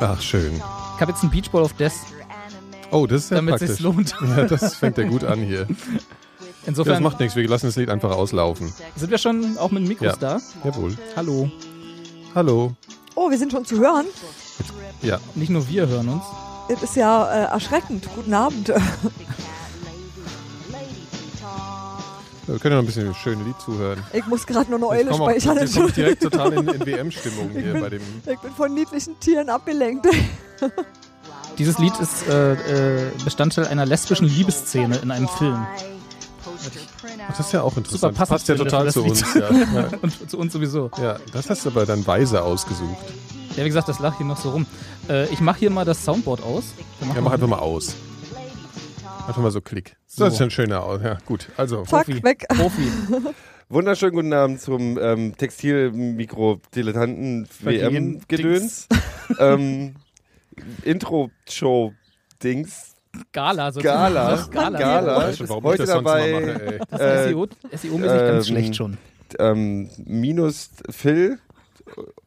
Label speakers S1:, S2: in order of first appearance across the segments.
S1: Ach, schön.
S2: Ich habe jetzt einen Beach Ball of Death,
S1: Oh, das ist ja
S2: damit es sich
S1: praktisch.
S2: lohnt.
S1: Ja, das fängt ja gut an hier. Ja, das
S2: Insofern
S1: macht nichts, wir lassen das Lied einfach auslaufen.
S2: sind wir schon auch mit Mikros
S1: Ja.
S2: da.
S1: Jawohl.
S2: Hallo.
S1: Hallo.
S3: Oh, wir sind schon zu hören.
S1: Ja,
S2: Nicht nur wir hören uns.
S3: Das ist ja äh, erschreckend. Guten Abend.
S1: wir können noch ein bisschen schönes Lied zuhören.
S3: Ich muss gerade nur eine
S1: Ich
S3: Eule
S1: komme auch-
S3: speichern.
S1: ich komme direkt total in, in WM-Stimmung
S3: Ich
S1: hier
S3: bin-
S1: bei dem.
S3: Ich bin von niedlichen Tieren abgelenkt.
S2: Dieses Lied ist äh, äh, Bestandteil einer lesbischen Liebesszene in einem Film.
S1: Ach, das ist ja auch interessant.
S2: Super
S1: Das passt ja
S2: passend
S1: total zu
S2: für das
S1: uns. Ja. Ja.
S2: Und zu uns sowieso.
S1: ja, das hast du aber dann weise ausgesucht.
S2: Ja, wie gesagt, das lag hier noch so rum. Äh, ich mache hier mal das Soundboard aus. Dann machen
S1: Ja,
S2: wir-
S1: mach einfach mal aus. Einfach mal so Klick.
S2: So.
S1: So. Das ist ja ein schöner Aus. Ja, gut. Also,
S3: Zack,
S2: Profi.
S3: weg.
S2: Profi.
S4: Wunderschönen guten Abend zum ähm, Textilmikrodilettanten-WM-Gedöns. ähm, Intro-Show-Dings.
S2: Gala. sozusagen.
S4: Gala.
S2: Doch, Gala.
S4: Gala.
S2: Ja,
S1: warum
S4: Heute
S1: ich das sonst immer
S4: dabei-
S1: mache, ey.
S2: Das
S4: Äh,
S2: ist SEO, SEO-mäßig E ganz
S4: ähm,
S2: schlecht schon.
S4: Ähm, minus Phil,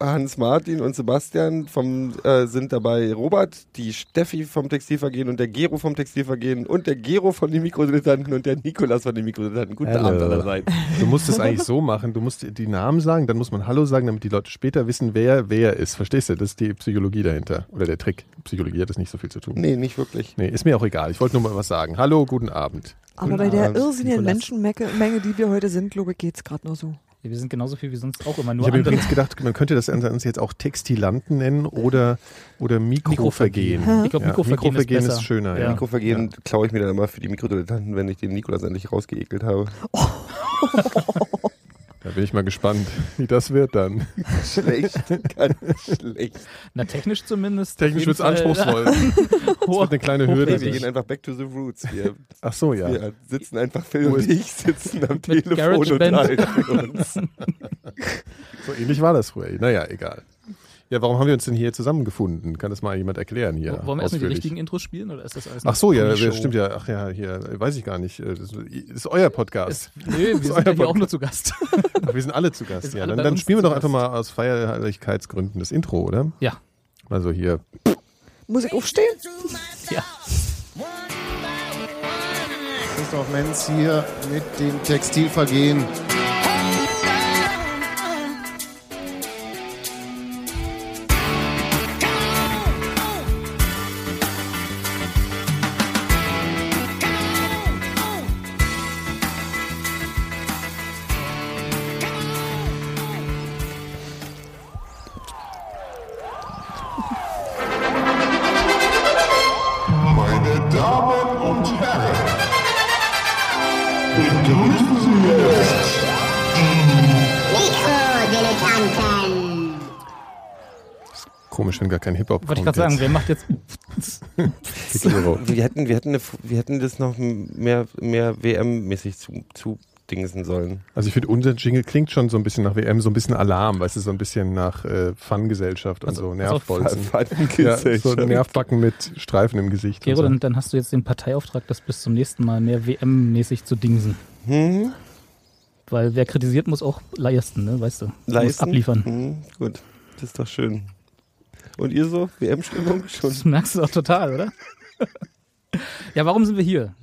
S4: Hans Martin und Sebastian vom, äh, sind dabei. Robert, die Steffi vom Textilvergehen und der Gero vom Textilvergehen und der Gero von den Mikrodilettanten und der Nikolas von den Mikrodilettanten. Guten
S1: Hallo.
S4: Abend allerseits.
S1: Du musst es eigentlich so machen, du musst die Namen sagen, dann muss man Hallo sagen, damit die Leute später wissen, wer wer ist. Verstehst du? Das ist die Psychologie dahinter. Oder der Trick. Psychologie hat das nicht so viel zu tun.
S4: Nee, nicht wirklich.
S1: Nee, ist mir auch egal. Ich wollte nur mal was sagen. Hallo, guten Abend.
S3: Aber bei der
S1: Abend,
S3: irrsinnigen
S1: Nikolas.
S3: Menschenmenge, Menge, die wir heute sind, glaube ich, geht's gerade nur so.
S2: Ja, wir sind genauso viel wie sonst auch immer,
S1: Ich
S2: nur
S1: habe
S2: andere.
S1: übrigens gedacht, man könnte das uns jetzt auch Textilanten nennen oder, oder Mikrovergehen.
S2: Ich glaube,
S1: Ja,
S2: Mikrovergehen,
S1: Mikrovergehen
S2: ist
S1: ist,
S2: besser.
S1: schöner. Ja.
S2: Ja.
S4: Mikrovergehen klaue ich mir dann immer für die Mikrodilettanten, wenn ich den Nikolas endlich rausgeekelt habe.
S1: Da bin ich mal gespannt, wie das wird dann.
S4: Schlecht, ganz schlecht.
S2: Na, technisch zumindest.
S1: Technisch wird es
S2: Auf jeden Fall.
S1: anspruchsvoll. Es wird eine kleine
S4: Nee,
S1: Hürde.
S4: wir
S2: Hochwertig.
S1: sein.
S4: gehen einfach back to the roots. Wir,
S1: Ach so, ja.
S4: wir sitzen einfach, Phil und ich sitzen am Telefon
S2: GarageBand.
S4: und halten uns.
S1: So ähnlich war das früher. Naja, egal. Ja, warum haben wir uns denn hier zusammengefunden? Kann das mal jemand erklären hier?
S2: Wollen wir erstmal die
S1: ausführlich?
S2: richtigen Intros spielen oder ist das alles
S1: Ach so, ja,
S2: das
S1: das stimmt ja. Ach ja, hier, weiß ich gar nicht. Äh, Das ist euer Podcast.
S2: Nö, wir
S1: ist
S2: sind
S1: euer
S2: ja hier auch
S1: Podcast.
S2: nur zu Gast.
S1: Ach, wir sind alle zu Gast.
S2: sind
S1: Ja.
S2: alle
S1: Dann,
S2: bei
S1: dann
S2: uns
S1: spielen wir
S2: zu
S1: doch einfach
S2: Gast.
S1: mal aus Feierlichkeitsgründen das Intro, oder?
S2: Ja.
S1: Also hier.
S3: Muss ich aufstehen?
S2: ja.
S5: Christoph Menz hier mit dem Textilvergehen.
S6: Meine Damen und Herren, begrüßen Sie jetzt
S7: Mikrodilettanten.
S1: Komisch, wenn gar kein Hip-Hop
S2: Wollte ich gerade sagen, wer macht jetzt.
S1: sagen.
S4: Wir hätten, wir, hätten eine, wir hätten das noch mehr, mehr WM-mäßig zu, zu dingsen sollen.
S1: Also ich finde, unser Jingle klingt schon so ein bisschen nach WM, so ein bisschen Alarm, weißt du, so ein bisschen nach äh, Fun-Gesellschaft und
S2: Also
S1: so Nervbolzen. ja, so ein Nervbacken mit Streifen im Gesicht.
S2: Gero,
S1: und
S2: dann, dann hast du jetzt den Parteiauftrag, das bis zum nächsten Mal mehr WM-mäßig zu dingsen.
S4: Hm?
S2: Weil wer kritisiert, muss auch leisten, ne? weißt du. Du Musst
S4: Leisten?
S2: abliefern.
S4: Hm, gut, das ist doch schön. Und ihr so? WM-Stimmung schon?
S2: Das merkst du doch total, oder? ja, warum sind wir hier?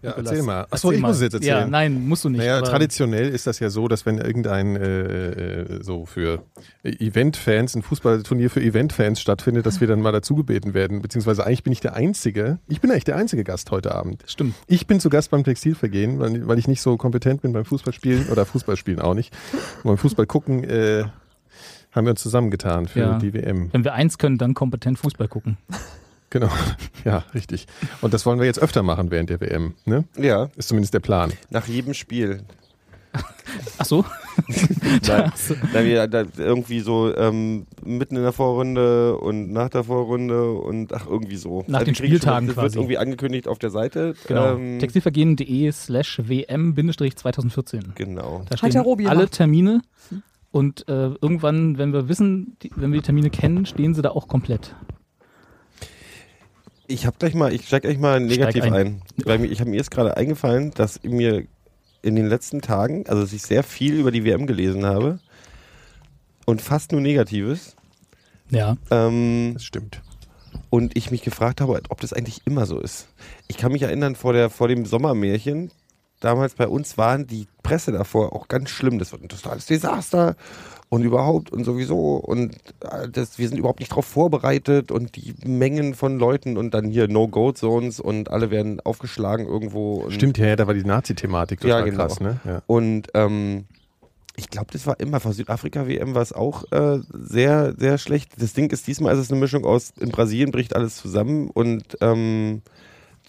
S1: so. ja,
S2: Nikolas?
S1: erzähl mal. Achso,
S2: Erzähl
S1: ich
S2: mal.
S1: muss es jetzt erzählen.
S2: Ja, nein, musst du nicht.
S1: Naja,
S2: aber-
S1: traditionell ist das ja so, dass wenn irgendein äh, äh, so für Eventfans, ein Fußballturnier für Eventfans stattfindet, dass wir dann mal dazu gebeten werden. Beziehungsweise eigentlich bin ich der einzige, ich bin eigentlich der einzige Gast heute Abend.
S2: Stimmt.
S1: Ich bin zu Gast beim Textilvergehen, weil, weil ich nicht so kompetent bin beim Fußballspielen oder Fußballspielen auch nicht. Und beim Fußball gucken äh, haben wir uns zusammengetan für
S2: Ja.
S1: die WM.
S2: Wenn wir eins können, dann kompetent Fußball gucken.
S1: Genau. Ja, richtig. Und das wollen wir jetzt öfter machen während der WM. Ne?
S4: Ja,
S1: Ist zumindest der Plan.
S4: nach jedem Spiel.
S2: Ach so?
S4: Nein, nein wir, da, irgendwie so ähm, mitten in der Vorrunde und nach der Vorrunde und ach, irgendwie so.
S2: Nach den
S4: ich krieg schon-
S2: Spieltagen
S4: das
S2: quasi.
S4: Wird irgendwie angekündigt auf der Seite.
S2: Genau.
S4: Ähm,
S2: Textilvergehen.de slash WM-2014.
S4: genau.
S2: Da
S3: Hat ja
S2: stehen
S3: Robi
S2: alle
S3: gemacht.
S2: Termine und äh, irgendwann, wenn wir wissen, die, wenn wir die Termine kennen, stehen sie da auch komplett.
S4: Ich hab gleich mal, ich steig gleich mal negativ
S2: ein.
S4: ein. Weil mir, ich habe mir jetzt gerade eingefallen, dass mir in den letzten Tagen, also dass ich sehr viel über die WM gelesen habe und fast nur Negatives.
S2: Ja.
S4: Ähm,
S1: Das stimmt.
S4: und ich mich gefragt habe, ob das eigentlich immer so ist. Ich kann mich erinnern, vor, der, vor dem Sommermärchen, damals bei uns waren die Presse davor auch ganz schlimm. Das wird ein totales Desaster und überhaupt und sowieso. Und äh, das, wir sind überhaupt nicht darauf vorbereitet und die Mengen von Leuten und dann hier No-Go-Zones und alle werden aufgeschlagen irgendwo. Und
S1: Stimmt, ja, ja, da war die Nazi-Thematik
S4: Mhm. Ja,
S1: total
S4: genau.
S1: krass, ne? Ja.
S4: Und ähm, ich glaube, das war immer vor Südafrika-WM war es auch äh, sehr, sehr schlecht. Das Ding ist, diesmal ist es eine Mischung aus, in Brasilien bricht alles zusammen und ähm,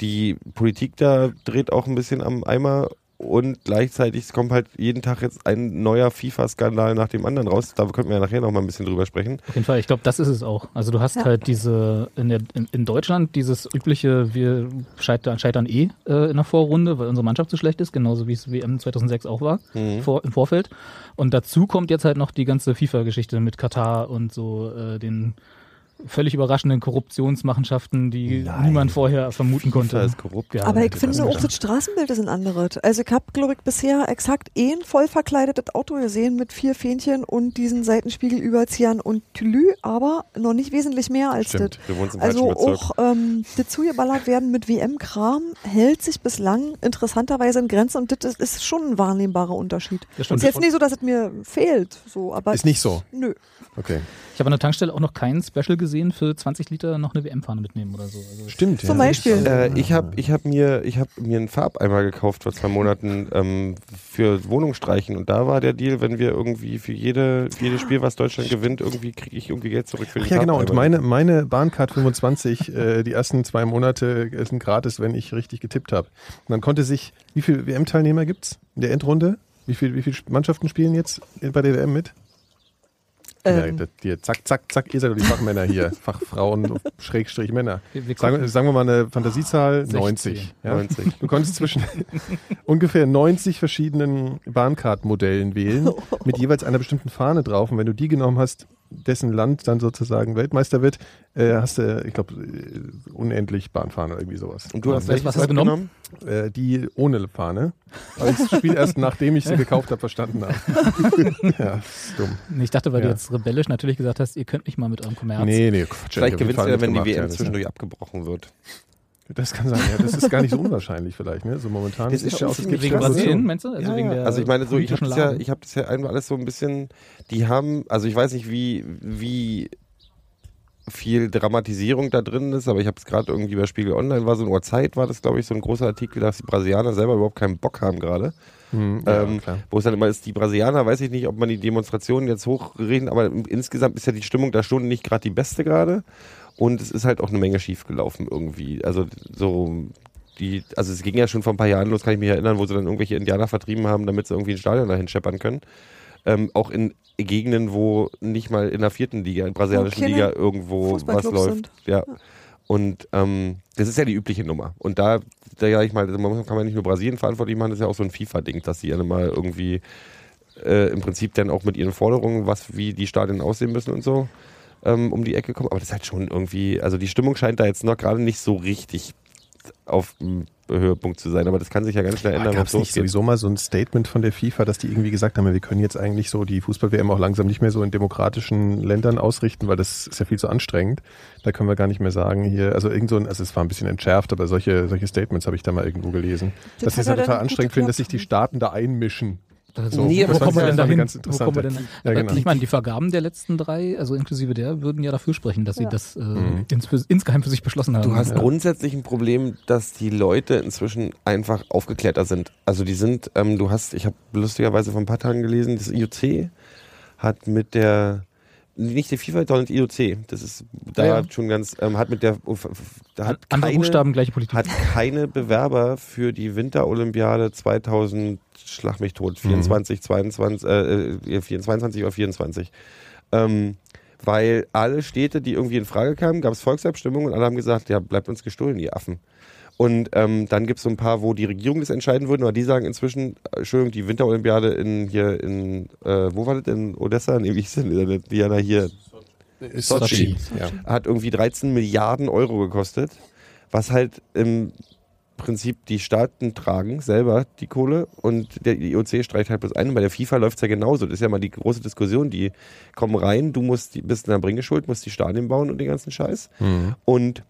S4: die Politik da dreht auch ein bisschen am Eimer. Und gleichzeitig es kommt halt jeden Tag jetzt ein neuer FIFA-Skandal nach dem anderen raus. Da könnten wir ja nachher noch mal ein bisschen drüber sprechen.
S2: Auf jeden Fall, ich glaube, das ist es auch. Also du hast
S3: Ja.
S2: halt diese, in, der, in, in Deutschland dieses übliche, wir scheitern, scheitern eh äh, in der Vorrunde, weil unsere Mannschaft so schlecht ist, genauso wie es WM 2006 auch war, vor, im Vorfeld. Und dazu kommt jetzt halt noch die ganze FIFA-Geschichte mit Katar und so äh, den völlig überraschenden Korruptionsmachenschaften, die
S4: Nein.
S2: niemand vorher vermuten konnte.
S4: ist korrupt.
S2: Ja,
S3: Aber ich
S2: das
S3: finde
S2: ist
S3: auch das Straßenbild ist ein anderes. Also ich habe, glaube ich, bisher exakt ein voll verkleidetes Auto gesehen mit vier Fähnchen und diesen Seitenspiegelüberziehern und Tülü, aber noch nicht wesentlich mehr als
S1: Stimmt.
S3: das.
S4: Du wohnst im
S3: Also
S4: falschen Bezirk.
S3: auch ähm, das zugeballert werden mit WM-Kram hält sich bislang interessanterweise in Grenzen und das ist, ist schon ein wahrnehmbarer Unterschied.
S2: Das
S3: ist
S2: stimmt.
S3: jetzt nicht so, dass es mir fehlt, so, aber
S1: Ist nicht so.
S3: Nö.
S1: Okay.
S2: Ich habe an der Tankstelle auch noch kein Special gesehen für 20 Liter noch eine WM-Fahne mitnehmen oder so. Also
S1: Stimmt,
S3: Zum Beispiel.
S4: Äh, ich habe ich hab mir, ich hab mir einen Farbeimer gekauft vor zwei Monaten ähm, für Wohnungsstreichen und da war der Deal, wenn wir irgendwie für, jede, für jedes Spiel, was Deutschland gewinnt, irgendwie kriege ich irgendwie Geld zurück für den
S1: Ach ja, genau. Und
S4: Farbeimer.
S1: meine, meine Bahncard 25, äh, die ersten zwei Monate äh, sind gratis, wenn ich richtig getippt habe. Und dann konnte sich, wie viele WM-Teilnehmer gibt's in der Endrunde? Wie viele wie viel Mannschaften spielen jetzt bei der WM mit?
S3: Ähm,
S1: Ja, das, hier, zack, zack, zack, ihr seid doch die Fachmänner hier. Fachfrauen, Schrägstrich Männer.
S2: Wir- wir
S1: Sagen,
S2: gucken.
S1: sagen wir mal eine Fantasiezahl,
S2: 16.
S1: 90. Ja?
S4: 90.
S1: Du konntest zwischen ungefähr 90 verschiedenen Bahncard-Modellen wählen, mit jeweils einer bestimmten Fahne drauf. Und wenn du die genommen hast, dessen Land dann sozusagen Weltmeister wird, äh, hast du, ich glaube, äh, unendlich Bahnfahren oder irgendwie sowas.
S4: Und du hast
S2: Was- was
S4: welches
S2: hast du
S4: Rad
S2: genommen?
S1: Äh, die ohne Fahne. Aber ich das Spiel erst nachdem ich sie gekauft habe, verstanden habe. ja, ist dumm.
S2: Nee, Ich dachte, weil
S1: Ja.
S2: du jetzt rebellisch natürlich gesagt hast, ihr könnt mich mal mit eurem Kommerz.
S1: Nee, nee, Quatsch.
S4: Vielleicht
S1: hab ich auf jeden
S4: gewinnst du
S1: Fall
S4: ja, wenn die
S1: mitgemacht,
S4: WM
S1: das-
S4: zwischendurch abgebrochen wird.
S1: Das kann sein, ja. Das ist gar nicht so unwahrscheinlich vielleicht, ne? So momentan.
S4: Das ist
S1: ja
S4: schon
S1: auch das
S4: ziemlich
S2: Wegen
S1: Gefühl,
S4: krass.
S1: dass-
S2: Brasilien, meinst du?
S4: Also,
S2: Also,
S4: ja,
S2: wegen
S4: ja.
S2: der
S4: also ich meine, so ich habe
S2: politischen
S4: das ja,
S2: Lage.
S4: ich habe das ja einmal alles so ein bisschen. Die haben, also ich weiß nicht, wie wie viel Dramatisierung da drin ist, aber ich habe es gerade irgendwie bei Spiegel Online war so ein Uhrzeit war das glaube ich so ein großer Artikel, dass die Brasilianer selber überhaupt keinen Bock haben gerade,
S1: Hm, ja,
S4: ähm,
S1: klar.
S4: wo es dann immer ist, die Brasilianer, weiß ich nicht, ob man die Demonstrationen jetzt hochreden, aber im- insgesamt ist ja die Stimmung da schon nicht gerade die beste gerade und es ist halt auch eine Menge schiefgelaufen irgendwie, also so die, also es ging ja schon vor ein paar Jahren los, kann ich mich erinnern, wo sie dann irgendwelche Indianer vertrieben haben, damit sie irgendwie ein Stadion dahin scheppern können. Ähm, auch in Gegenden, wo nicht mal in der vierten Liga, in der brasilianischen
S3: Wo keine
S4: Liga irgendwo was
S3: Fußballclubs
S4: läuft.
S3: sind.
S4: Ja. Und ähm, das ist ja die übliche Nummer. Und da, da sag ich mal, man muss- kann man nicht nur Brasilien verantwortlich machen, das ist ja auch so ein FIFA-Ding, dass die dann mal irgendwie äh, im Prinzip dann auch mit ihren Forderungen, was wie die Stadien aussehen müssen und so, ähm, um die Ecke kommen. Aber das ist halt schon irgendwie, also die Stimmung scheint da jetzt noch gerade nicht so richtig auf dem Höhepunkt zu sein, aber das kann sich ja ganz schnell ändern.
S1: Gab es
S4: wenn's
S1: nicht
S4: losgeht.
S1: sowieso mal so ein Statement von der FIFA, dass die irgendwie gesagt haben, wir können jetzt eigentlich so die Fußball-WM auch langsam nicht mehr so in demokratischen Ländern ausrichten, weil das ist ja viel zu anstrengend. Da können wir gar nicht mehr sagen hier, also irgend so ein, also es war ein bisschen entschärft, aber solche, solche Statements habe ich da mal irgendwo gelesen. dass
S3: Das
S1: sie es
S3: hat
S1: ja
S3: er
S1: total
S3: dann
S1: anstrengend
S3: gut
S1: finden, dass sich
S3: geklappt.
S1: die Staaten da einmischen.
S2: Also,
S1: Nee, aber
S2: wo
S1: das
S2: kommen wir
S1: ist
S2: denn
S1: ja
S2: dahin?
S1: ganz
S2: Wo kommen wir denn
S1: interessant. Ja,
S2: Aber
S1: genau.
S2: Ich meine, die Vergaben der letzten drei, also inklusive der, würden ja dafür sprechen, dass sie
S3: Ja.
S2: das äh,
S1: Mhm.
S2: ins, für, insgeheim für sich beschlossen haben.
S4: Du hast
S2: ja.
S4: grundsätzlich ein Problem, dass die Leute inzwischen einfach aufgeklärter sind. Also die sind, ähm, du hast, ich habe lustigerweise vor ein paar Tagen gelesen, das IOC hat mit der nicht der FIFA, sondern das IOC, das ist da
S2: Ja, ja.
S4: schon ganz, ähm, hat mit der da hat
S2: Andere
S4: keine,
S2: Buchstaben, gleiche Politik.
S4: hat keine Bewerber für die Winterolympiade 2000, schlag mich tot, 24, 22, äh, äh, 24 oder 24. Ähm, weil alle Städte, die irgendwie in Frage kamen, gab es Volksabstimmungen und alle haben gesagt, ja, bleibt uns gestohlen, ihr Affen. Und ähm, dann gibt es so ein paar, wo die Regierung das entscheiden würden, aber die sagen inzwischen, äh, Entschuldigung, die Winterolympiade in hier in, äh, wo war das denn? Odessa? Nee, wie hieß denn die- die Diana hier?
S2: Sochi.
S4: Äh,
S1: Ja.
S4: hat irgendwie 13 Milliarden Euro gekostet, was halt im Prinzip, die Staaten tragen selber die Kohle und der IOC streicht halt bloß ein. Und bei der FIFA läuft es ja genauso. Das ist ja mal die große Diskussion. Die kommen rein, du musst, die, bist in der Bringe schuld, musst die Stadien bauen und den ganzen Scheiß. Und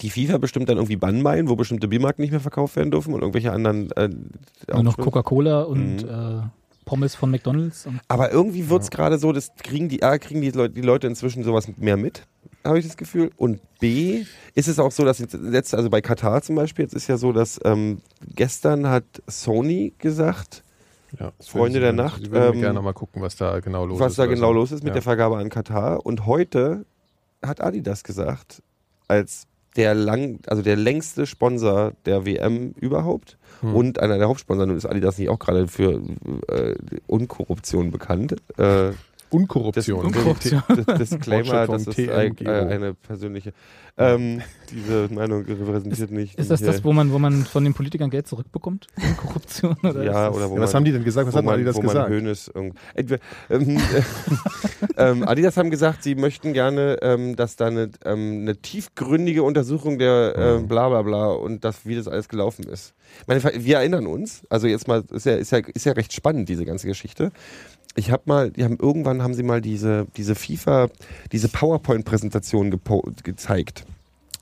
S4: die FIFA bestimmt dann irgendwie Bannmeilen, wo bestimmte Bimarken nicht mehr verkauft werden dürfen und irgendwelche anderen. Äh,
S2: Nur noch
S4: Aufschluss-
S2: Coca-Cola und
S1: Mhm.
S2: äh, Pommes von McDonalds. Und
S4: aber irgendwie wird es gerade so, das kriegen die A, kriegen die Leute, die Leute inzwischen sowas mehr mit, habe ich das Gefühl. Und B, ist es auch so, dass jetzt, jetzt, also bei Katar zum Beispiel, jetzt ist ja so, dass ähm, gestern hat Sony gesagt,
S1: Ja,
S4: Freunde der Nacht,
S1: Ich würde
S4: ähm,
S1: gerne mal gucken, was da genau los
S4: was
S1: ist.
S4: da
S1: oder
S4: genau
S1: so.
S4: los ist mit
S1: ja.
S4: der Vergabe an Katar. Und heute hat Adidas gesagt, als der lang, also der längste Sponsor der WM überhaupt
S1: Hm.
S4: und einer der Hauptsponsoren, nun ist Adidas nicht auch gerade für äh, Unkorruption bekannt. Äh,
S1: Unkorruption.
S2: Unkorruption.
S4: Das Disclaimer,
S1: Wortschöpfung
S4: das ist ein,
S1: TNGO.
S4: äh, eine persönliche. Ähm, diese Meinung repräsentiert nicht.
S2: ist das
S4: nicht,
S2: das,
S4: äh,
S2: wo man, wo man von den Politikern Geld zurückbekommt? In Korruption? Oder
S4: ja,
S2: ist das-
S4: oder wo
S1: Ja, was
S4: man,
S1: haben die denn gesagt? Was
S4: wo
S1: hat
S4: man,
S1: Adidas
S4: wo man
S1: gesagt?
S4: Hoeneß irgend- Entweder- ähm, ähm, Adidas haben gesagt, sie möchten gerne, ähm, dass da eine, ähm, eine tiefgründige Untersuchung der äh, bla bla bla und das, wie das alles gelaufen ist. Ich Meine, wir erinnern uns, also jetzt mal, ist ja, ist ja, ist ja recht spannend, diese ganze Geschichte. Ich habe mal, die haben irgendwann haben sie mal diese, diese FIFA, diese PowerPoint-Präsentation gepo- gezeigt.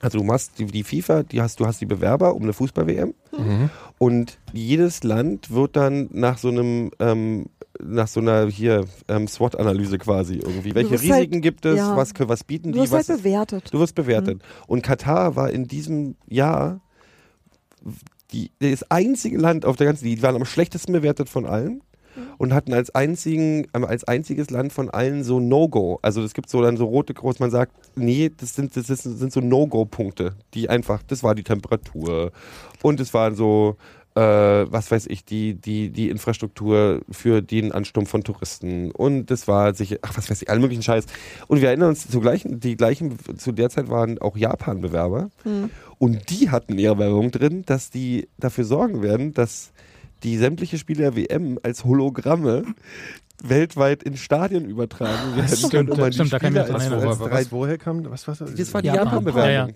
S4: Also du machst die, die FIFA, die hast, du hast die Bewerber um eine Fußball-WM
S1: Mhm.
S4: und jedes Land wird dann nach so einem ähm, nach so einer hier ähm, SWOT-Analyse quasi irgendwie. Welche
S3: wirst
S4: Risiken
S3: halt-
S4: gibt es?
S3: ja.
S4: Was, kö- was
S3: Du
S4: bieten die?
S3: wirst
S4: was
S3: halt bewertet. Mhm.
S4: Du wirst bewertet. Und Katar war in diesem Jahr die, das einzige Land auf der ganzen, die waren am schlechtesten bewertet von allen
S3: Mhm.
S4: und hatten als einzigen, ähm, als einziges Land von allen so No-Go. Also es gibt so dann so rote Groß, man sagt, nee, das sind, das ist, sind so No-Go-Punkte, die einfach, das war die Temperatur und es waren so, äh, was weiß ich, die, die, die Infrastruktur für den Ansturm von Touristen und das war sich, ach was weiß ich, allen möglichen Scheiß. Und wir erinnern uns, zu gleichen, die gleichen, zu der Zeit waren auch Japan-Bewerber und die hatten ihre Werbung drin, dass die dafür sorgen werden, dass die sämtliche Spiele der WM als Hologramme weltweit in Stadien übertragen werden.
S2: Ah, Stimmt,
S4: können, um an die
S2: stimmt, da kann ich mich
S4: Spieler
S2: dran
S4: als-
S2: erinnern.
S4: als
S1: Aber
S4: drei-
S1: was, woher kam was, was,
S4: Das war die
S2: Japan.
S4: Japan-Bewerbung.
S2: Ja, ja.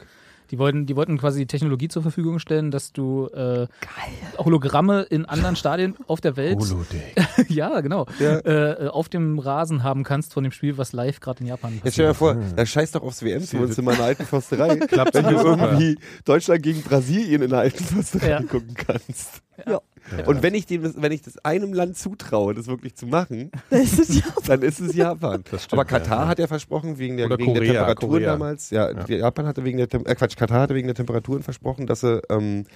S2: Die wollten, die wollten quasi die Technologie zur Verfügung stellen, dass du äh, Hologramme in anderen Stadien auf der Welt,
S1: Holodeck.
S2: ja genau,
S4: Ja.
S2: Äh, äh, auf dem Rasen haben kannst von dem Spiel, was live gerade in Japan
S4: Jetzt
S2: passiert.
S4: stell dir vor,
S1: Hm.
S4: da scheiß doch aufs WM-Wohnzimmer in der alten Försterei,
S1: Klappt
S4: wenn du
S1: super.
S4: irgendwie Deutschland gegen Brasilien in der alten Försterei
S2: Ja.
S4: gucken kannst.
S3: Ja.
S4: Und wenn ich, dem, das- wenn ich das einem Land zutraue, das wirklich zu machen,
S3: Das ist ja
S4: dann ist es Japan.
S1: Das stimmt,
S4: Aber Katar
S1: ja.
S4: hat ja versprochen, wegen der,
S1: Oder
S4: wegen der
S1: Korea,
S4: Temperaturen
S1: Korea.
S4: damals, ja, die- Japan hatte wegen der, Tem äh, Quatsch, Katar hatte wegen der Temperaturen versprochen, dass sie ähm,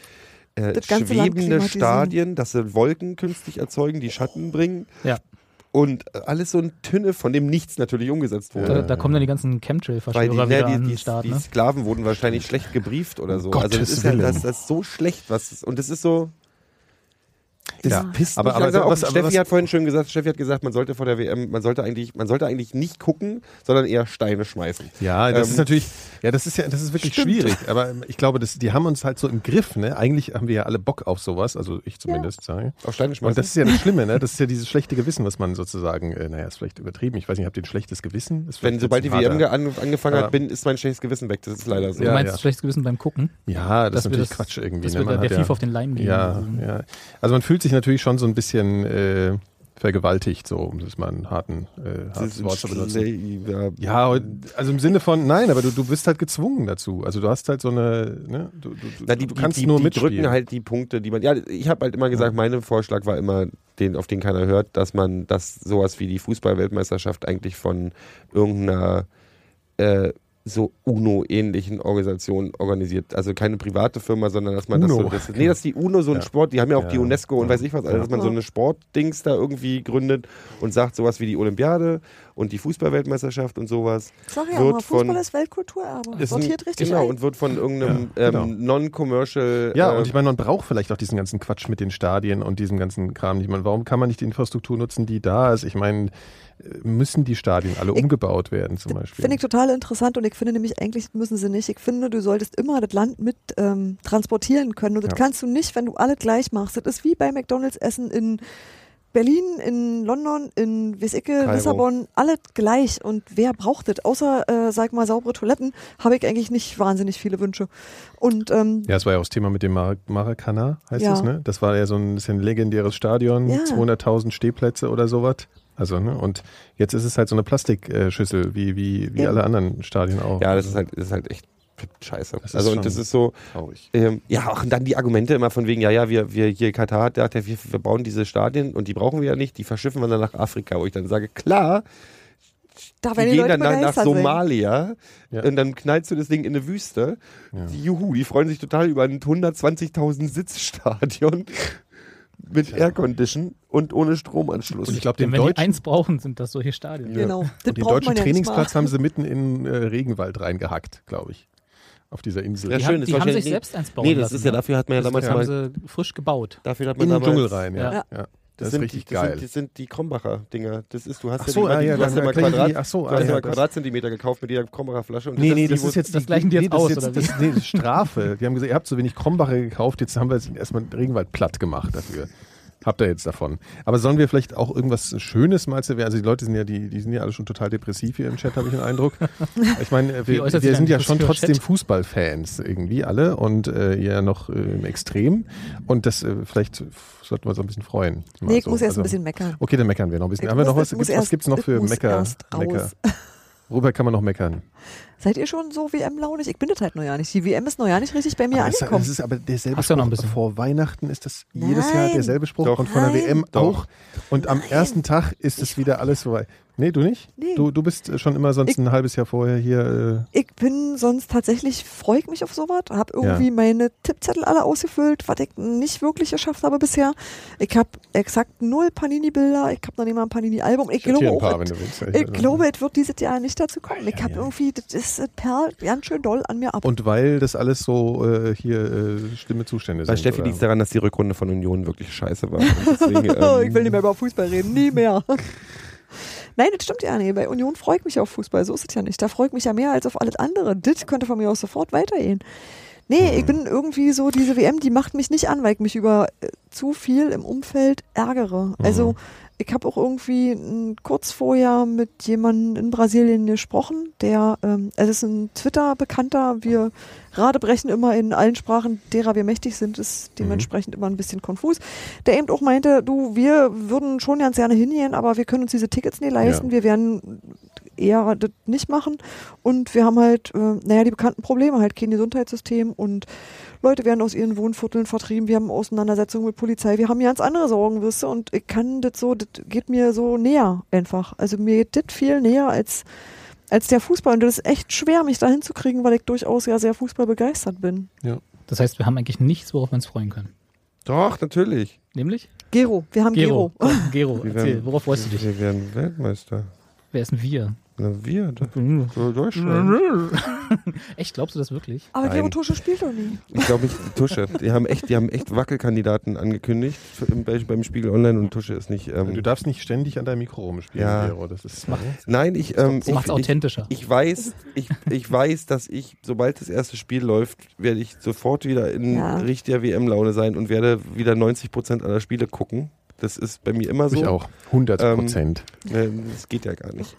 S4: äh,
S3: Das ganze Land
S4: schwebende
S3: klimatisieren.
S4: Stadien, dass sie Wolken künstlich erzeugen, die Schatten bringen
S2: Ja,
S4: und alles so ein Tünne, von dem nichts natürlich umgesetzt wurde.
S2: da, da kommen dann die ganzen
S4: Weil
S2: Chemtrail-Verschwörer
S4: die,
S2: wieder
S4: ne,
S2: an
S4: die, die,
S2: den Start.
S4: die
S2: Ne?
S4: Sklaven wurden wahrscheinlich schlecht gebrieft oder so. also das
S1: Um Gottes
S4: ist ja
S1: Willen.
S4: das, das ist so schlecht, was es- und das ist so. Das
S1: Ja.
S4: pisst
S1: Aber-
S4: mich
S1: aber
S4: langsam
S1: was-
S4: auf.
S1: aber
S4: Steffi
S1: was-
S4: hat vorhin schön gesagt, Steffi hat gesagt, man sollte vor der WM, man sollte eigentlich, man sollte eigentlich nicht gucken, sondern eher Steine schmeißen.
S1: Ja, das
S4: Ähm,
S1: ist natürlich, ja, das ist ja, das ist wirklich schwierig. Aber ähm, ich glaube, das, die haben uns halt so im Griff, ne? Eigentlich haben wir ja alle Bock auf sowas, also ich zumindest, sage ich.
S4: Auf Steine schmeißen.
S1: Und das ist ja das Schlimme, ne? Das ist ja dieses schlechte Gewissen, was man sozusagen, äh, naja, ist vielleicht übertrieben. Ich weiß nicht, habt ihr ein schlechtes Gewissen? Ist
S4: Wenn
S1: vielleicht
S4: sobald die
S1: jetzt ein
S4: WM
S1: harter-
S4: ge- an, angefangen
S1: Ja.
S4: hat, bin, ist mein schlechtes Gewissen weg. Das ist leider so.
S2: Du
S1: Ja,
S2: meinst
S1: ja.
S2: schlechtes Gewissen beim Gucken?
S1: Ja, das ist
S2: dass wir
S1: natürlich
S2: das-
S1: Quatsch irgendwie.
S2: dass
S1: ne?
S2: wir
S1: Man
S2: der- der
S1: hat
S2: FIFA auf den Leim liegen
S1: ja,
S2: lassen.
S1: ja. Also man fühlt sich natürlich schon so ein bisschen äh, vergewaltigt, so um das mal einen harten äh,
S4: Das ist
S1: hartes
S4: ein
S1: Wort zu benutzen.
S4: Schle- ja.
S1: Ja, also im Sinne von, nein, aber du, du bist halt gezwungen dazu. Also du hast halt so eine, ne, du, du,
S4: Na,
S1: du
S4: die,
S1: kannst
S4: die, die,
S1: nur
S4: die
S1: mitspielen.
S4: drücken halt die Punkte, die man. Ja, ich habe halt immer gesagt, mein Vorschlag war immer, den, auf den keiner hört, dass man, dass sowas wie die Fußball-Weltmeisterschaft eigentlich von irgendeiner äh, so UNO-ähnlichen Organisation organisiert. Also keine private Firma, sondern dass man
S1: UNO.
S4: das so. Das, nee, dass die UNO so ein
S1: Ja.
S4: Sport, die haben ja auch
S1: Ja.
S4: die UNESCO und
S1: Ja.
S4: weiß ich was, also dass man
S3: Ja.
S4: so eine Sportdings da irgendwie gründet und sagt, sowas wie die Olympiade und die Fußball-Weltmeisterschaft und sowas.
S3: Sag ja
S4: Wird
S3: immer, Fußball
S4: von-
S3: ist Weltkulturerbe.
S4: Ist
S3: Sortiert
S4: ein,
S3: richtig
S4: genau,
S3: ein.
S4: und wird von irgendeinem
S1: Ja, genau.
S4: ähm, Non-Commercial.
S1: ja,
S4: äh,
S1: und ich meine, man braucht vielleicht auch diesen ganzen Quatsch mit den Stadien und diesem ganzen Kram nicht. Man, warum kann man nicht die Infrastruktur nutzen, die da ist? Ich meine, äh, müssen die Stadien alle
S3: Ich-
S1: umgebaut werden zum Beispiel?
S3: Finde ich total interessant und ich finde nämlich, eigentlich müssen sie nicht. Ich finde, du solltest immer das Land mit ähm, transportieren können und das
S1: Ja.
S3: kannst du nicht, wenn du alle gleich machst. Das ist wie bei McDonalds Essen in Berlin, in London, in Wieseicke,
S1: Kairo.
S3: Lissabon, alle gleich. Und wer braucht das? Außer, äh, sag mal, saubere Toiletten habe ich eigentlich nicht wahnsinnig viele Wünsche. Und ähm,
S1: Ja, es war ja auch das Thema mit dem Mar Maracana, heißt
S3: Ja.
S1: es, ne? Das war ja so ein bisschen legendäres Stadion,
S3: Ja.
S1: 200.000 Stehplätze oder sowas. Also, ne? Und jetzt ist es halt so eine Plastikschüssel, wie, wie, wie
S3: Ja.
S1: alle anderen Stadien auch.
S4: Ja, das ist halt, das ist halt echt scheiße.
S1: Das ist
S4: also
S1: schon
S4: und das ist so,
S1: traurig.
S4: ähm, ja, ach, und dann die Argumente immer von wegen, ja, ja, wir, wir hier Katar hat gesagt, ja, wir, wir bauen diese Stadien und die brauchen wir ja nicht, die verschiffen wir dann nach Afrika, wo ich dann sage, klar,
S3: da
S4: die
S3: werden die,
S4: gehen
S3: Leute
S4: dann nach,
S3: begeistert
S4: nach
S3: sein.
S4: Somalia
S1: Ja.
S4: und dann knallst du das Ding in eine Wüste. Die, juhu, die freuen sich total über ein 120.000 Sitzstadion mit Aircondition und ohne Stromanschluss.
S1: Und ich glaube,
S2: Denn
S1: den
S2: wenn die
S1: deutschen,
S2: eins brauchen, sind das solche Stadien.
S3: Genau. Das
S1: und den
S3: braucht
S1: deutschen
S3: man ja nicht mal.
S1: Trainingsplatz haben sie mitten in äh, Regenwald reingehackt, glaube ich. Auf dieser Insel.
S4: Ja,
S2: Die,
S4: schön,
S2: haben,
S4: das
S2: die
S4: war
S2: haben
S4: schön.
S2: sich
S4: Nee,
S2: selbst eins bauen
S4: nee, das
S2: lassen,
S4: ist ja, dafür hat man ja
S2: Das
S4: damals
S2: haben
S4: mal,
S2: sie frisch gebaut.
S4: dafür hat man
S1: in den
S4: damals,
S1: Dschungel rein, ja.
S2: Ja.
S1: ja. Das, ist
S4: sind
S1: richtig
S4: die,
S1: geil.
S4: Das sind, das sind die Krombacher Dinger. Das ist, du hast
S1: Ach so,
S4: ja, die,
S1: ah, ja,
S4: du hast ja
S1: dann
S4: mal
S1: erklären die-
S4: Quadrat,
S1: ach so,
S4: du
S1: ah,
S4: hast ja
S1: ja,
S4: mal
S1: das-
S4: Quadratzentimeter gekauft mit jeder Krombacher Flasche. Und
S1: Nee, nee,
S4: die,
S1: das
S4: wo-
S1: ist jetzt
S2: das gleichen die jetzt
S1: das
S2: aus,
S1: ist jetzt
S2: oder
S1: das, nee, das ist Strafe. Die haben gesagt, ihr habt so wenig Krombacher gekauft, jetzt haben wir jetzt erstmal den Regenwald platt gemacht dafür. Habt ihr jetzt davon. Aber sollen wir vielleicht auch irgendwas Schönes mal zu Also die Leute sind ja, die, die sind ja alle schon total depressiv hier im Chat, habe ich den Eindruck. Ich meine,
S2: Wie
S1: wir,
S2: äußert sich
S1: wir sind
S2: ein
S1: ja schon
S2: depressiver
S1: trotzdem
S2: Chat?
S1: Fußballfans irgendwie alle und äh, ja noch äh, im Extrem. Und das äh, vielleicht sollten wir uns auch ein bisschen freuen. Mal
S3: Nee, ich
S1: so.
S3: muss erst
S1: Also-
S3: ein bisschen meckern.
S1: Okay, dann meckern wir noch ein bisschen.
S3: Ich
S1: Haben wir
S3: muss-
S1: noch was?
S3: ich muss
S1: Gibt's, was
S3: erst-
S1: gibt es noch
S3: ich
S1: für
S3: muss
S1: Mecker?
S3: erst raus.
S1: Mecker. Worüber kann man noch meckern?
S3: Seid ihr schon so WM-launig? Ich bin das halt noch ja nicht. Die WM ist noch ja nicht richtig bei mir
S1: Aber das,
S3: angekommen.
S1: das ist aber derselbe
S2: Hast du ja noch ein
S1: Spruch.
S2: bisschen.
S1: Vor Weihnachten ist das jedes Jahr
S3: Nein.
S1: derselbe Spruch
S4: Doch.
S1: und von der
S3: Nein.
S1: WM
S4: Doch.
S1: auch. Und am ersten Tag ist es wieder alles vorbei. Nee, du nicht?
S3: Nee.
S1: Du, du bist äh, schon immer sonst
S3: Ich-
S1: ein halbes Jahr vorher hier. äh,
S3: ich bin sonst tatsächlich, freue ich mich auf sowas, habe irgendwie
S1: Ja.
S3: meine Tippzettel alle ausgefüllt, was ich nicht wirklich geschafft habe bisher. Ich habe exakt null Panini-Bilder, ich habe noch nicht mal ein Panini-Album. Ich
S1: Äh,
S3: glaube
S1: hier ein paar,
S3: auch,
S1: wenn
S3: es-
S1: du willst.
S3: ich glaube, es wird dieses Jahr nicht dazu kommen. Ich
S1: Ja,
S3: habe
S1: ja.
S3: irgendwie, das ist das Perl ganz schön doll an mir ab.
S1: Und weil das alles so äh, hier äh, schlimme Zustände
S4: Bei
S1: sind.
S4: Steffi
S1: oder?
S4: liegt es daran, dass die Rückrunde von Union wirklich scheiße war. Und Deswegen, ähm,
S3: ich will nicht mehr über Fußball reden, nie mehr. Nein, das stimmt ja nicht. Bei Union freue ich mich auf Fußball, so ist es ja nicht. Da freue ich mich ja mehr als auf alles andere. Das könnte von mir aus sofort weitergehen. Nee, ich bin irgendwie so, diese WM, die macht mich nicht an, weil ich mich über äh, zu viel im Umfeld ärgere. Also ich habe auch irgendwie m, kurz vorher mit jemandem in Brasilien gesprochen, der, ähm, es ist ein Twitter-Bekannter, wir radebrechen immer in allen Sprachen, derer wir mächtig sind, ist dementsprechend immer ein bisschen konfus, der eben auch meinte, du, wir würden schon ganz gerne hingehen, aber wir können uns diese Tickets nicht leisten, wir werden eher das nicht machen und wir haben halt, äh, naja, die bekannten Probleme, halt kein Gesundheitssystem und Leute werden aus ihren Wohnvierteln vertrieben, wir haben Auseinandersetzungen mit Polizei, wir haben ganz andere Sorgen, wisst ihr, und ich kann das so, das geht mir so näher einfach. Also mir geht das viel näher als, als der Fußball und das ist echt schwer, mich dahin zu kriegen, weil ich durchaus ja sehr Fußball begeistert bin.
S2: Das heißt, wir haben eigentlich nichts, worauf wir uns freuen können.
S4: Doch, natürlich.
S2: Nämlich?
S3: Gero, wir haben Gero.
S2: Komm, Gero,
S4: Wir
S2: erzähl,
S4: werden-
S2: worauf freust du dich?
S4: Wir werden Weltmeister.
S2: Wer ist denn wir? Hm.
S4: Na, wir, da- so Deutschland.
S2: Echt, glaubst du das wirklich?
S3: Aber
S4: Nein.
S3: Gero Tusche spielt doch nie.
S4: Ich glaube nicht, Tusche. Die haben echt, die haben echt Wackelkandidaten angekündigt für, im, beim Spiegel Online und Tusche ist nicht.
S1: Du
S4: Ähm,
S1: darfst nicht ständig an deinem Mikro rumspielen,
S4: Ja.
S1: Vero. Das ist äh,
S4: nein, ich. Ähm,
S2: Das macht's
S4: ich, ich,
S2: authentischer.
S4: ich weiß, ich, ich weiß, dass ich, sobald das erste Spiel läuft, werde ich sofort wieder in
S3: Ja.
S4: richtiger WM-Laune sein und werde wieder 90 Prozent aller Spiele gucken. Das ist bei mir immer so.
S1: ich auch. 100 Prozent.
S4: Ähm, das geht ja gar nicht.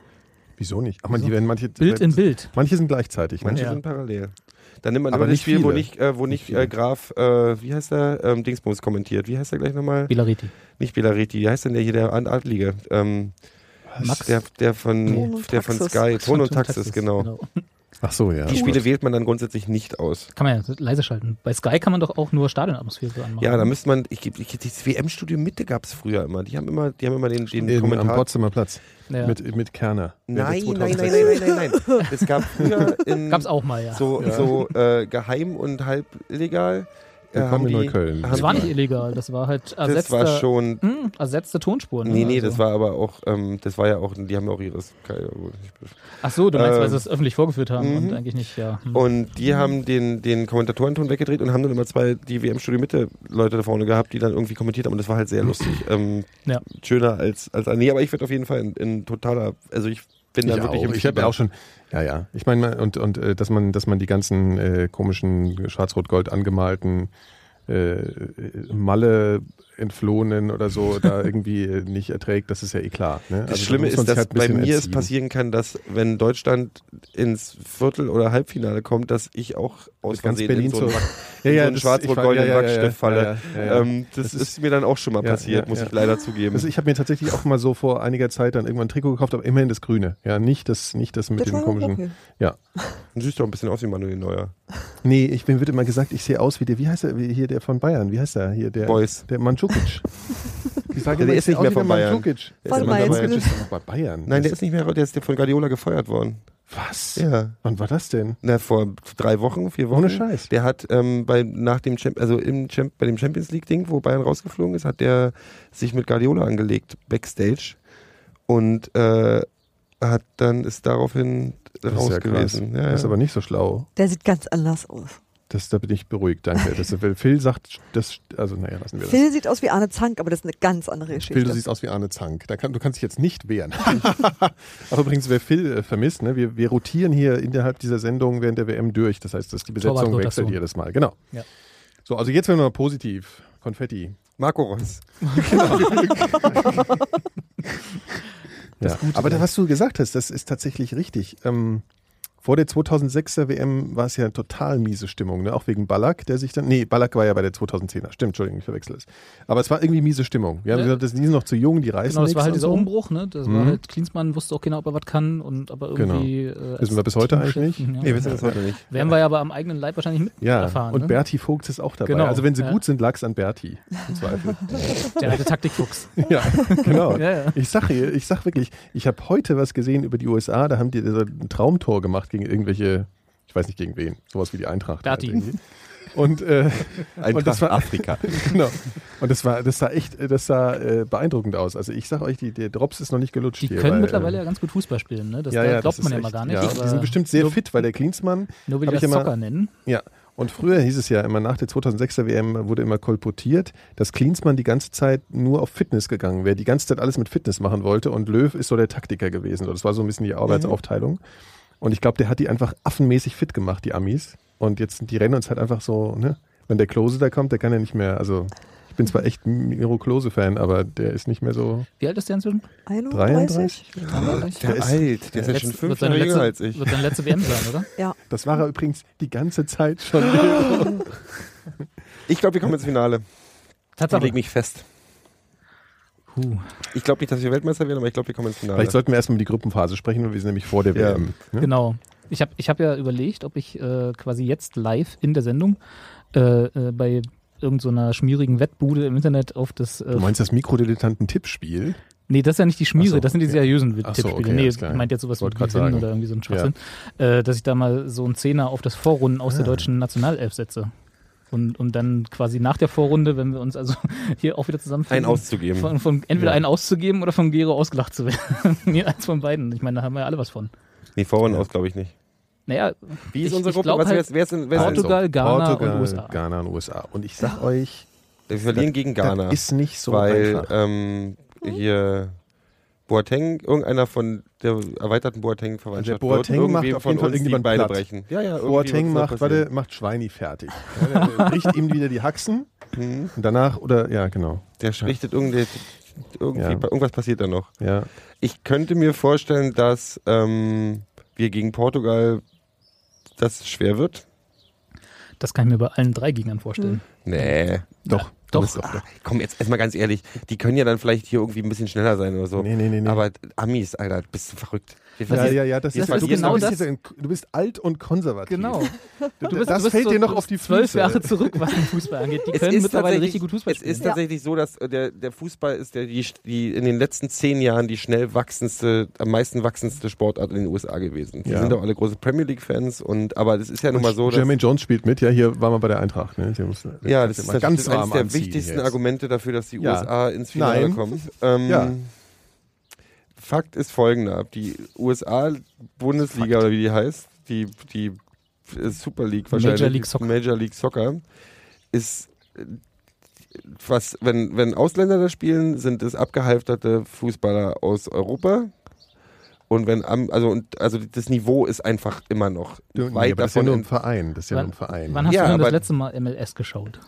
S1: Wieso nicht? Ach man, die werden manche.
S2: Bild in Bild.
S1: Manche sind gleichzeitig. Ne?
S4: Manche
S2: Ja.
S4: sind parallel. Dann nimmt man
S1: Aber
S4: aber das
S1: nicht
S4: Spiel, wo
S1: viele.
S4: nicht, äh, wo nicht, äh,
S1: viele.
S4: Graf, äh, wie heißt der, ähm, Dingsbums kommentiert. Wie heißt der gleich nochmal?
S2: Bilariti.
S4: Nicht Belariti, wie heißt denn der hier, der An- Adlige? Ähm,
S2: Max?
S4: Der, der
S3: Ton
S4: von,
S3: und
S4: der von
S3: Taxis.
S4: Sky, Ton und
S2: Ton-
S4: Taxis, genau.
S1: Ach so, ja.
S4: Die Spiele wählt man dann grundsätzlich nicht aus.
S2: Kann man ja leise schalten. Bei Sky kann man doch auch nur Stadionatmosphäre anmachen.
S4: Ja, da müsste man, ich, ich, das WM-Studio Mitte gab es früher immer. Die haben immer, die haben immer den, den
S1: In, am
S4: Kommentar.
S1: Potsdamer Platz.
S2: Ja.
S1: Mit, mit Kerner.
S4: Nein,
S1: Der
S4: nein, nein,
S1: 2006.
S4: nein, nein, nein, nein. Es gab früher in
S2: Gab's auch mal, ja.
S4: so, so äh, geheim und halb illegal. äh,
S1: Willkommen
S4: haben
S1: in
S4: die-
S1: Neukölln.
S4: haben
S2: das war
S4: die-
S2: nicht illegal, das war halt
S4: Das
S2: ersetzte,
S4: war schon,
S2: Hm, ersetzte Tonspuren.
S4: Nee,
S2: ne?
S4: nee,
S2: Also-
S4: das war aber auch, ähm, das war ja auch, die haben ja auch ihres. keine Ahnung.
S2: Ach so, du meinst, weil sie
S4: Ähm,
S2: es öffentlich vorgeführt haben und
S4: mhm.
S2: eigentlich nicht, ja. Hm.
S4: Und die haben den, den Kommentatorenton weggedreht und haben dann immer zwei, die WM-Studio-Mitte-Leute da vorne gehabt, die dann irgendwie kommentiert haben und das war halt sehr lustig. Ähm,
S2: Ja.
S4: Schöner als, als, nee, aber ich werde auf jeden Fall in, in totaler, also ich bin da
S1: Ich,
S4: wirklich
S1: auch.
S4: im
S1: ich habe ja auch schon, ja, ja. Ich meine, und, und äh, dass man, dass man die ganzen äh, komischen schwarz-rot-gold angemalten äh, Malle entflohenen oder so da irgendwie äh, nicht erträgt, das ist ja eh klar. Ne?
S4: Das Schlimme ist, dass bei mir es passieren kann, dass wenn Deutschland ins Viertel- oder Halbfinale kommt, dass ich auch aus
S1: ganz
S4: Versehen
S1: Berlin
S4: in so einen,
S1: so-
S4: Wack-
S1: Ja,
S4: in
S1: ja,
S4: so einen
S1: das- ich war-
S4: schwarz-rot-goldenen
S1: ja, ja, ja,
S4: Wachstift falle.
S1: ja, ja, ja.
S4: Ähm, das,
S1: Das
S4: ist, mir dann auch schon mal
S1: Ja,
S4: passiert,
S1: ja,
S4: muss
S1: ja.
S4: ich leider zugeben.
S1: Also ich habe mir tatsächlich auch mal so vor einiger Zeit dann irgendwann ein Trikot gekauft, aber immerhin das Grüne. Ja, nicht das, nicht das mit
S3: Das
S1: dem
S3: war
S1: komischen.
S3: okay.
S1: Ja.
S4: Du siehst doch ein bisschen aus wie Manuel Neuer.
S1: Nee, ich bin, wird immer gesagt, ich sehe aus wie der, wie heißt der, wie hier der von Bayern? Wie heißt der? Hier der
S4: Boys.
S1: Der Mandzukic. Ich sage
S4: Der
S1: immer,
S4: ist
S1: ich sehe
S4: nicht
S1: aus
S4: mehr
S1: wie
S4: von
S1: der
S4: Bayern.
S1: Mandzukic.
S4: Der
S3: Von
S4: ist immer
S3: Mainz
S4: dabei.
S1: Mandzukic
S3: gewinnen.
S1: ist doch bei Bayern.
S4: Nein, der
S1: Das-
S4: ist nicht mehr, der ist von Guardiola gefeuert worden.
S1: Was?
S4: Ja.
S1: Wann war das denn?
S4: Na, vor drei Wochen, vier Wochen.
S1: Ohne Scheiß.
S4: Der hat ähm, bei, nach dem Champ also im Champ bei dem Champions League Ding, wo Bayern rausgeflogen ist, hat der sich mit Guardiola angelegt, Backstage. Und äh, hat dann ist daraufhin
S1: Das
S4: raus
S1: ist ja krass.
S4: gewesen.
S1: Das ist aber nicht so schlau.
S3: Der sieht ganz anders aus.
S1: Das, da bin ich beruhigt, danke. Das, Phil sagt, das, also naja, lassen wir das.
S3: Phil sieht aus wie Arne Zank, aber das ist eine ganz andere Geschichte.
S1: Phil, du siehst aus wie Arne Zank. Da kann, du kannst dich jetzt nicht wehren. Aber übrigens, wer Phil äh, vermisst, ne, wir, wir rotieren hier innerhalb dieser Sendung während der WM durch. Das heißt, dass die Besetzung
S2: Torwartrotation.
S1: wechselt jedes Mal. Genau.
S2: Ja.
S1: So, also jetzt werden wir mal positiv. Konfetti.
S4: Marco Reus.
S1: Ja. Aber da, was du gesagt hast, das ist tatsächlich richtig. Ähm, vor der 2006er WM war es ja eine total miese Stimmung, ne? auch wegen Ballack, der sich dann. Nee, Ballack war ja bei der 2010er. Stimmt, Entschuldigung, ich verwechsel es. Aber es war irgendwie miese Stimmung. Wir haben
S2: Ja.
S1: gesagt, das- die sind noch zu jung, die reißen
S2: Genau, das war halt
S1: nichts
S2: dieser
S1: und so.
S2: Umbruch, ne? Das
S4: Mhm.
S2: war halt, Klinsmann wusste auch keiner, ob er was kann und aber irgendwie. Genau.
S1: Wissen wir bis heute eigentlich nicht?
S2: Ja.
S4: Nee, wissen das heute nicht.
S2: Werden wir ja aber am eigenen Leib wahrscheinlich mit
S1: Ja,
S2: erfahren.
S1: und
S2: ne?
S1: Berti Vogt ist auch dabei.
S2: Genau,
S1: Also wenn sie
S2: ja.
S1: gut sind, lag's an Berti. Im Zweifel.
S2: Der alte Taktikfuchs.
S1: ja, genau.
S2: Ja, ja.
S1: Ich sage ich sag wirklich, ich habe heute was gesehen über die USA, da haben die so ein Traumtor gemacht gegen irgendwelche, ich weiß nicht gegen wen, sowas wie die Eintracht.
S2: Berti.
S1: halt irgendwie. und, äh, und das war
S4: Afrika.
S1: genau. Und das war, das sah echt, das sah äh, beeindruckend aus. Also ich sag euch, die, der Drops ist noch nicht gelutscht.
S2: Die
S1: hier,
S2: können
S1: weil,
S2: mittlerweile
S1: äh,
S2: ja ganz gut Fußball spielen, ne? Das
S1: ja,
S2: da
S1: ja,
S2: glaubt
S1: das
S2: man
S1: ist
S2: ja mal
S1: echt,
S2: gar nicht.
S1: Ja.
S2: aber
S1: Die sind bestimmt sehr
S2: nur-
S1: fit, weil der Klinsmann,
S2: Nur
S1: hab
S2: will ich
S1: ich
S2: das
S1: immer-
S2: Zocker nennen.
S1: Ja, und früher hieß es ja immer, nach der 2006er WM wurde immer kolportiert, dass Klinsmann die ganze Zeit nur auf Fitness gegangen wäre, die ganze Zeit alles mit Fitness machen wollte und Löw ist so der Taktiker gewesen. So, Das war so ein bisschen die Arbeitsaufteilung. Und ich glaube, der hat die einfach affenmäßig fit gemacht, die Amis. Und jetzt, die rennen uns halt einfach so, ne? Wenn der Klose da kommt, der kann ja nicht mehr, also ich bin zwar echt Miro Klose-Fan, aber der ist nicht mehr so.
S2: Wie alt ist der inzwischen?
S3: 31?
S4: Der,
S1: ist-
S4: alt, der ist ja
S2: Letzt-
S4: schon fünf
S2: wird seine
S4: Jahre jünger
S2: letzte-
S4: als ich.
S2: Wird seine letzte WM sein, oder?
S3: Ja.
S1: Das war er übrigens die ganze Zeit schon.
S4: Ich glaube, wir kommen ins Finale. Ich
S2: Tatsache.
S4: leg mich fest.
S2: Huh.
S4: Ich glaube nicht, dass wir Weltmeister werden, aber ich glaube, wir kommen ins Finale.
S1: Vielleicht sollten wir erstmal über die Gruppenphase sprechen, weil wir sind nämlich vor der
S4: Ja.
S1: WM. Ne?
S2: Genau. Ich habe ich hab ja überlegt, ob ich äh, quasi jetzt live in der Sendung äh, äh, bei irgendeiner schmierigen Wettbude im Internet auf das. Äh,
S1: Du meinst das Mikrodilettanten-Tippspiel?
S2: nee, das ist ja nicht die
S1: Ach
S2: Schmiere,
S1: so,
S2: das sind die
S1: ja.
S2: seriösen
S1: Ach so,
S2: Tippspiele.
S1: okay,
S2: nee,
S1: alles
S2: ich
S1: klar.
S2: meinte jetzt sowas wie
S1: Wollte grad
S2: Gewinn
S1: sagen.
S2: oder irgendwie so ein Schwachsinn. Äh, dass ich da mal so einen Zehner auf das Vorrunden aus der
S1: Ah.
S2: deutschen Nationalelf setze. Und, und dann quasi nach der Vorrunde, wenn wir uns also hier auch wieder zusammenfinden.
S4: einen auszugeben.
S2: Von, von entweder
S1: Ja.
S2: einen auszugeben oder von Gero ausgelacht zu werden. Nee, Eins von beiden. Ich meine, da haben wir ja alle was von.
S4: Nee, vorhin aus, glaube ich nicht.
S2: Naja,
S4: Wie ist
S2: ich,
S4: unsere
S2: ich
S4: Gruppe?
S2: glaub
S4: Was,
S2: halt,
S4: wer ist- wer ist in- wer ist in so?
S2: Portugal, Ghana und
S1: Portugal,
S2: USA.
S1: Ghana und USA. Und ich sag euch,
S4: Wir verlieren gegen Ghana.
S1: das ist nicht so
S4: weil
S1: einfach.
S4: ähm, hier Boateng, irgendeiner von der erweiterten Boateng-Verwandtschaft
S1: Der Boateng
S4: wird
S1: macht
S4: irgendwem
S1: auf
S4: von
S1: jeden Fall
S4: uns die
S1: irgendjemand
S4: Beine
S1: platt.
S4: brechen. Ja, ja, irgendwie
S1: Boateng
S4: wird's noch
S1: macht,
S4: passieren.
S1: warte, macht Schweini fertig. Ja, der bricht ihm wieder die Haxen
S4: Hm,
S1: und danach, oder, ja, genau.
S4: der richtet irgende, irgendwie,
S1: Ja.
S4: irgendwas passiert da noch.
S1: Ja.
S4: Ich könnte mir vorstellen, dass ähm, wir gegen Portugal das schwer wird.
S2: Das kann ich mir bei allen drei Gegnern vorstellen.
S4: Nee.
S1: Doch,
S2: doch.
S1: Ist doch.
S4: Komm, jetzt erstmal ganz ehrlich, die können ja dann vielleicht hier irgendwie ein bisschen schneller sein oder so.
S1: Nee, nee, nee, nee.
S4: Aber Amis, Alter, bist du verrückt. Wir
S1: Ja,
S4: verlieren-
S1: ja, ja, das
S4: Jetzt
S1: ist,
S4: mal
S1: du, bist,
S2: genau
S1: du, bist
S2: das.
S1: jetzt ein- du bist alt und konservativ. Du
S2: Genau. Du bist,
S1: das
S2: du bist
S1: fällt
S2: so,
S1: dir noch
S2: du
S1: auf die
S2: bist zwölf
S1: Füße.
S2: Jahre zurück, was den Fußball angeht. Die
S4: Es
S2: können
S4: ist
S2: mittlerweile
S4: tatsächlich-
S2: richtig gut Fußball
S4: Es
S2: spielen.
S4: ist tatsächlich so, dass äh, der, der Fußball ist der, die, die in den letzten zehn Jahren die schnell wachsendste, am meisten wachsendste Sportart in den USA gewesen. Die
S1: Ja.
S4: sind doch alle große Premier League-Fans und aber das ist ja nun mal so, dass
S1: Jermaine Jones spielt mit, ja, hier waren wir bei der Eintracht. Ne? Der muss, der
S4: ja,
S1: kann
S4: das
S1: sich
S4: ist
S1: mal
S4: natürlich
S1: ganz
S4: eines
S1: warm
S4: der
S1: anziehen
S4: wichtigsten
S1: jetzt.
S4: Argumente dafür, dass die
S1: Ja.
S4: USA ins Finale
S1: Nein.
S4: kommen. Ähm,
S1: Ja.
S4: Fakt ist folgender: Die USA-Bundesliga oder wie die heißt, die, die äh, Super League wahrscheinlich,
S2: Major League Soccer.
S4: Major League Soccer, ist äh, was, wenn, wenn Ausländer da spielen, sind es abgehalfterte Fußballer aus Europa. Und wenn am, also und also das Niveau ist einfach immer noch
S1: Du, nee,
S4: weit
S1: aber das ist ja
S4: davon
S1: nur
S4: ja
S1: ein Verein. Das ist ja
S2: Wann-
S1: nur ein Verein.
S2: Wann hast
S4: Ja,
S2: du denn das
S4: aber-
S2: letzte Mal MLS geschaut?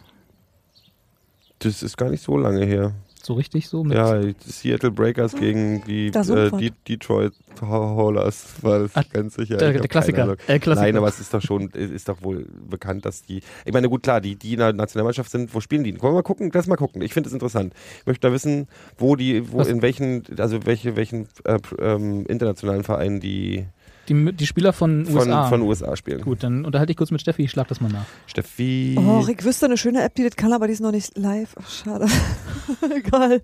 S4: Das ist gar nicht so lange her.
S2: So richtig so mit
S4: Ja, die Seattle Breakers gegen die,
S3: Da sind
S4: äh,
S3: wir.
S4: die Detroit Howlers war das
S2: Ah,
S4: ganz sicher.
S2: der- der
S4: Ich hab keine
S2: Klassiker.
S4: Ahnung.
S2: Äh, Klassiker.
S4: Nein, aber es ist doch schon, es ist doch wohl bekannt, dass die. Ich meine, gut, klar, die, die in der Nationalmannschaft sind, wo spielen die? Wollen wir mal gucken? Lass mal gucken. Ich finde es interessant. Ich möchte da wissen, wo die, wo
S2: Was?
S4: in welchen, also welche, welchen äh, pr- ähm, internationalen Vereinen die
S2: Die, die Spieler von,
S4: von
S2: USA.
S4: von USA spielen.
S2: Gut, dann unterhalte ich kurz mit Steffi, ich schlag das mal nach.
S4: Steffi.
S3: Oh, ich wüsste eine schöne App, die das kann, aber die ist noch nicht live. Ach, schade. Egal.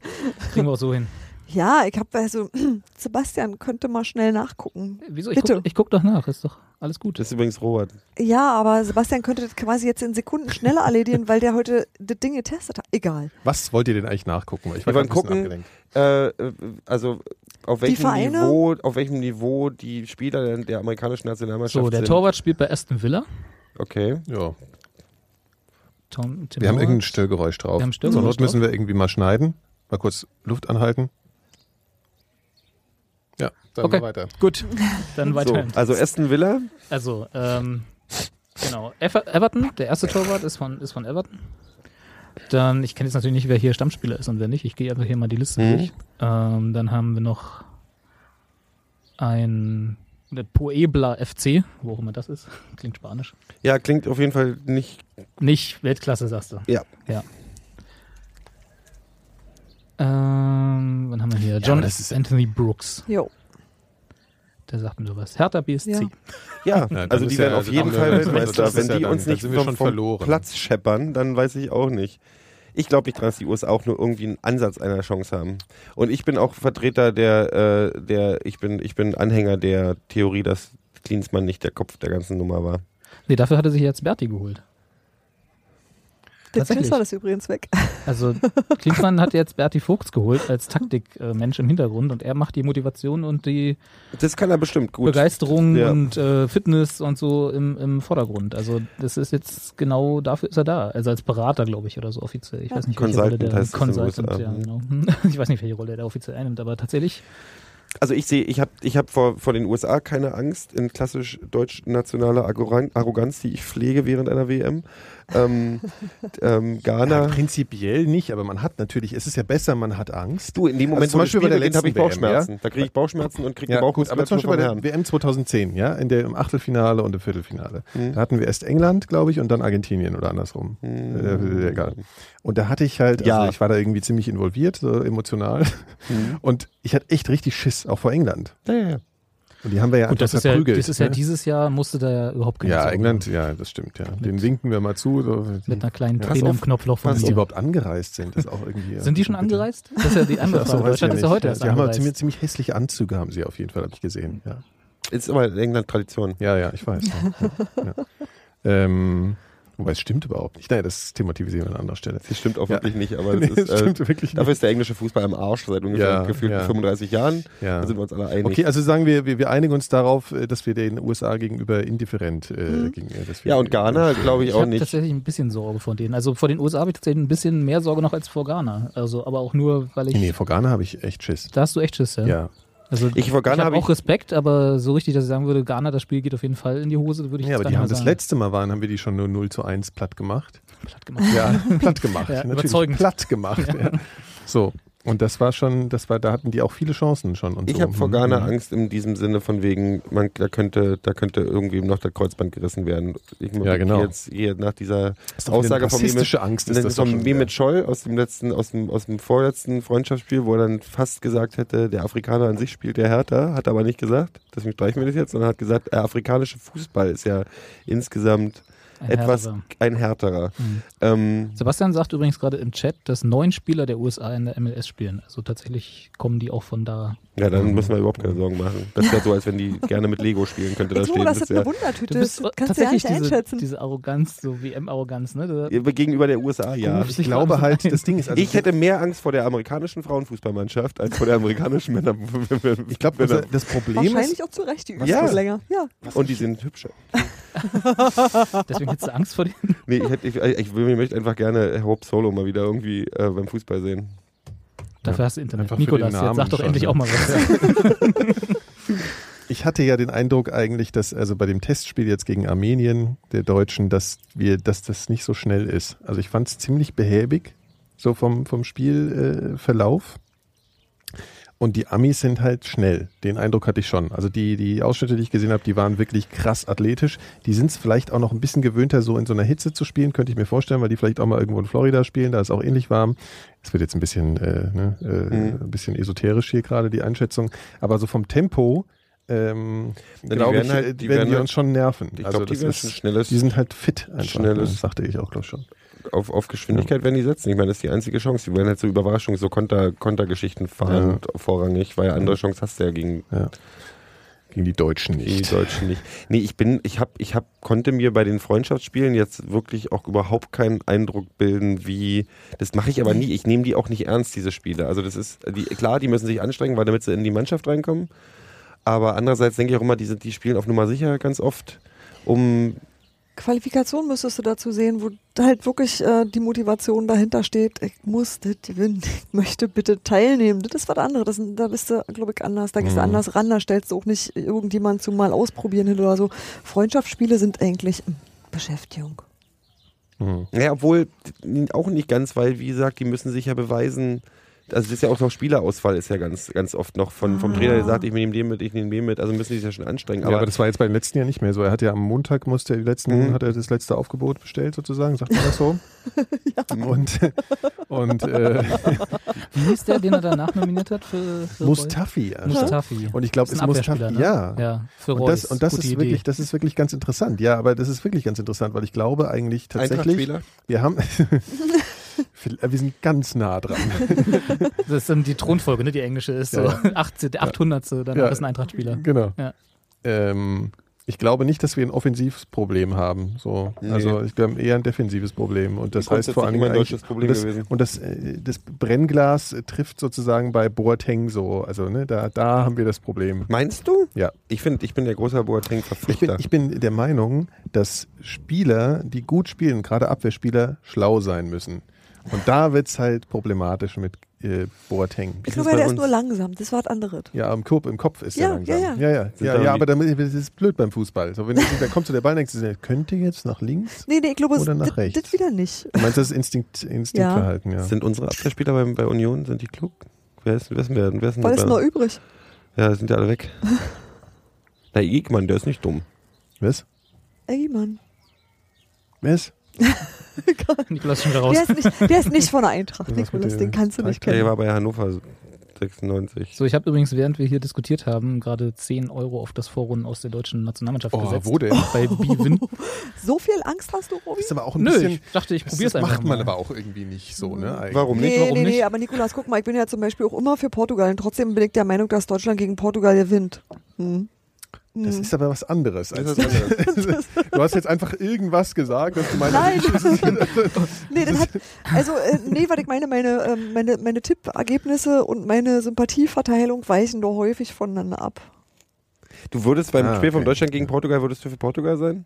S2: Kriegen wir auch so hin.
S3: Ja, ich habe also, Sebastian könnte mal schnell nachgucken.
S2: Wieso? Ich
S3: Bitte.
S2: guck, ich guck doch nach, ist doch alles gut.
S4: Das ist übrigens Robert.
S3: Ja, aber Sebastian könnte das quasi jetzt in Sekunden schneller erledigen, weil der heute das Ding getestet hat. Egal.
S1: Was wollt ihr denn eigentlich nachgucken? Weil Ich war
S4: Wir wollen
S1: gerade ein bisschen
S4: gucken.
S1: abgelenkt.
S4: Äh, äh, also auf welchem
S3: Vereine?
S4: Niveau, auf welchem Niveau die Spieler der, der amerikanischen Nationalmannschaft
S2: so, der
S4: sind.
S2: Torwart spielt bei Aston Villa.
S4: Okay.
S1: Ja.
S2: Tom, Tim
S1: Wir haben
S2: Howard.
S1: irgendein Störgeräusch drauf.
S2: Genau. Wir haben
S1: Zur
S2: Störgeräusch
S1: Not müssen
S2: drauf.
S1: wir irgendwie mal schneiden. Mal kurz Luft anhalten. Ja, dann
S2: Okay.
S1: mal weiter.
S2: Gut, dann
S4: So,
S2: weiter.
S4: also Aston Villa,
S2: Also, ähm, genau. Ever Everton, der erste Torwart ist von, ist von Everton. Dann, ich kenne jetzt natürlich nicht, wer hier Stammspieler ist und wer nicht. Ich gehe einfach hier mal die Liste
S4: Mhm.
S2: durch. Ähm, dann haben wir noch ein der Puebla FC, wo auch immer das ist. Klingt spanisch.
S4: ja, klingt auf jeden Fall nicht.
S2: Nicht Weltklasse, sagst du.
S4: Ja.
S2: Ja. Ähm, wann haben wir hier? John
S1: das ist-
S2: Anthony Brooks.
S3: Jo.
S2: Der sagt mir was. Hertha BSC.
S3: Ja.
S4: Ja,
S1: dann
S4: also
S1: ist
S4: die
S1: ja-
S4: werden auf
S1: also
S4: jeden
S1: dann-
S4: Fall
S1: dann- das
S4: Weltmeister.
S1: ist
S4: Wenn
S1: ja
S4: die
S1: dann-
S4: uns
S1: dann
S4: nicht
S1: sind wir
S4: vom,
S1: schon
S4: vom
S1: verloren.
S4: Platz scheppern, dann weiß ich auch nicht. Ich glaube nicht, dass die USA auch nur irgendwie einen Ansatz einer Chance haben. Und ich bin auch Vertreter der, äh, der ich bin, ich bin Anhänger der Theorie, dass Klinsmann nicht der Kopf der ganzen Nummer war.
S2: Nee, dafür hat er sich jetzt Berti geholt.
S3: Der
S2: Tatsächlich.
S3: Tester ist übrigens weg.
S2: Also Klinsmann hat jetzt Berti Vogts geholt als Taktikmensch im Hintergrund und er macht die Motivation und die
S4: Das kann er bestimmt gut.
S2: Begeisterung
S4: Ja.
S2: und äh, Fitness und so im, im Vordergrund. Also das ist jetzt genau dafür ist er da. Also als Berater, glaube ich, oder so offiziell. Ich weiß nicht, welche Rolle
S4: Consultant
S2: der
S4: heißt es in den
S2: Consultant,
S4: USA,
S2: ja, genau.
S4: mhm.
S2: Ich weiß nicht, welche Rolle der offiziell einnimmt, aber tatsächlich
S4: Also ich sehe, ich habe ich hab vor, vor den USA keine Angst in klassisch deutsch-nationaler Arrogan- Arroganz, die ich pflege während einer WM. Ähm, ähm,
S1: Ja,
S4: Ghana.
S1: prinzipiell nicht, aber man hat natürlich, es ist ja besser, man hat Angst.
S4: Du, in dem Moment,
S1: Also zum
S4: wo das
S1: Beispiel bei
S4: Spiel
S1: der
S4: beginnt, habe ich
S1: letzten WM,
S4: Bauchschmerzen. Da kriege ich Bauchschmerzen und kriege
S1: Ja, gut, aber
S4: Bauchmuskeln
S1: zum
S4: vom
S1: Beispiel bei
S4: Herrn.
S1: der WM 2010, ja, in der im Achtelfinale und im Viertelfinale.
S4: Mhm.
S1: Da hatten wir erst England, glaube ich, und dann Argentinien oder andersrum. Äh, egal. Und da hatte ich halt, also
S4: Ja.
S1: ich war da irgendwie ziemlich involviert, so emotional.
S4: Mhm.
S1: Und ich hatte echt richtig Schiss, auch vor England.
S4: Ja, ja, ja.
S1: Und die haben wir ja
S2: gut,
S1: einfach
S2: das ist ja,
S1: verprügelt.
S2: das ist ja
S1: ne?
S2: dieses Jahr musste da ja überhaupt keine
S1: ja,
S2: Sorgen
S1: England,
S2: haben.
S1: ja, das stimmt, ja. Den winken wir mal zu. So.
S2: mit einer kleinen
S1: Ja,
S2: Träne
S1: pass
S2: im
S1: auf,
S2: Knopfloch von
S1: Dass die
S2: mir.
S1: überhaupt angereist sind, ist auch irgendwie.
S2: Sind die schon angereist? Das ist ja die andere
S1: Ach so,
S2: Frage.
S1: weiß ich ja
S2: Deutschland ist ja
S1: nicht.
S2: heute erst
S1: die haben aber
S2: angereist. Mhm.
S1: ziemlich, ziemlich hässliche Anzüge haben sie auf jeden Fall, habe ich gesehen. Ja,
S4: Ist immer in England Tradition.
S1: ja, ja ich weiß. ja, ja. Ähm, wobei es stimmt überhaupt nicht. Naja, das thematisieren wir an anderer Stelle.
S4: Das stimmt auch
S1: Ja.
S4: wirklich nicht, aber das
S1: Nee,
S4: ist, äh,
S1: wirklich
S4: dafür ist der englische Fußball am Arsch seit ungefähr
S1: Ja,
S4: gefühlt
S1: ja.
S4: 35 Jahren.
S1: Ja.
S4: Da sind wir uns alle einig.
S1: Okay, also sagen wir, wir, wir einigen uns darauf, äh, dass wir den USA gegenüber indifferent äh,
S2: Mhm.
S1: gegen, äh, dass wir
S4: ja, und Ghana glaube ich
S2: Ich
S4: auch
S2: habe
S4: nicht.
S2: tatsächlich ein bisschen Sorge vor denen. Also vor den USA habe ich tatsächlich ein bisschen mehr Sorge noch als vor Ghana. Also, aber auch nur, weil ich.
S1: Nee, vor Ghana habe ich echt Schiss.
S2: Da hast du echt Schiss, ja.
S1: Ja.
S2: Also
S4: Ich- vor Ghana
S2: ich
S4: hab
S2: habe
S4: ich-
S2: auch Respekt, aber so richtig, dass ich sagen würde, Ghana, das Spiel geht auf jeden Fall in die Hose, würde ich
S1: Ja,
S2: jetzt
S1: aber
S2: gar
S1: die
S2: nicht
S1: haben
S2: mal
S1: das
S2: sagen.
S1: letzte Mal waren, haben wir die schon nur 0 zu 1 platt gemacht.
S2: Platt gemacht.
S1: Ja, platt gemacht.
S2: Ja,
S1: natürlich.
S2: überzeugend.
S1: Platt gemacht. Ja. So. Und das war schon, das war, da hatten die auch viele Chancen schon. Und
S4: Ich
S1: so.
S4: habe vor Ghana
S1: Mhm.
S4: Angst in diesem Sinne von wegen, man, da könnte, da könnte irgendwie noch das Kreuzband gerissen werden. Ich
S1: Ja, genau.
S4: Jetzt hier nach dieser
S1: Ist doch wieder
S4: Aussage
S1: eine
S4: von Mehmet,
S1: rassistische Angst ist das doch
S4: von
S1: schon
S4: Mehmet Scholl aus dem letzten, aus dem, aus dem vorletzten Freundschaftsspiel, wo er dann fast gesagt hätte, der Afrikaner an sich spielt der härter, hat aber nicht gesagt, deswegen streichen wir das jetzt, sondern hat gesagt, der afrikanische Fußball ist ja insgesamt
S2: Ein
S4: etwas
S2: härterer.
S4: ein härterer.
S2: Mhm.
S4: Ähm,
S2: Sebastian sagt übrigens gerade im Chat, dass neun Spieler der USA in der MLS spielen. Also tatsächlich kommen die auch von da.
S4: ja, dann müssen wir überhaupt keine
S1: Mhm.
S4: Sorgen machen. Das ist ja so, als wenn die gerne mit Lego spielen, könnte da
S3: Ich glaube,
S4: stehen.
S3: das
S4: Das
S3: ist
S4: ist ja,
S3: eine Wundertüte.
S2: Du bist
S3: Das kannst du ja
S2: tatsächlich
S3: nicht
S2: diese,
S3: einschätzen.
S2: diese Arroganz, so WM-Arroganz, ne? Da-
S4: gegenüber der USA, ja.
S1: Ich glaube halt, das Ding ist, also
S4: ich hätte mehr Angst vor der amerikanischen Frauenfußballmannschaft als vor der amerikanischen Männer.
S1: ich glaube, unser- das Problem ist,
S3: Wahrscheinlich auch zu Recht, die üben
S4: Ja.
S3: ja. länger. Ja.
S4: und die sind hübscher.
S2: Deswegen hättest du Angst vor denen.
S4: Nee, ich, hätte, ich, ich, will- ich möchte einfach gerne Hope Solo mal wieder irgendwie äh, beim Fußball sehen.
S2: Dafür hast du Internet.
S1: Einfach für
S2: Nikolas,
S1: den
S2: jetzt sag
S1: Namen
S2: doch
S1: schon,
S2: endlich
S1: ne?
S2: auch mal was.
S1: ich hatte ja den Eindruck eigentlich, dass also bei dem Testspiel jetzt gegen Armenien der Deutschen, dass wir, dass das nicht so schnell ist. Also ich fand es ziemlich behäbig. so vom, vom Spielverlauf. Und die Amis sind halt schnell. Den Eindruck hatte ich schon. Also die, die Ausschnitte, die ich gesehen habe, die waren wirklich krass athletisch. Die sind es vielleicht auch noch ein bisschen gewöhnter, so in so einer Hitze zu spielen, könnte ich mir vorstellen, weil die vielleicht auch mal irgendwo in Florida spielen, da ist auch ähnlich warm. Es wird jetzt ein bisschen, äh, ne, äh, ein bisschen esoterisch hier gerade, die Einschätzung. Aber so vom Tempo, ähm,
S4: die
S1: glaube
S4: werden
S1: ich,
S4: halt- die
S1: werden
S4: werden
S1: die
S4: halt-
S1: uns schon nerven. Also
S4: Ich glaube, die
S1: das
S4: werden
S1: ist-
S4: schon schnelles-
S1: Die sind halt fit einfach.
S4: schnelles-
S1: Das sagte ich auch, glaube ich, schon.
S4: auf, auf Geschwindigkeit werden die setzen. Ich meine, das ist die einzige Chance. Die werden halt so Überraschungen, so Konter, Kontergeschichten fahren vorrangig, weil andere Chance hast du ja gegen
S1: Gegen die Deutschen
S4: die
S1: nicht.
S4: Deutschen nicht. Nee, ich bin, ich hab, ich hab, konnte mir bei den Freundschaftsspielen jetzt wirklich auch überhaupt keinen Eindruck bilden, wie, das mache ich aber nie. Ich nehme die auch nicht ernst, diese Spiele. Also das ist, die, klar, die müssen sich anstrengen, weil damit sie in die Mannschaft reinkommen. Aber andererseits denke ich auch immer, die, sind, die spielen auf Nummer sicher ganz oft, um
S3: Qualifikation müsstest du dazu sehen, wo halt wirklich äh, die Motivation dahinter steht, ich muss das gewinnen, ich möchte bitte teilnehmen. Das ist was anderes. Das, sind- da bist du, glaube ich, anders. Da gehst du anders ran, da stellst du auch nicht irgendjemand zum mal ausprobieren hin oder so. Freundschaftsspiele sind eigentlich mm, Beschäftigung.
S4: Ja, obwohl n- auch nicht ganz, weil wie gesagt, die müssen sich ja beweisen. Also das ist ja auch noch Spielerausfall ist ja ganz, ganz oft noch von, vom Trainer, der sagt, ich nehme den mit, ich nehme den mit. Also müssen die sich ja schon anstrengen.
S1: Ja, aber das war jetzt beim letzten Jahr nicht mehr so. Er hat ja am Montag musste er die letzten,
S4: Mhm.
S1: hat er das letzte Aufgebot bestellt sozusagen, sagt man das so? Und, und äh,
S2: Wie hieß der, den er danach nominiert hat für, für
S1: Mustafi.
S2: Reus?
S1: Alter.
S2: Mustafi.
S1: Und ich glaube,
S2: Ist ein
S1: es Mustafi,
S2: Abwehrspieler, ne?
S1: ja.
S2: Ja, für
S1: Und
S2: Reus.
S1: das, und das
S2: Gute
S1: ist
S2: Idee.
S1: wirklich, das ist wirklich ganz interessant. Ja, aber das ist wirklich ganz interessant, weil ich glaube eigentlich tatsächlich,
S4: Eintracht-Spieler?
S1: wir haben, äh, wir sind ganz nah dran.
S2: Das ist dann die Thronfolge, ne? Die englische ist so
S1: Ja,
S2: 18, der 800. Danach
S1: Ja.
S2: ist ein Eintrachtspieler.
S1: Genau.
S2: Ja.
S1: Ähm, ich glaube nicht, dass wir ein Offensivproblem haben. So.
S4: Nee.
S1: Also ich glaube eher ein defensives Problem. Und das
S4: Grundsätzlich
S1: heißt vor allem
S4: immer ein deutsches Problem
S1: das,
S4: gewesen.
S1: Und das, äh, das Brennglas äh, trifft sozusagen bei Boateng so. Also ne, da, da haben wir das Problem.
S4: Meinst du?
S1: Ja.
S4: Ich finde, ich bin der große
S1: Ich bin,
S4: Boateng-Verpflichter.
S1: ich bin der Meinung, dass Spieler, die gut spielen, gerade Abwehrspieler, schlau sein müssen. Und da wird es halt problematisch mit äh, Boateng.
S3: Ich
S4: ist
S3: glaube,
S4: bei
S3: der ist
S4: uns.
S3: nur langsam. Das war was anderes.
S1: Ja, im Kopf, im Kopf ist
S3: Ja,
S1: er langsam.
S3: ja,
S1: ja. Ja,
S4: Sind
S1: ja,
S4: da
S1: ja
S4: die-
S1: aber damit, das ist blöd beim Fußball. So, wenn du, dann kommst du der Ball und denkst, du, der könnte jetzt nach links.
S3: Nee, nee, ich glaube, es-
S1: Oder nach
S3: das
S1: rechts.
S3: das wieder nicht.
S1: Du meinst, das ist Instinkt, Instinktverhalten, ja.
S4: Sind unsere Abwehrspieler bei, bei Union, sind die klug? Wer ist, wer ist denn, wer, wer ist denn
S3: Was ist
S4: bei-
S3: noch übrig?
S4: Ja, sind ja alle weg. Na, Igmann, der ist nicht dumm.
S1: Was?
S3: Ey, Mann.
S1: Was?
S2: Nikolaus ist schon wieder raus.
S3: Der ist nicht, der ist nicht von der Eintracht,
S1: Was mit
S3: Nikolas.
S1: der
S3: Den kannst du nicht
S1: Taktik?
S4: Der
S3: kennen.
S4: war bei Hannover 96.
S2: So, ich habe übrigens, während wir hier diskutiert haben, gerade 10 Euro auf das Vorrunden aus der deutschen Nationalmannschaft
S1: Oh,
S2: gesetzt.
S1: wo denn?
S2: Bei Bivin.
S3: So viel Angst hast du, Robi?
S1: Ist aber auch ein
S2: Nö,
S1: bisschen.
S2: ich dachte, ich
S1: das
S2: probiere es einfach
S1: macht man
S2: mal.
S1: aber auch irgendwie nicht so, ne? eigentlich.
S4: Warum nicht?
S3: Nee,
S2: warum
S3: nee, nee,
S2: nicht?
S3: aber Nikolas, guck mal, ich bin ja zum Beispiel auch immer für Portugal und trotzdem bin ich der Meinung, dass Deutschland gegen Portugal gewinnt. Hm.
S1: Das ist aber was anderes. Als
S4: Das ist
S1: du hast jetzt einfach irgendwas gesagt, dass du meinst,
S3: Nein.
S1: ich-
S3: Nee, das hat, also, äh, nee, was ich meine, meine, ähm, meine, meine Tippergebnisse und meine Sympathieverteilung weichen doch häufig voneinander ab.
S4: Du würdest beim
S1: Ah,
S4: Spiel von
S1: okay.
S4: Deutschland gegen Portugal, würdest du für Portugal sein?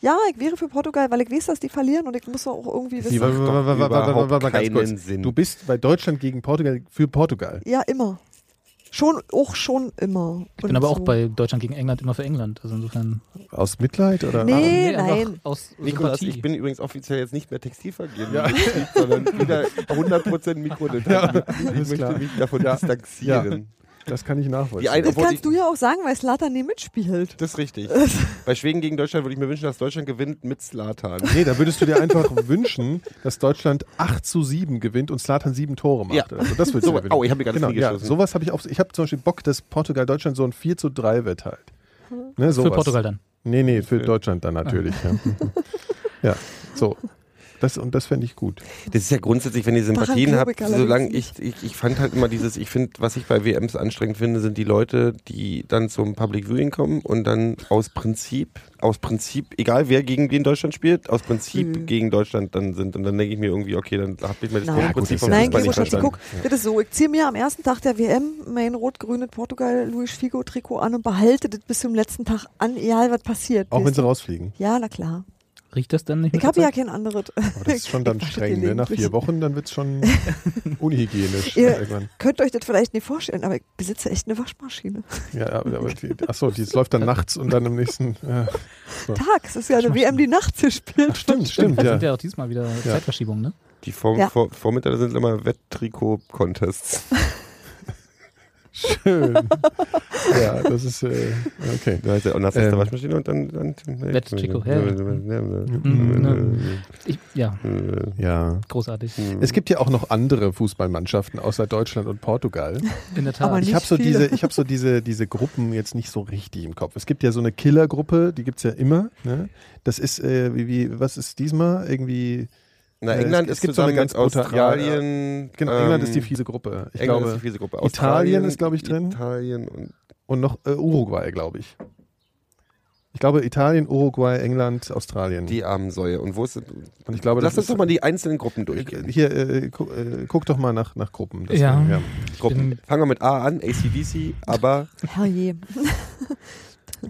S3: Ja, ich wäre für Portugal, weil ich weiß, dass die verlieren und ich muss doch auch irgendwie
S1: Nee,
S3: wissen.
S1: warte, warte, warte, warte, warte,
S4: überhaupt
S1: warte, ganz
S4: keinen
S1: kurz.
S4: Sinn.
S1: Du bist bei Deutschland gegen Portugal für Portugal.
S3: Ja, immer. Schon, auch schon immer.
S2: Ich bin aber auch bei Deutschland gegen England immer für England. Also insofern.
S1: Aus Mitleid oder?
S3: Nee.
S1: Warum?
S2: einfach
S3: nein.
S2: Aus
S4: Nikolas,
S2: Sympathie.
S4: ich bin übrigens offiziell jetzt nicht mehr Textilvergehen, sondern wieder 100% Mikrodilettant. ich
S1: alles
S4: möchte
S1: klar.
S4: mich davon distanzieren.
S1: Das kann ich nachvollziehen.
S4: Die ein-
S3: Das
S4: obwohl
S3: kannst
S4: ich-
S3: du ja auch sagen, weil Slatan nie mitspielt.
S4: Das ist richtig. Bei Schweden gegen Deutschland würde ich mir wünschen, dass Deutschland gewinnt mit Slatan.
S1: Nee, da würdest du dir einfach wünschen, dass Deutschland 8 zu 7 gewinnt und Slatan 7 Tore macht.
S4: Ja.
S1: Also das willst
S4: So,
S1: du gewinnen.
S4: au, ich hab mir gerade das
S1: genau,
S4: Knie
S1: ja,
S4: geschossen.
S1: Sowas habe ich auch. Ich habe zum Beispiel Bock, dass Portugal Deutschland so ein 4 zu 3 wird halt. Ne,
S2: für
S1: sowas.
S2: Portugal dann.
S1: Nee, nee, für Deutschland dann natürlich. Ja, ja so. Das, und das fände ich gut.
S4: Das ist ja grundsätzlich, wenn ihr Sympathien
S3: Daran
S4: habt,
S3: glaube ich allerdings
S4: solange ich,
S3: nicht.
S4: ich, ich fand halt immer dieses, ich finde, was ich bei WMs anstrengend finde, sind die Leute, die dann zum Public Viewing kommen und dann aus Prinzip, aus Prinzip, egal wer gegen wen Deutschland spielt, aus Prinzip gegen Deutschland dann sind. Und dann denke ich mir irgendwie, okay, dann hab ich mir das
S3: Mhm. Nein. Ja, gut,
S1: das
S4: Grundprinzip vom
S1: ist ja-
S3: Nein,
S1: Gregor
S4: Fußball
S3: Gregor
S4: nicht
S3: Schatzi,
S4: verstanden.
S3: guck, das ist so. Ich ziehe mir am ersten Tag der WM mein rot-grünes Portugal-Luis-Figo-Trikot an und behalte das bis zum letzten Tag an, egal was passiert.
S1: Auch wenn
S3: Weißt
S1: sie
S3: du?
S1: rausfliegen.
S3: ja, na klar.
S2: Riecht das dann nicht
S3: Ich
S2: mit
S3: habe
S2: der
S3: ja
S2: Zeit?
S3: kein anderes.
S1: Aber das ist schon dann
S3: Ich dachte
S1: streng. Ne? Nach
S3: gelegentlich.
S1: vier Wochen, dann wird es schon unhygienisch. ne,
S3: Ihr
S1: irgendwann.
S3: könnt euch das vielleicht nicht vorstellen, aber ich besitze echt eine Waschmaschine.
S1: Ja, aber, aber die, achso, die läuft dann nachts und dann am nächsten. äh, Ja.
S3: Tags ist ja eine WM, die nachts hier spielt.
S1: Stimmt, stimmt,
S2: Da
S1: ja.
S2: sind ja auch diesmal wieder Zeitverschiebungen, ne?
S4: Die Vor
S3: Ja.
S4: Vor Vormittage sind immer Wetttrikot-Contests.
S1: Schön. ja, das ist äh, okay.
S4: Da heißt ja, und hast du ähm,
S1: Ähm.
S4: Waschmaschine und dann. dann
S2: Wetttrikot, ja.
S4: ja.
S2: Mhm. Ne? Ich, ja,
S4: Äh,
S1: Ja.
S2: großartig.
S1: Es gibt ja auch noch andere Fußballmannschaften außer Deutschland und Portugal.
S2: In der Tat.
S3: Aber
S1: Ich
S3: Nicht
S1: habe so
S3: viele.
S1: diese, ich habe so diese, diese Gruppen jetzt nicht so richtig im Kopf. Es gibt ja so eine Killergruppe, die gibt's ja immer. Ne? Das ist äh, wie, wie, was ist diesmal irgendwie?
S4: Na,
S1: Äh,
S4: England
S1: es- es
S4: ist
S1: gibt so
S4: zusammen
S1: eine ganz
S4: mit
S1: brutal- ja,
S4: Australien.
S1: Genau,
S4: ähm,
S1: England ist die fiese Gruppe. Ich
S4: England ist die
S1: glaube
S4: fiese Gruppe.
S1: Italien ist, glaube ich, drin.
S4: Italien und
S1: und noch äh, Uruguay, glaube ich. Ich glaube Italien, Uruguay, England, Australien.
S4: die Armensäue. Und wo ist
S1: Und ich glaube,
S4: Lass
S1: das
S4: uns
S1: ist-
S4: doch mal die einzelnen Gruppen durchgehen.
S1: Hier äh, gu äh, guck doch mal nach, nach Gruppen. Das-
S2: Ja.
S4: Gruppen.
S2: bin-
S4: Fangen wir mit A an, ACDC, aber
S3: Herrje.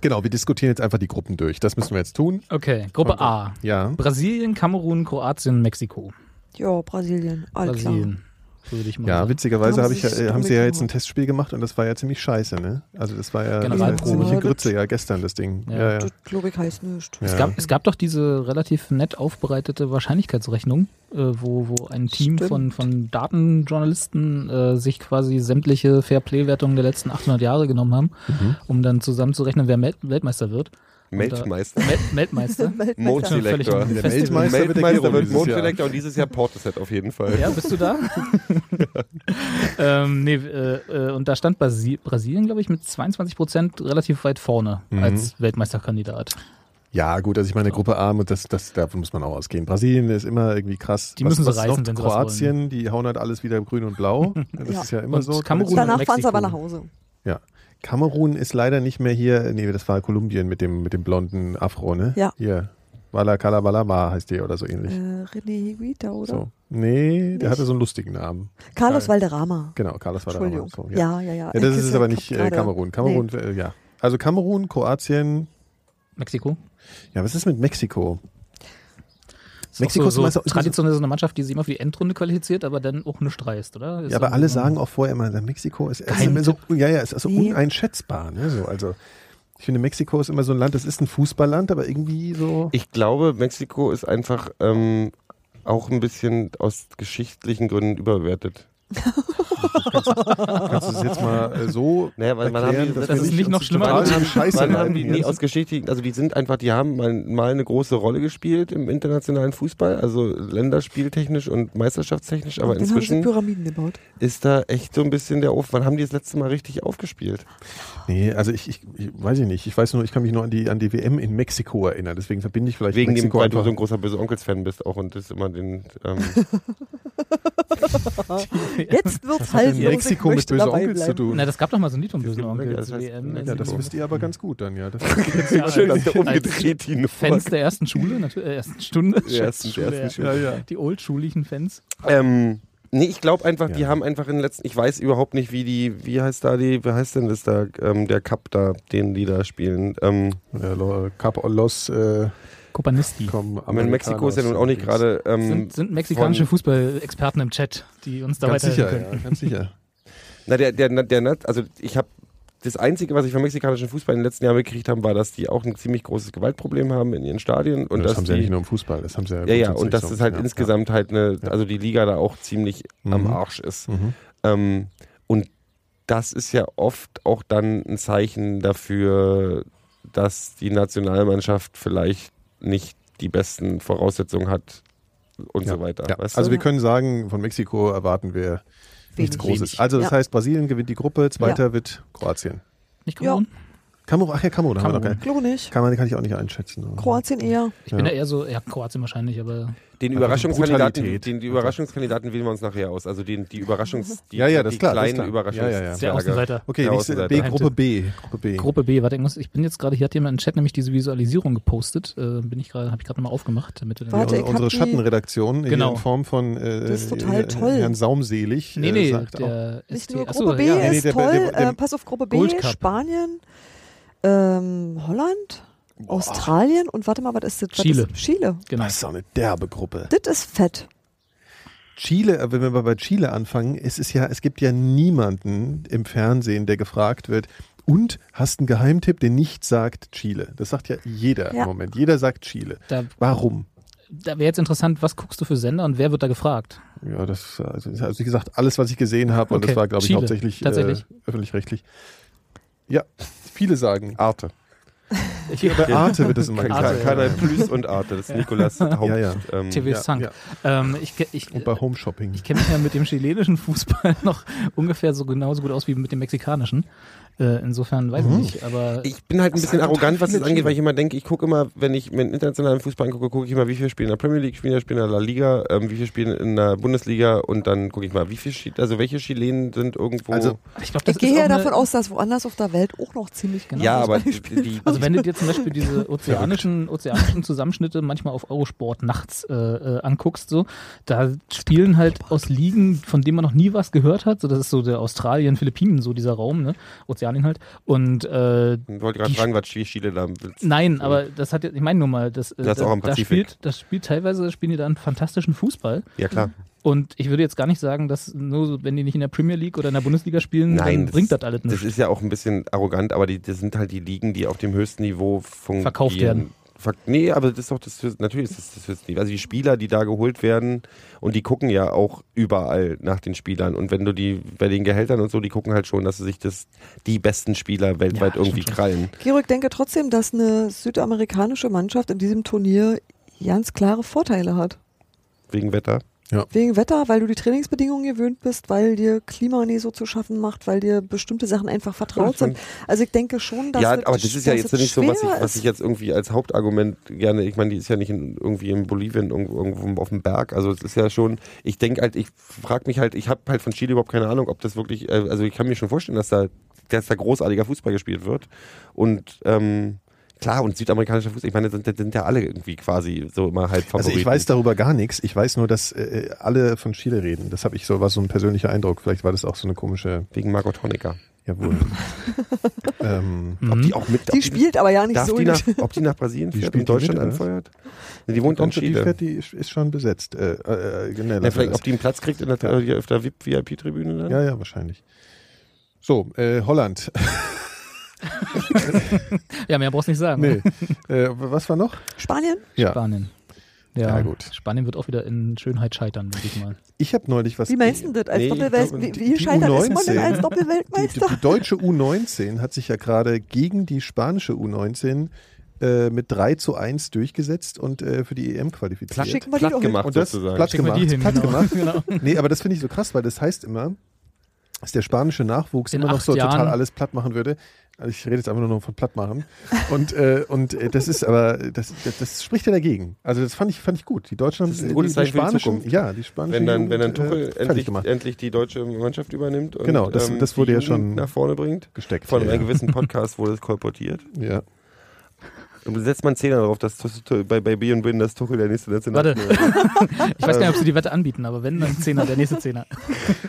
S1: Genau, wir diskutieren jetzt einfach die Gruppen durch. Das müssen wir jetzt tun.
S2: Okay, Gruppe A.
S1: Ja.
S2: Brasilien, Kamerun, Kroatien, Mexiko.
S3: Ja, Brasilien. Alles klar.
S2: Brasilien, würde ich mal
S1: Ja,
S2: sagen.
S1: witzigerweise
S3: Da haben
S1: hab
S3: sie
S1: ich, ja-
S3: sich
S1: äh, haben
S3: dumm
S1: sie ja jetzt
S3: gemacht.
S1: ein Testspiel gemacht und das war ja ziemlich scheiße, ne? Also das war ja
S2: Generalprobe.
S1: ziemliche
S3: Ja, das-
S1: Grütze, ja, gestern das Ding.
S2: Ja,
S1: Ja, ja.
S3: Das, glaube ich, heißt nichts.
S1: Ja.
S2: Es gab, es gab doch diese relativ nett aufbereitete Wahrscheinlichkeitsrechnung, äh, wo, wo ein Team
S3: Stimmt.
S2: von, von Datenjournalisten äh, sich quasi sämtliche Fairplay-Wertungen der letzten 800 Jahre genommen haben, um dann zusammenzurechnen, wer Mel- Weltmeister wird.
S4: Weltmeister.
S2: Mel Weltmeister?
S3: Weltmeister.
S4: Mode-Selektor.
S2: Völlig-
S1: Der Weltmeister, wird der
S4: Weltmeister
S1: Giro
S4: wird
S1: dieses Jahr.
S4: Mode-Selektor und dieses Jahr Portishead auf jeden Fall.
S2: Ja, bist du da? ähm, nee, äh, äh, und da stand Brasi Brasilien, glaube ich, mit 22 Prozent relativ weit vorne
S1: Mhm.
S2: als Weltmeisterkandidat.
S1: Ja, gut, also ich meine Gruppe A, und das, das, davon muss man auch ausgehen. Brasilien ist immer irgendwie krass.
S2: Die müssen sie reißen,
S1: noch?
S2: wenn sie was
S1: Kroatien, die hauen halt alles wieder grün und blau. Das
S3: Ja.
S1: ist ja immer
S2: Und
S1: so.
S2: Kamerun-
S3: Danach fahren
S2: Mexiko.
S3: sie aber nach Hause.
S1: Ja. Kamerun ist leider nicht mehr hier. Nee, das war Kolumbien mit dem, mit dem blonden Afro, ne?
S3: Ja.
S1: Hier. Wala Kalabalama heißt die oder so ähnlich.
S3: Äh, René Higuita, oder?
S1: so. Nee, der
S3: Nicht.
S1: hatte so einen lustigen Namen.
S3: Carlos Valderrama.
S1: Genau, Carlos war da
S3: Entschuldigung.
S1: nochmal. So,
S3: ja, ja, ja.
S1: Ja, das
S3: Ich
S1: ist aber
S3: hab
S1: nicht äh,
S3: gerade-
S1: Kamerun. Kamerun, äh, ja. Also Kamerun, Kroatien.
S2: Mexiko?
S1: Ja, was ist mit Mexiko?
S2: Ist
S1: Mexiko
S2: auch
S1: ist
S2: so,
S1: immer
S2: so
S1: so-
S2: traditionell so eine Mannschaft, die sich immer für die Endrunde qualifiziert, aber dann auch nicht reist, oder? Ist
S1: Ja, aber
S2: so-
S1: alle sagen auch vorher immer, Mexiko ist, ist
S2: Kein
S1: immer so, ja, ja, ist also
S3: Nee.
S1: uneinschätzbar. Ne? So, also ich finde, Mexiko ist immer so ein Land, das ist ein Fußballland, aber irgendwie so.
S4: Ich glaube, Mexiko ist einfach ähm, auch ein bisschen aus geschichtlichen Gründen überbewertet.
S1: Kannst du es jetzt mal äh, so
S4: Naja, weil man
S1: erklären,
S4: haben die-
S1: dass
S4: das
S1: wir
S2: ist nicht
S1: uns
S2: noch schlimmer
S1: total
S2: als-
S1: an Scheiße ne?
S4: Wann haben
S1: leiden
S4: die
S1: jetzt?
S4: nie aus geschichtlichen, also die sind einfach, die haben mal, mal eine große Rolle gespielt im internationalen Fußball, also länderspieltechnisch und meisterschaftstechnisch, aber
S3: Dann haben sie
S4: inzwischen
S3: Pyramiden gebaut.
S4: ist da echt so ein bisschen der Auf. Wann haben die das letzte Mal richtig aufgespielt?
S1: Nee, also ich, ich, ich weiß ich nicht. Ich weiß nur, ich kann mich nur an die, an die WM in Mexiko erinnern. Deswegen verbinde ich vielleicht
S4: Wegen dem,
S1: Mexiko
S4: weil du
S1: einfach.
S4: so ein großer böse Onkels-Fan bist auch und das immer den ähm,
S3: Jetzt wird's halt.
S1: in Mexiko mit böse Onkels zu tun.
S2: Na, das gab doch mal so ein Lied vom bösen Onkel.
S4: Ja, das
S2: zur
S4: heißt-
S2: WM in
S1: ja, das
S2: Singapur.
S1: wisst ihr aber ganz gut dann, ja. Das
S2: Ja,
S4: schön, dass der
S2: als- als
S4: umgedreht die
S2: Fans der ersten Schule, natürlich, äh, ersten Stunde.
S4: der ersten, der
S2: Schule,
S4: ersten
S1: ja,
S4: Schule.
S1: ja.
S2: ja. Die oldschuligen Fans.
S4: Ähm, nee, ich glaube einfach, die
S1: Ja.
S4: haben einfach in den letzten, ich weiß überhaupt nicht, wie die, wie heißt da die, wie heißt denn das da, ähm, der Cup da, den die da spielen. Ähm,
S1: Ja, Lo- Cap Los äh,
S2: Kopanisti.
S1: kommen
S4: aber in Mexiko ist ja nun auch nicht gerade. Ähm,
S2: Sind, sind mexikanische
S4: von-
S2: Fußballexperten im Chat, die uns da
S1: Ganz
S2: weiterhelfen
S1: sicher,
S2: können.
S1: ja, ganz sicher.
S4: Na, der, der, der, der, also ich habe das Einzige, was ich vom mexikanischen Fußball in den letzten Jahren gekriegt haben, war, dass die auch ein ziemlich großes Gewaltproblem haben in ihren Stadien und
S1: Und das
S4: dass
S1: haben sie
S4: die,
S1: ja nicht nur im Fußball, das haben sie ja
S4: ja, ja,
S1: grundsätzlich
S4: und dass
S1: so.
S4: es halt
S1: Ja,
S4: insgesamt halt eine, also die Liga da auch ziemlich am
S1: Mhm.
S4: Arsch ist.
S1: Ja. Mhm.
S4: Ähm, und das ist ja oft auch dann ein Zeichen dafür, dass die Nationalmannschaft vielleicht nicht die besten Voraussetzungen hat und
S1: Ja.
S4: so weiter.
S1: Ja.
S4: Weißt
S1: Also
S4: du?
S1: wir können sagen, von Mexiko erwarten wir nichts
S3: Wenig.
S1: Großes. Also das
S3: Ja.
S1: heißt, Brasilien gewinnt die Gruppe, zweiter wird Kroatien.
S2: Nicht
S3: Ja.
S2: Kamerun?
S1: Kamerun, ach ja, Kamerun, haben wir noch
S2: Kamerun.
S1: keine.
S3: Glaube nicht.
S1: Kann, man, kann ich auch nicht einschätzen.
S3: Kroatien eher.
S2: Ich bin ja eher so, ja, Kroatien wahrscheinlich, aber
S4: Den
S1: Einfach so
S4: Überraschungskandidaten,
S1: Brutalität.
S4: den, die Überraschungskandidaten wählen wir uns nachher aus. Also den, die Überraschungs, die,
S1: Ja, ja, das
S4: die
S1: ist klar, das ist
S4: kleinen
S1: klar. Ja, ja, ja.
S2: sehr
S4: Überraschungsberge.
S2: Außenseiter.
S1: Okay,
S4: Ja,
S1: nächste B,
S4: Außenseiter.
S1: Gruppe B. Gruppe B.
S2: Gruppe B, warte, ich, muss, ich bin jetzt gerade, hier hat jemand im Chat nämlich diese Visualisierung gepostet, äh, bin ich gerade, habe ich gerade nochmal aufgemacht, damit wir dann
S3: Warte,
S1: Unsere,
S3: ich hab
S1: unsere
S3: die-
S1: Schattenredaktion
S2: Genau.
S1: hier in Form von äh,
S3: Das ist total
S1: äh,
S3: toll.
S1: Herrn Saumselig.
S2: Nee,
S1: äh,
S2: nee,
S1: sagt auch,
S2: der
S3: Nicht
S2: ST
S3: nur Gruppe
S2: achso,
S3: B
S2: ja.
S1: Nee, nee,
S3: ist
S1: der-
S3: toll.
S1: der- der-
S3: äh, pass auf, Gruppe B,
S2: Gold Cup.
S3: Spanien, ähm, Holland, Australien und warte mal, was ist das? Was
S2: Chile.
S3: Ist Chile.
S2: Genau.
S1: das ist auch eine derbe Gruppe.
S3: Das ist fett.
S1: Chile, äh, wenn wir mal bei Chile anfangen, es ist ja, es gibt ja niemanden im Fernsehen, der gefragt wird, und hast einen Geheimtipp, der nicht sagt Chile. Das sagt ja jeder
S3: Ja.
S1: im Moment. Jeder sagt Chile.
S2: Da
S1: Warum?
S2: da wäre jetzt interessant, was guckst du für Sender und wer wird da gefragt?
S1: Ja, das also, also wie gesagt, alles, was ich gesehen habe, und
S2: Okay,
S1: das war, glaube ich,
S2: Chile,
S1: hauptsächlich äh,
S2: tatsächlich.
S1: öffentlich-rechtlich. Ja, viele sagen.
S4: Arte.
S2: Ich,
S1: Bei Arte wird es immer
S2: Arte,
S1: gesagt.
S2: ja.
S4: Kanal Plus und Arte. Das ist Nikolas Haupt.
S1: Ja, ja.
S4: Ähm,
S2: TV
S1: Ja,
S2: Sank.
S1: ja.
S2: Ähm, ich ke- ich,
S1: Und bei Home Shopping.
S2: ich kenne mich ja mit dem chilenischen Fußball noch ungefähr so genauso gut aus wie mit dem mexikanischen. Äh, insofern weiß ich nicht, aber
S4: Ich bin halt ein
S1: Das
S4: bisschen
S1: hat total
S4: arrogant, was
S1: viele
S4: das angeht,
S1: Teams.
S4: weil ich immer denke, ich gucke immer, wenn ich mir den internationalen Fußball angucke, gucke ich immer, wie viele spielen in der Premier League, spielen ja, spielen in der La Liga, ähm, wie viele spielen in der Bundesliga und dann gucke ich mal, wie viele, Chi- also welche Chilenen sind irgendwo.
S1: Also,
S2: ich glaube, das
S3: Ich gehe
S2: ist auch
S3: ja
S2: eine-
S3: davon aus, dass woanders auf der Welt auch noch ziemlich genau
S4: ja,
S3: das
S4: aber die,
S3: Beispiel-
S4: die,
S2: Also wenn du dir zum Beispiel diese ozeanischen, ozeanischen Zusammenschnitte manchmal auf Eurosport nachts äh, äh, anguckst, so, da spielen halt aus Ligen, von denen man noch nie was gehört hat, so das ist so der Australien, Philippinen, so dieser Raum, ne? Ozeanien halt. Und äh,
S4: ich wollte gerade
S2: die
S4: fragen, was Chile da willst.
S2: Nein, aber das hat jetzt, ich meine nur mal, das, äh,
S4: Das
S2: da,
S4: auch am
S2: da
S4: Pazifik.
S2: spielt, das spielt teilweise, spielen die da einen fantastischen Fußball.
S4: Ja, klar.
S2: Und ich würde jetzt gar nicht sagen, dass nur, so, wenn die nicht in der Premier League oder in der Bundesliga spielen, dann bringt das alles
S4: Das
S2: nichts.
S4: ist ja auch ein bisschen arrogant, aber die, das sind halt die Ligen, die auf dem höchsten Niveau funktionieren.
S2: Verkauft werden.
S4: Ver nee, aber das ist doch das, höchste- natürlich ist das das höchste Niveau. Also die Spieler, die da geholt werden und die gucken ja auch überall nach den Spielern. Und wenn du die bei den Gehältern und so, die gucken halt schon, dass sie sich das, die besten Spieler weltweit
S2: Ja,
S4: irgendwie
S2: stimmt
S4: krallen.
S3: Gero, ich denke trotzdem, dass eine südamerikanische Mannschaft in diesem Turnier ganz klare Vorteile hat.
S4: Wegen Wetter.
S3: Wegen Wetter, weil du die Trainingsbedingungen gewöhnt bist, weil dir Klima nie so zu schaffen macht, weil dir bestimmte Sachen einfach vertraut sind. Also ich denke schon, dass
S4: ja,
S3: es-
S4: aber das ist ja
S3: dass
S4: jetzt
S3: es
S4: nicht so, was ich,
S3: schwer
S4: was ich
S3: ist.
S4: jetzt irgendwie als Hauptargument gerne, ich meine, die ist ja nicht in, irgendwie in Bolivien, irgendwo, irgendwo auf dem Berg. Also es ist ja schon, ich denke halt, ich frage mich halt, ich habe halt von Chile überhaupt keine Ahnung, ob das wirklich, äh, also ich kann mir schon vorstellen, dass da, dass da großartiger Fußball gespielt wird. Und ähm, klar, und südamerikanischer Fußball, ich meine, das sind, das sind ja alle irgendwie quasi so immer halb
S1: also
S4: Favoriten.
S1: ich weiß darüber gar nichts. Ich weiß nur, dass äh, alle von Chile reden. Das habe ich so, war so ein persönlicher Eindruck. Vielleicht war das auch so eine komische,
S4: Wegen Margot Honecker.
S1: jawohl. ähm,
S2: Mhm.
S4: Ob die auch mit, ob
S3: Die spielt aber ja nicht
S4: darf
S3: so
S4: die
S3: gut.
S4: nach, ob die nach Brasilien
S1: Die
S4: fährt und
S1: spielt die
S4: Deutschland
S1: mit, oder was?
S4: anfeuert? Nee, Die wohnt in
S1: kommt- die,
S4: Chile.
S1: fährt, die ist ist schon besetzt. Äh, äh, äh, ne,
S4: Na,
S1: lass
S4: vielleicht,
S1: das.
S4: ob die einen Platz kriegt in der, äh, auf der VIP-Tribüne dann?
S1: ja, ja, wahrscheinlich. So, äh, Holland.
S2: Ja, mehr brauchst du nicht sagen.
S1: nee. äh, was war noch?
S3: Spanien?
S1: Ja.
S2: Spanien. Ja,
S1: Ja, gut.
S2: Spanien wird auch wieder in Schönheit scheitern, denke ich mal.
S1: Ich habe neulich was.
S3: Wie meinst du das? Als
S4: Nee, ich
S3: Doppelwelt
S4: glaube,
S3: wie,
S4: die-
S3: wie
S1: die
S3: scheitert ist man denn
S1: U19
S3: als
S1: Die,
S3: Doppelweltmeister?
S1: die deutsche U19 hat sich ja gerade gegen die spanische U19 äh, mit 3 zu 1 durchgesetzt und äh, für die EM qualifiziert.
S3: Schicken wir die
S4: platt
S3: doch mit.
S4: gemacht
S1: Und das
S4: sozusagen.
S1: platt
S2: Schicken wir
S1: gemacht.
S2: die hin,
S1: platt
S2: genau.
S1: gemacht.
S2: Genau.
S1: Nee, aber das finde ich so krass, weil das heißt immer, dass der spanische Nachwuchs
S2: In
S1: immer noch
S2: acht
S1: so total
S2: Jahren.
S1: alles platt machen würde. Also ich rede jetzt einfach nur noch von platt machen. Und, äh, und äh, das ist aber, das, das, das spricht ja dagegen. Also das fand ich, fand ich gut. Die Deutschen haben
S4: Das ist ein
S1: die,
S4: gutes
S1: die
S4: Zeichen für die
S1: spanischen,
S4: Zukunft.
S1: ja, die spanischen
S4: Wenn dann, wenn dann
S1: Jugend,
S4: Tuchel
S1: äh, fertig
S4: endlich,
S1: gemacht,
S4: endlich die deutsche Mannschaft übernimmt und ähm,
S1: Genau, das- das wurde ja
S4: die Jugend
S1: schon
S4: nach vorne bringt.
S1: gesteckt.
S4: Von
S1: ja,
S4: einem
S1: ja.
S4: gewissen Podcast wurde es kolportiert.
S1: ja.
S4: Und setzt man Zähler darauf, dass Tuchel- bei, bei B und Win das Tuchel der nächste National
S2: Ich
S1: Also
S2: weiß gar nicht, ob sie die Wette anbieten, aber wenn, dann Zehner, der nächste Zehner.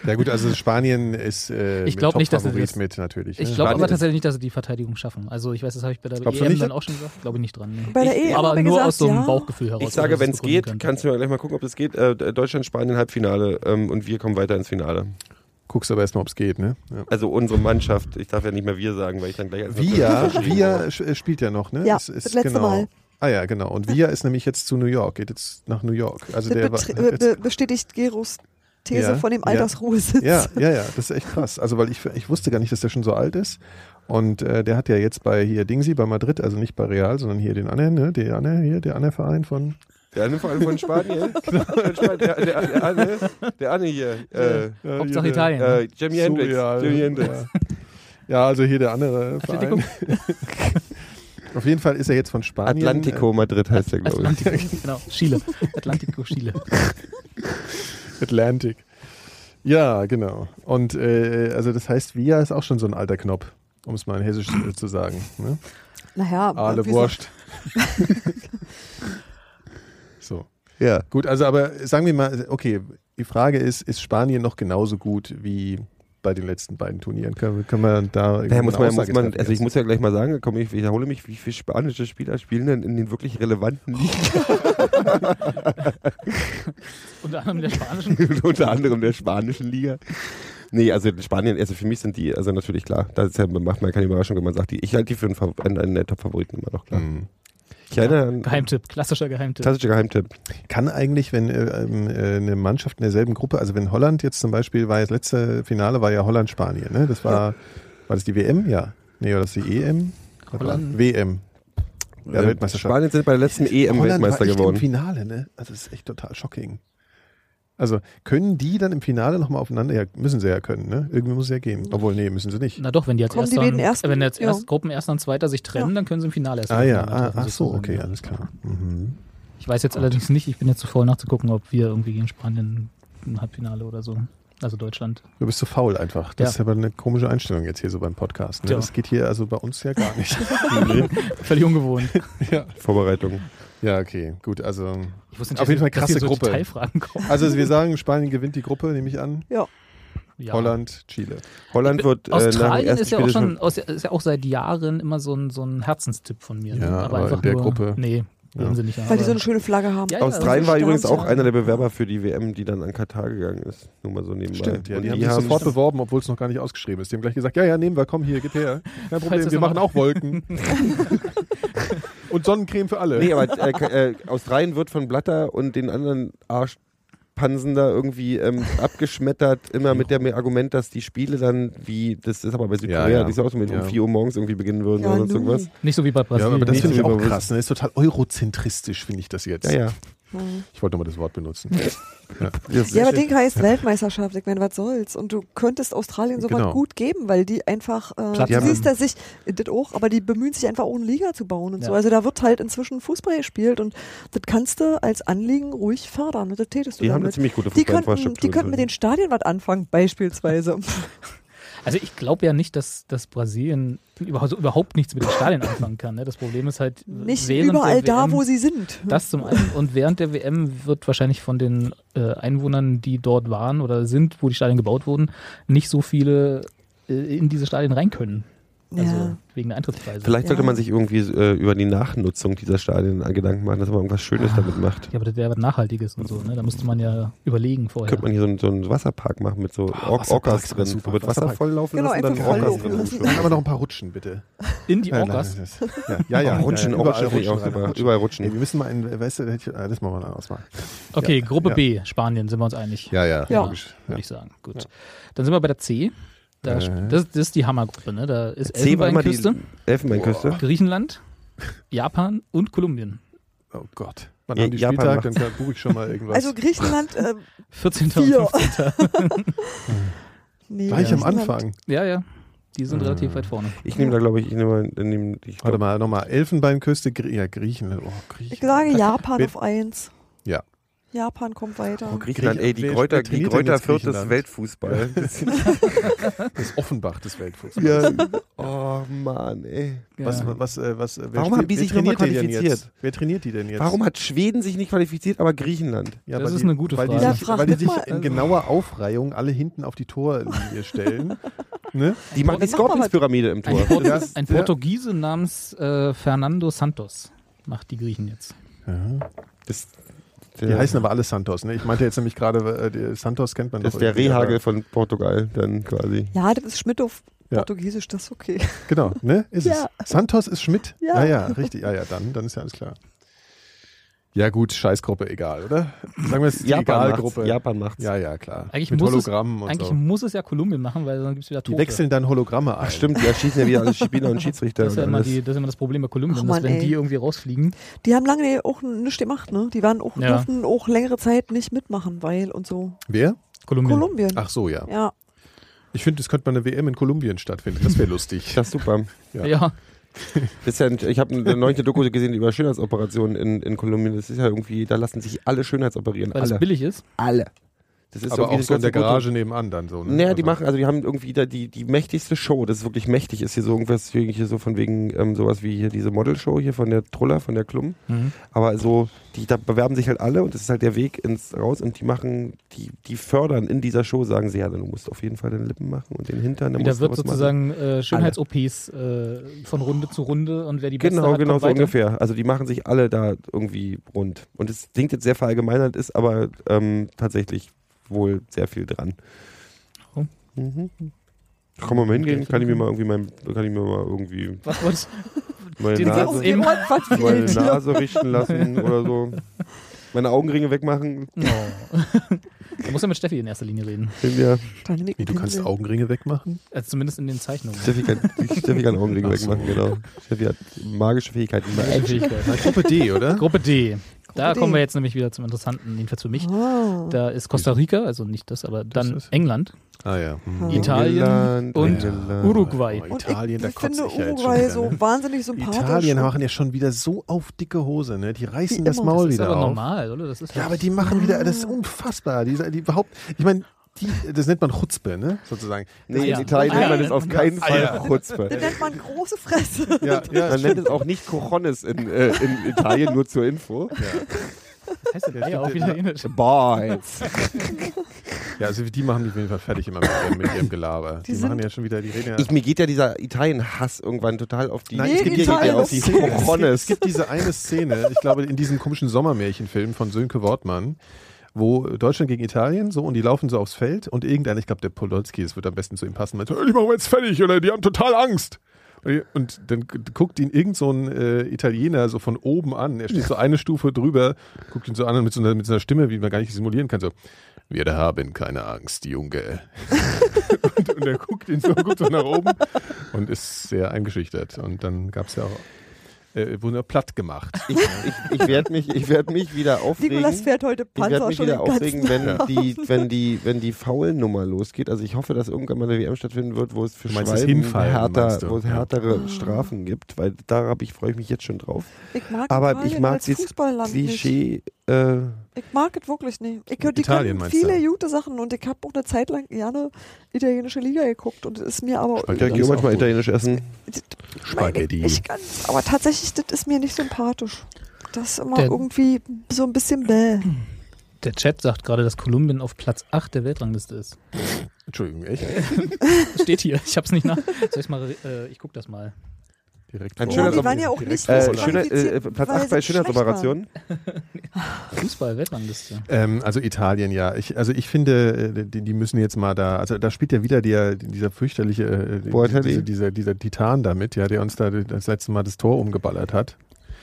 S1: ja gut, also Spanien ist äh,
S2: Ich glaub nicht, dass sie
S1: Topfavorit
S2: das-
S1: mit natürlich.
S2: Ich
S1: ne?
S2: glaube aber
S1: Spanien-
S2: tatsächlich nicht, dass sie die Verteidigung schaffen. Also ich weiß, das habe ich bei der
S1: Glaubst du
S2: EM
S1: nicht?
S2: dann auch schon gesagt. Glaube ich nicht dran. ne.
S3: Bei der EM
S2: aber
S3: haben wir
S2: nur
S3: gesagt,
S2: aus so einem
S3: ja.
S2: Bauchgefühl heraus.
S4: Ich sage,
S2: dass es
S4: wenn es
S2: begründen
S4: geht,
S2: könnte.
S4: kannst du mir gleich mal gucken, ob das geht. Äh, Deutschland, Spanien, Halbfinale ähm, und wir kommen weiter ins Finale.
S1: Guckst aber erstmal, ob es geht, ne? Ja.
S4: Also unsere Mannschaft, ich darf ja nicht mehr wir sagen, weil ich dann gleich als
S1: Via,
S4: Nationalmannschaft
S1: Via sch- äh, spielt ja noch, ne?
S3: Ja,
S1: Es ist,
S3: das letzte
S1: genau.
S3: Mal.
S1: Ah ja, genau. Und Via ist nämlich jetzt zu New York, geht jetzt nach New York. Also
S3: das
S1: der war,
S3: betr-
S1: hat
S3: be
S1: jetzt,
S3: bestätigt Geros These
S1: Ja,
S3: von dem
S1: ja.
S3: Altersruhesitz.
S1: ja, ja, ja, das ist echt krass. Also weil ich, ich wusste gar nicht, dass der schon so alt ist. Und äh, der hat ja jetzt bei hier Dingsi, bei Madrid, also nicht bei Real, sondern hier den anderen, ne? Der andere, hier, der andere Verein von.
S4: Der Anne vor allem von Spanien. der, der, der, Anne, der Anne hier. Äh,
S1: Äh,
S2: Hauptsache
S1: hier,
S2: Italien.
S4: äh, Jimi
S1: der-
S4: Hendrix.
S1: Surreal.
S4: Jimi Hendrix.
S1: Ja. ja, also hier der andere
S2: Atletico.
S1: Verein. Auf jeden Fall ist er jetzt von Spanien. äh,
S4: Atlantico Madrid heißt der, glaube ich.
S2: Atlantico, genau. Chile. Atlantico, Chile.
S1: Atlantic. Ja, genau. Und äh, also das heißt, Via ist auch schon so ein alter Knopf, um es mal in Hessisch äh, zu sagen. Ne?
S3: Naja,
S1: Aale
S3: irgendwie so-
S1: Wurst. so.
S4: Ja.
S1: Gut, also aber sagen wir mal, okay, die Frage ist, ist Spanien noch genauso gut wie bei den letzten beiden Turnieren? Können, wir- können wir da irgendwie
S4: Naja, muss
S1: eine
S4: man, muss
S1: Aussage
S4: man,
S1: treffen
S4: also ich
S1: jetzt?
S4: muss ja gleich mal sagen, komm, ich wiederhole mich, wie viele spanische Spieler spielen denn in den wirklich relevanten Ligen?
S2: Unter anderem der spanischen.
S4: unter anderem der spanischen Liga. Nee, also in Spanien, also für mich sind die, also natürlich klar, da ist ja, macht man keine Überraschung, wenn man sagt, die, ich halte die für einen, Fav- einen, einen der Top-Favoriten immer noch klar.
S1: Mhm.
S4: Ich Ich erinnere an
S2: Geheimtipp, klassischer Geheimtipp.
S4: klassischer Geheimtipp.
S1: Kann eigentlich, wenn äh, ähm, äh, eine Mannschaft in derselben Gruppe, also wenn Holland jetzt zum Beispiel war, das letzte Finale war ja Holland-Spanien, ne? Das war, war das die WM? Ja. Nee, war das die E EM? Was war-
S2: Holland.
S1: WM. Ja, Weltmeisterschaft.
S4: Spanien sind bei der letzten EM
S1: Holland
S4: Weltmeister
S1: war echt
S4: E geworden.
S1: im Finale, ne? Also das ist echt total shocking. Also können die dann im Finale nochmal aufeinander? Ja, müssen sie ja können, ne? Irgendwie muss es ja gehen. Obwohl, nee, müssen sie nicht.
S2: Na doch, wenn die als
S3: Kommen die
S2: erster,
S3: beiden
S2: und-
S3: Ersten?
S2: wenn jetzt
S3: Ja.
S2: erst Gruppenerster und Zweiter sich trennen, dann können sie im Finale erst. also
S1: Ah ja, ah,
S2: aufeinandertreffen,
S1: ach so,
S2: sozusagen.
S1: okay, alles klar. Mhm.
S2: Ich weiß jetzt allerdings nicht, ich bin jetzt zu faul nachzugucken, ob wir irgendwie gegen Spanien ein Halbfinale oder so. Also Deutschland.
S1: Du bist zu faul einfach. Das
S2: Ja.
S1: ist aber eine komische Einstellung jetzt hier so beim Podcast. Ne?
S2: Tja.
S1: Das geht hier also bei uns ja gar nicht.
S2: Völlig ungewohnt.
S1: ja.
S4: Vorbereitung.
S1: ja, okay, gut. Also,
S2: Ich wusste
S1: Auf jeden Fall
S2: dass
S1: krasse
S2: hier so
S1: Gruppe.
S2: Detailfragen kommen.
S1: also wir sagen, Spanien gewinnt die Gruppe, nehme ich an.
S2: Ja.
S1: Holland, Chile.
S4: Holland wird äh, nach dem
S2: Australien
S4: ersten
S2: ist ja
S4: Spiel
S2: auch schon, aus- ist ja auch seit Jahren immer so ein, so ein Herzenstipp von mir. ne?
S1: Ja, aber in der Gruppe-
S2: Nee, würden
S1: Ja.
S2: sie nicht haben.
S3: Weil die so
S2: aber-
S3: eine schöne Flagge haben.
S2: Ja, ja,
S4: Australien
S3: Also
S4: war übrigens
S3: Sternchen.
S4: auch einer der Bewerber für die WM, die dann an Katar gegangen ist. Nur mal so nebenbei.
S1: Stimmt, ja,
S4: Und
S1: die, haben sich
S4: haben-
S1: sofort beworben, obwohl es noch gar nicht ausgeschrieben ist. Die haben gleich gesagt, ja, ja, nehmen wir, komm hier, gib her. Kein Problem,
S2: das
S1: wir
S2: noch-
S1: machen auch Wolken. Und Sonnencreme für alle.
S4: Nee, aber äh, Ka- äh, Australien wird von Blatter und den anderen Arschpansen da irgendwie ähm, abgeschmettert, immer mit dem Argument, dass die Spiele dann wie, das ist aber bei Südkorea,
S1: Ja, ja.
S4: die ist auch so mit
S1: Ja.
S4: um 4 Uhr morgens irgendwie beginnen würden
S3: Ja,
S4: oder sonst
S3: nun.
S4: irgendwas.
S2: Nicht so wie bei
S1: ja,
S2: Brasilien.
S1: aber das
S4: Nicht
S1: finde ich
S4: so
S1: auch
S4: überwuchs.
S1: krass. Ne? Das ist total eurozentristisch, finde ich das jetzt.
S4: Ja, ja.
S1: Ich wollte nochmal das Wort benutzen.
S3: Ja, aber Ding heißt Weltmeisterschaft. Ich meine, was soll's? Und du könntest Australien sowas
S1: Genau.
S3: gut geben, weil die einfach, äh,
S2: Platz
S3: du
S2: haben.
S3: siehst dass sich, äh, das auch, aber die bemühen sich einfach, auch eine Liga zu bauen und
S2: Ja.
S3: so. Also da wird halt inzwischen Fußball gespielt und das kannst du als Anliegen ruhig fördern und das tätest du
S4: Die haben eine
S3: damit.
S4: ziemlich gute
S3: die könnten, die
S4: Fußballinfrastruktur.
S3: könnten mit den Stadien was anfangen, beispielsweise.
S2: Also ich glaube ja nicht, dass, dass Brasilien überhaupt, so überhaupt nichts mit den Stadien anfangen kann. Ne? Das Problem ist halt,
S3: Nicht
S2: während
S3: überall
S2: der
S3: da,
S2: WM,
S3: wo sie sind.
S2: Das zum einen. Und während der WM wird wahrscheinlich von den äh, Einwohnern, die dort waren oder sind, wo die Stadien gebaut wurden, nicht so viele äh, in diese Stadien rein können. Also
S3: ja.
S2: wegen der Eintrittspreise.
S4: Vielleicht sollte
S3: Ja.
S4: man sich irgendwie äh, über die Nachnutzung dieser Stadien Gedanken machen, dass man irgendwas Schönes
S3: Ah.
S4: damit macht.
S2: Ja, aber das wäre was Nachhaltiges und so. Ne? Da müsste man ja überlegen vorher.
S4: Könnte man hier so einen, so einen Wasserpark machen mit so
S1: Ah,
S4: Ork
S1: Wasserpark
S4: Orcas
S1: ist
S4: drin.
S1: super.
S4: Wo wird Wasser
S1: Wasserpark.
S4: voll laufen
S3: Genau,
S4: lassen und dann
S3: einfach voll
S4: Orcas
S3: laufen
S4: drin
S3: lassen.
S1: Dann
S4: rumschwimmen.
S1: aber noch ein paar Rutschen, bitte.
S2: In die
S1: Nein, nein,
S2: Orcas.
S1: das ist- Ja, ja, ja.
S4: Rutschen,
S1: ja,
S4: auch
S1: Oh, überall
S4: Rutschen,
S1: Rutschen,
S4: auch
S1: rein,
S4: super.
S1: Rutschen.
S4: Überall Rutschen.
S1: Ey, wir müssen mal ein, weißt du, ah, das machen wir dann ausmachen.
S2: Okay,
S1: Ja,
S2: Gruppe
S1: ja.
S2: B, Spanien, sind wir uns einig.
S1: Ja, ja,
S3: Ja.
S1: logisch. Ja.
S2: würde ich sagen. Gut. Dann sind wir bei der C. Da,
S1: Äh.
S2: das, das ist die Hammergruppe, ne? Da ist
S4: C war immer die
S2: Elfenbeinküste,
S4: Elfenbeinküste.
S2: Griechenland, Japan und Kolumbien.
S1: Oh Gott. Wann
S4: Ja,
S1: haben die
S4: Japan
S1: Spieltag?
S4: macht's.
S1: Dann kann- buche ich schon mal irgendwas.
S3: Also Griechenland, äh,
S2: 14.
S3: Vier.
S2: und 15.
S3: nee,
S1: Gleich am
S3: Griechenland-
S1: Anfang.
S2: Ja, ja. Die sind relativ weit vorne.
S4: Ich nehme da, glaube ich, ich nehme, nehme, ich
S1: Warte
S4: glaub,
S1: mal, nochmal. Elfenbeinküste, Grie ja, Griechenland. Oh, Griechenland.
S3: Ich sage Japan
S1: Wer-
S3: auf eins.
S1: Ja.
S3: Japan kommt weiter.
S4: Oh, Griechenland, ey, die
S1: Wer-
S4: Kräuter,
S1: wer
S4: die
S1: trainiert
S4: Kräuter
S1: denn jetzt
S4: Fürth des
S1: Griechenland?
S4: Weltfußball.
S1: Das Offenbach des Weltfußballs.
S4: ja. Oh Mann, ey.
S2: Ja.
S1: Was, was, äh, was, äh, wer
S4: Warum haben die
S1: wer
S4: sich nochmal
S1: trainiert die denn
S4: qualifiziert?
S1: Jetzt? Wer trainiert die denn jetzt?
S4: Warum hat Schweden sich nicht qualifiziert, aber Griechenland?
S1: Ja,
S2: Das
S1: weil
S2: ist
S1: die-
S2: eine gute
S1: weil
S2: Frage.
S1: Die sich,
S3: Ja, frag
S1: weil die
S3: mich
S1: sich
S3: mal.
S1: in genauer Aufreihung alle hinten auf die Torlinie stellen. ne?
S4: Die machen die
S3: Mach mal was.
S4: Scorpions-Pyramide im
S2: Ein,
S4: Tor.
S2: Port
S1: Das ist
S2: ein
S1: der-
S2: Portugiese namens äh, Fernando Santos macht die Griechen jetzt.
S4: Das,
S1: Die heißen aber alle Santos. Ne? Ich meinte jetzt nämlich gerade, äh, der Santos kennt man
S4: das
S1: doch
S4: ist der
S1: irgendwie, aber-
S4: Rehagel von Portugal dann quasi.
S3: Ja, das ist Schmidt auf
S1: Ja.
S3: Portugiesisch, das ist okay.
S1: Genau, ne? Ist
S3: Ja.
S1: es. Santos ist Schmidt.
S3: Ja.
S1: ja, ja richtig. Ja, ja, dann, dann ist ja alles klar. Ja, gut, Scheißgruppe, egal, oder? Sagen wir es ist die
S4: Japan macht's.
S1: Egalgruppe.
S4: Japan macht's.
S1: Ja, ja, klar.
S2: Eigentlich
S1: Mit
S2: muss es-
S1: Hologrammen und
S2: Eigentlich
S1: so.
S2: muss es ja Kolumbien machen, weil dann gibt es wieder
S1: Die
S2: Tote.
S1: wechseln dann Hologramme ein.
S4: Ach, stimmt, die erschießen ja wieder alle Spieler und Schiedsrichter.
S2: das, ist ja
S4: und
S2: immer
S4: alles.
S2: die, das ist immer das Problem bei Kolumbien,
S3: Ach,
S2: dass
S3: Mann,
S2: wenn
S3: ey.
S2: die irgendwie rausfliegen,
S3: Die haben lange auch nichts gemacht, ne? Die waren auch,
S2: Ja.
S3: durften auch längere Zeit nicht mitmachen, weil und so.
S1: Wer?
S2: Kolumbien.
S3: Kolumbien.
S1: Ach so, ja.
S3: Ja.
S1: Ich finde, es könnte mal eine WM in Kolumbien stattfinden. Das wäre lustig.
S4: Das ist super.
S1: Ja.
S2: ja.
S4: Das ist ja, ich habe eine neue Doku gesehen über Schönheitsoperationen in, in Kolumbien. Das ist ja irgendwie, da lassen sich alle Schönheitsoperieren.
S2: weil
S4: alle.
S2: das billig ist.
S4: alle. Das ist
S1: Aber
S4: irgendwie
S1: auch
S4: das
S1: so in der
S4: ganze Foto.
S1: Garage nebenan dann so. Ne?
S4: Naja, die
S1: Also-
S4: machen, also die haben irgendwie da die, die mächtigste Show, das ist wirklich mächtig, ist hier so irgendwas, hier so von wegen ähm, sowas wie hier diese Model-Show hier von der Truller, von der Klum.
S2: Mhm.
S4: Aber so, die da bewerben sich halt alle und das ist halt der Weg ins Raus und die machen, die, die fördern in dieser Show, sagen sie, ja, du musst auf jeden Fall deine Lippen machen und den Hintern, dann
S2: Wieder
S4: musst
S2: wird
S4: du was
S2: sozusagen äh, Schönheits-OPs äh, von Runde zu Runde und wer die
S4: machen.
S2: beste
S4: Genau,
S2: hat,
S4: genau
S2: kommt
S4: so
S2: weiter.
S4: ungefähr. Also die machen sich alle da irgendwie rund. Und es klingt jetzt sehr verallgemeinert, ist aber ähm, tatsächlich wohl sehr viel dran.
S2: Oh.
S4: Mhm. Kann man mal hingehen, kann ich mir mal irgendwie mein, kann ich mir mal irgendwie
S2: Was wolltest
S4: Meine
S2: Den
S3: Gero,
S4: Nase,
S2: eben-
S3: Gero hat was
S4: meine
S3: fehlt.
S4: Nase richten lassen oder so. Meine Augenringe wegmachen.
S2: Du musst ja mit Steffi in erster Linie reden.
S4: Ja,
S3: Dann liegt
S1: Wie, du
S3: ein
S1: kannst
S3: Pinsel.
S1: Augenringe wegmachen?
S2: Also zumindest in den Zeichnungen.
S4: Steffi kann, Steffi kann Augenringe
S1: Ach so.
S4: wegmachen, genau. Steffi hat magische Fähigkeiten.
S2: Fähigkeit.
S1: Gruppe D, oder?
S2: Gruppe D. Da
S3: Gruppe D.
S2: kommen wir jetzt nämlich wieder zum Interessanten, jedenfalls für mich.
S3: Ah.
S2: Da ist Costa Rica, also nicht das, aber dann
S1: ist-
S2: England,
S1: Ah ja. Hm.
S3: Ja.
S2: Italien
S4: England,
S2: und
S4: England.
S2: Uruguay.
S1: Oh,
S3: Und
S1: Italien, da
S3: ich
S1: kotzt
S3: finde
S1: ich ja jetzt schon
S3: Uruguay
S1: wieder,
S3: so
S1: ne?
S3: wahnsinnig sympathisch.
S1: Italien machen ja schon wieder so auf dicke Hose, ne? Die reißen
S3: Wie
S1: das
S3: immer.
S1: Maul
S2: Das ist
S1: wieder
S2: aber
S1: auf.
S2: normal, oder? Das ist
S1: Ja, aber die machen wieder, das ist unfassbar. Die, die überhaupt, ich meine, die, das nennt man Chutzpe, ne? Sozusagen.
S4: Nee,
S2: Ja.
S4: in Italien nennt man es auf keinen
S1: Eier.
S4: Fall
S3: Den
S4: Chutzpe.
S3: nennt man große Fresse.
S1: Ja,
S4: Man nennt es auch nicht Cojones in, äh, in Italien, nur zur Info.
S2: das heißt ja, auch wieder ähnlich.
S4: Balls.
S1: ja, also die machen die auf jeden Fall fertig immer mit, ihrem- mit ihrem Gelaber. Die,
S3: Die sind-
S1: machen ja schon wieder, die reden ja.
S4: Ich, mir geht ja dieser Italien-Hass irgendwann total auf die
S1: Nein,
S3: Nee,
S1: es gibt
S4: mir geht
S3: Italien
S4: ja auf die
S3: ist so-
S1: Es
S4: Cojones.
S1: gibt diese eine Szene, ich glaube, in diesem komischen Sommermärchenfilm von Sönke Wortmann, wo Deutschland gegen Italien, so, und die laufen so aufs Feld und irgendeiner, ich glaube, der Podolski, es wird am besten zu ihm passen, meint, "Hey, die machen wir jetzt fertig, oder die haben total Angst. Und die- Und dann gu- guckt ihn irgend so ein äh, Italiener so von oben an, er steht so eine Stufe drüber, guckt ihn so an und mit so einer, mit so einer Stimme, wie man gar nicht simulieren kann, so, wir haben keine Angst, Junge. und, und er guckt ihn so, guckt so nach oben und ist sehr eingeschüchtert. Und dann gab es ja auch äh, wurde nur platt gemacht.
S4: Ich, ich, ich werde mich, ich werd mich wieder aufregen.
S3: Nikolas fährt heute
S4: Ich
S3: Panzer
S4: werde mich
S3: schon den
S4: wieder aufregen,
S3: ganzen
S4: wenn
S3: Abend.
S4: die, wenn die, wenn die Foul-Nummer losgeht. Also ich hoffe, dass irgendwann mal eine WM stattfinden wird, wo es für
S1: Du meinst das
S4: Schwalben
S1: Hinfallen,
S4: härter,
S1: meinst du?
S4: wo es
S1: Ja.
S4: härtere Strafen gibt, weil darauf ich freue ich mich jetzt schon drauf.
S3: Ich mag
S4: Aber
S3: Italien
S4: ich mag
S3: als
S4: dieses
S3: Fußballland nicht.
S4: Klischee. Äh,
S3: Ich mag es wirklich nicht. Ich, die
S1: Italien
S3: können
S1: meinst
S3: viele
S1: du?
S3: gute Sachen und ich habe auch eine Zeit lang gerne italienische Liga geguckt und es ist mir aber
S1: Spaghetti.
S4: ich gehe
S1: ist auch
S4: manchmal
S1: gut.
S4: italienisch essen.
S1: Spaghetti.
S3: Ich ganz, aber tatsächlich, das ist mir nicht sympathisch. Das ist immer
S2: Der-
S3: irgendwie so ein bisschen bäh.
S2: Der Chat sagt gerade, dass Kolumbien auf Platz 8 der Weltrangliste ist.
S1: Entschuldigung, echt?
S2: Steht hier. Ich hab's nicht nach. Soll ich's mal, äh, ich guck das mal.
S1: Direkt
S4: Ein
S1: vor-
S4: schöner
S3: oh, die
S4: Sommer-
S3: waren ja auch nicht
S4: Äh,
S1: Holland.
S4: schöner, äh,
S3: disqualifiziert,
S4: Platz
S3: weil
S4: 8 bei
S3: sie schlecht waren.
S4: Schönheitsoperationen.
S2: Fußball-Weltrangliste.
S1: ähm, also Italien, ja. Ich, also ich finde, äh, die, die müssen jetzt mal da, also da spielt ja wieder der, dieser fürchterliche, äh,
S4: Boateng.
S1: diese, dieser, dieser Titan damit, ja, der uns da das letzte Mal das Tor umgeballert hat.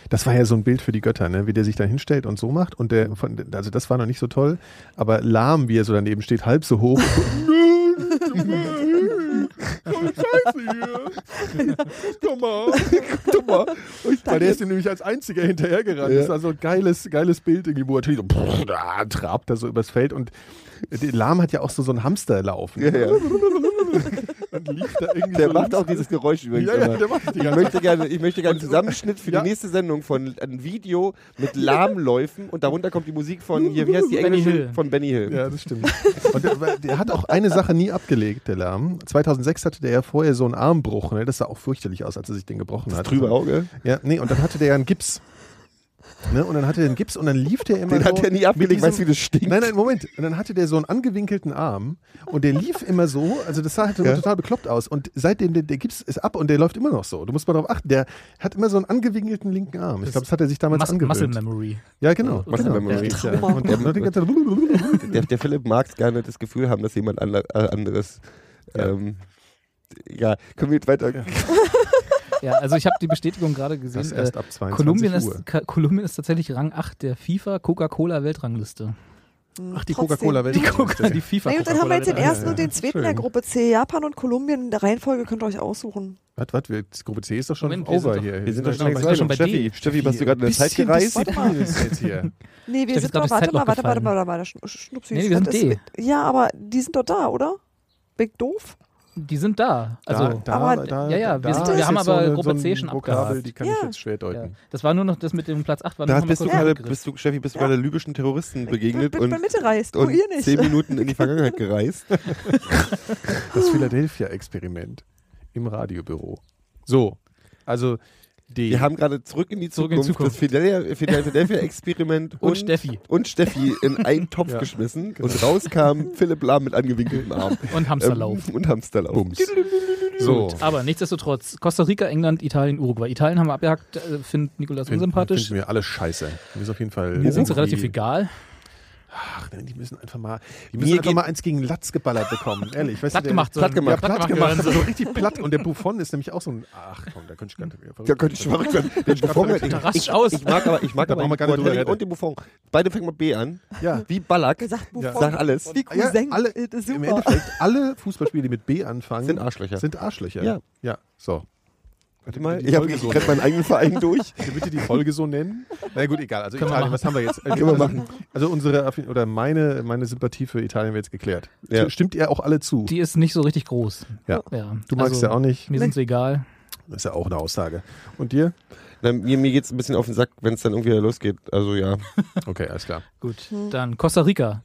S1: Das war ja so ein Bild für die Götter, ne? wie der sich da hinstellt und so macht. Und der, von, also das war noch nicht so toll, aber lahm, wie er so daneben steht, halb so hoch. Dummer. Dummer. Weil der ist ihm nämlich als einziger hinterhergerannt.
S4: Ja.
S1: Das war so ein geiles, geiles Bild irgendwie, wo er natürlich so pff, da, trabt er so übers Feld und der Lahm hat ja auch so, so einen Hamsterlauf.
S4: Ja, ja.
S1: Und lief da irgendwie
S4: Der
S1: so
S4: macht
S1: links-
S4: auch dieses Geräusch übrigens.
S1: ja, ja,
S4: immer.
S1: der macht die
S4: Ich
S1: ganze
S4: möchte gerne, ich möchte gerne einen Zusammenschnitt für
S1: Ja.
S4: die nächste Sendung von ein Video mit Lahmläufen und darunter kommt die Musik von hier, wie heißt die
S2: Benny
S4: englische?
S2: Hill.
S4: Von Benny Hill.
S1: Ja, das stimmt. Und der, der hat auch eine Sache nie abgelegt, der Lahm. 2006 hatte der ja vorher so einen Armbruch. Ne? Das sah auch fürchterlich aus, als er sich den gebrochen hat.
S4: Trübe Auge.
S1: Ja, nee, und dann hatte der ja einen Gips. Ne? Und dann hatte er einen Gips und dann lief der immer
S4: Den
S1: so
S4: hat er nie
S1: mit
S4: abgelegt,
S1: diesem-
S4: weißt du, wie das stinkt?
S1: Nein, nein, Moment. Und dann hatte der so einen angewinkelten Arm und der lief immer so, also das sah halt immer
S4: Ja.
S1: total bekloppt aus. Und seitdem der, der Gips ist ab und der läuft immer noch so. Du musst mal darauf achten, der hat immer so einen angewinkelten linken Arm. Ich
S2: Das
S1: glaube, das hat er sich damals
S2: Mus Muscle
S1: angewöhnt.
S2: Memory.
S1: Ja, genau.
S4: Muscle
S1: genau.
S4: Memory.
S1: Ja.
S3: Trauma.
S1: Und der hat die ganze Zeit
S4: Der, der Philipp mag gerne das Gefühl haben, dass jemand ander, äh, anderes. Ähm, ja, können wir jetzt weiter.
S2: Ja, also ich habe die Bestätigung gerade gesehen.
S1: Das
S2: äh,
S1: erst ab 22
S2: Kolumbien
S1: Uhr.
S2: ist, Ka- Kolumbien ist tatsächlich Rang 8 der FIFA Coca-Cola Weltrangliste.
S1: Ach, die
S3: Hm, Trotzdem.
S1: Coca-Cola-Welt.
S2: Die, Coca die FIFA
S3: Nee, und dann haben wir jetzt den
S2: Coca-Cola
S3: ersten und den zweiten der Gruppe C. Japan und Kolumbien in der Reihenfolge könnt ihr euch aussuchen.
S1: Was, was? wir- die Gruppe C ist doch schon
S2: Moment, wir
S1: over
S2: sind doch-
S1: hier.
S4: Wir sind doch
S2: doch
S4: schon längst
S2: schon
S4: weiter.
S2: bei
S4: Steffi,
S2: D.
S4: Steffi, bist du gerade in der Zeit
S1: Bisschen
S4: gereist?
S1: Warte jetzt hier.
S3: Nee, wir
S2: Steffi,
S3: sind
S2: glaub,
S3: doch,
S2: ist Zeit
S3: warte mal, warte, warte,
S2: draufgefallen.
S3: warte, warte, warte, schnupsi.
S2: Nee, wir sind
S3: das ist- Ja, aber die sind doch da, oder? Bin ich doof?
S2: Die sind da. Also,
S3: aber-
S2: ja, ja, wir sind- wir
S1: ist
S2: haben
S1: jetzt
S2: aber
S1: eine-
S2: Gruppe
S1: ein
S2: C schon
S1: Vokabel,
S2: abgehakt.
S1: die kann ich
S3: Ja.
S1: jetzt schwer
S2: ja.
S1: deuten.
S2: Das war nur noch das mit dem Platz 8. War nur
S4: Da
S2: noch mal
S4: bist du
S2: kurz
S4: gerade,
S2: abgegriffen.
S4: bist du, Steffi, bist du
S3: Ja.
S4: gerade libyschen Terroristen begegnet
S3: bin, bin
S4: und,
S3: mitgereist, du
S4: und
S3: Oh, ihr nicht.
S4: zehn Minuten in die Vergangenheit gereist.
S1: Das Philadelphia-Experiment im Radiobüro. So, also die.
S4: Wir haben gerade zurück in die
S2: Zurück in
S4: Zukunft,
S2: die
S4: das Philadelphia- Philadelphia-Experiment
S2: Und Steffi.
S4: und Steffi in einen Topf
S1: Ja.
S4: geschmissen und rauskam Philipp Lahm mit angewinkeltem Arm.
S2: Und Hamsterlauf.
S4: Ähm, und Hamsterlauf.
S1: so.
S2: Aber nichtsdestotrotz, Costa Rica, England, Italien, Uruguay. Italien haben wir abgehakt, äh, findet Nikolas
S1: Finden
S2: unsympathisch.
S1: mir alle scheiße. Mir ist auf jeden Fall.
S2: Mir sind sie
S1: irgendwie-
S2: relativ egal.
S1: Ach, nein, die müssen einfach mal, die
S4: Mir
S1: müssen einfach
S4: geht-
S1: mal eins gegen Latz geballert bekommen, ehrlich. Weißt du,
S2: Platt
S1: der-
S2: gemacht, so.
S1: platt gemacht,
S2: Ja,
S1: platt
S2: platt
S1: gemacht, so
S2: gemacht werden sie.
S1: richtig platt. Und der Buffon ist nämlich auch so ein, ach komm, da könnte ich gar nicht mehr
S4: Da könnte ich verrückt werden. Den Buffon,
S2: Da
S4: ich,
S2: raste
S4: ich,
S2: ich aus.
S4: ich mag aber, ich mag
S1: Da
S4: aber
S1: brauchen wir gar nicht drüber
S4: Boateng
S1: reden.
S4: und den Buffon. Beide fangen mit B an.
S1: Ja.
S4: Wie Ballack.
S3: Gesagt, Buffon.
S4: Sagt alles.
S3: Wie
S1: Ja,
S3: Cousin.
S1: alle,
S3: äh, das ist
S1: Im
S3: super.
S1: Endeffekt, alle Fußballspiele, die mit B anfangen,
S4: Sind Arschlöcher.
S1: Sind Arschlöcher.
S4: Ja.
S1: Ja, so.
S4: Warte mal,
S1: Die
S4: ich, hab-
S1: Folge
S4: ich
S1: so
S4: renn meinen eigenen Verein durch.
S1: Könnt ihr bitte die Folge so nennen? Na gut, egal. Also
S2: Können wir
S1: Italien,
S2: machen.
S1: was haben wir jetzt? Können
S4: wir machen.
S1: Also unsere Affi- oder meine, meine Sympathie für Italien wird jetzt geklärt.
S4: Ja.
S1: Stimmt ihr auch alle zu?
S2: Die ist nicht so richtig groß.
S1: Ja.
S2: ja. Also,
S1: Du magst ja auch nicht.
S2: Mir sind's egal.
S1: Das ist ja auch eine Aussage. Und dir?
S4: Na, mir mir geht es ein bisschen auf den Sack, wenn es dann irgendwie wieder losgeht. Also ja,
S1: Okay, alles klar.
S2: Gut.
S4: Hm.
S2: Dann Costa Rica.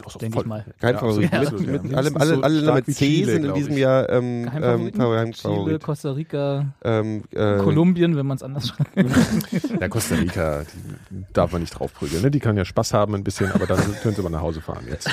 S1: Das ist auch
S2: denke
S1: voll-
S2: ich mal.
S4: kein
S1: Ja,
S4: Favorit.
S1: absolut,
S4: Mit,
S1: ja.
S4: mit allem,
S1: Mindestens
S4: alle,
S1: so
S4: alle
S1: stark
S4: mit
S1: wie
S4: C
S1: Chile,
S4: sind in
S1: glaub
S4: diesem
S1: ich.
S4: Jahr ähm, ähm,
S2: Geheimfavoriten? Chile,
S4: Geheimfavorit.
S2: Costa Rica,
S4: Ähm, äh,
S2: Kolumbien, wenn man es anders schreibt.
S1: Ja, Costa Rica, die darf man nicht draufprügeln. Ne? Die kann ja Spaß haben ein bisschen, aber dann können sie mal nach Hause fahren jetzt.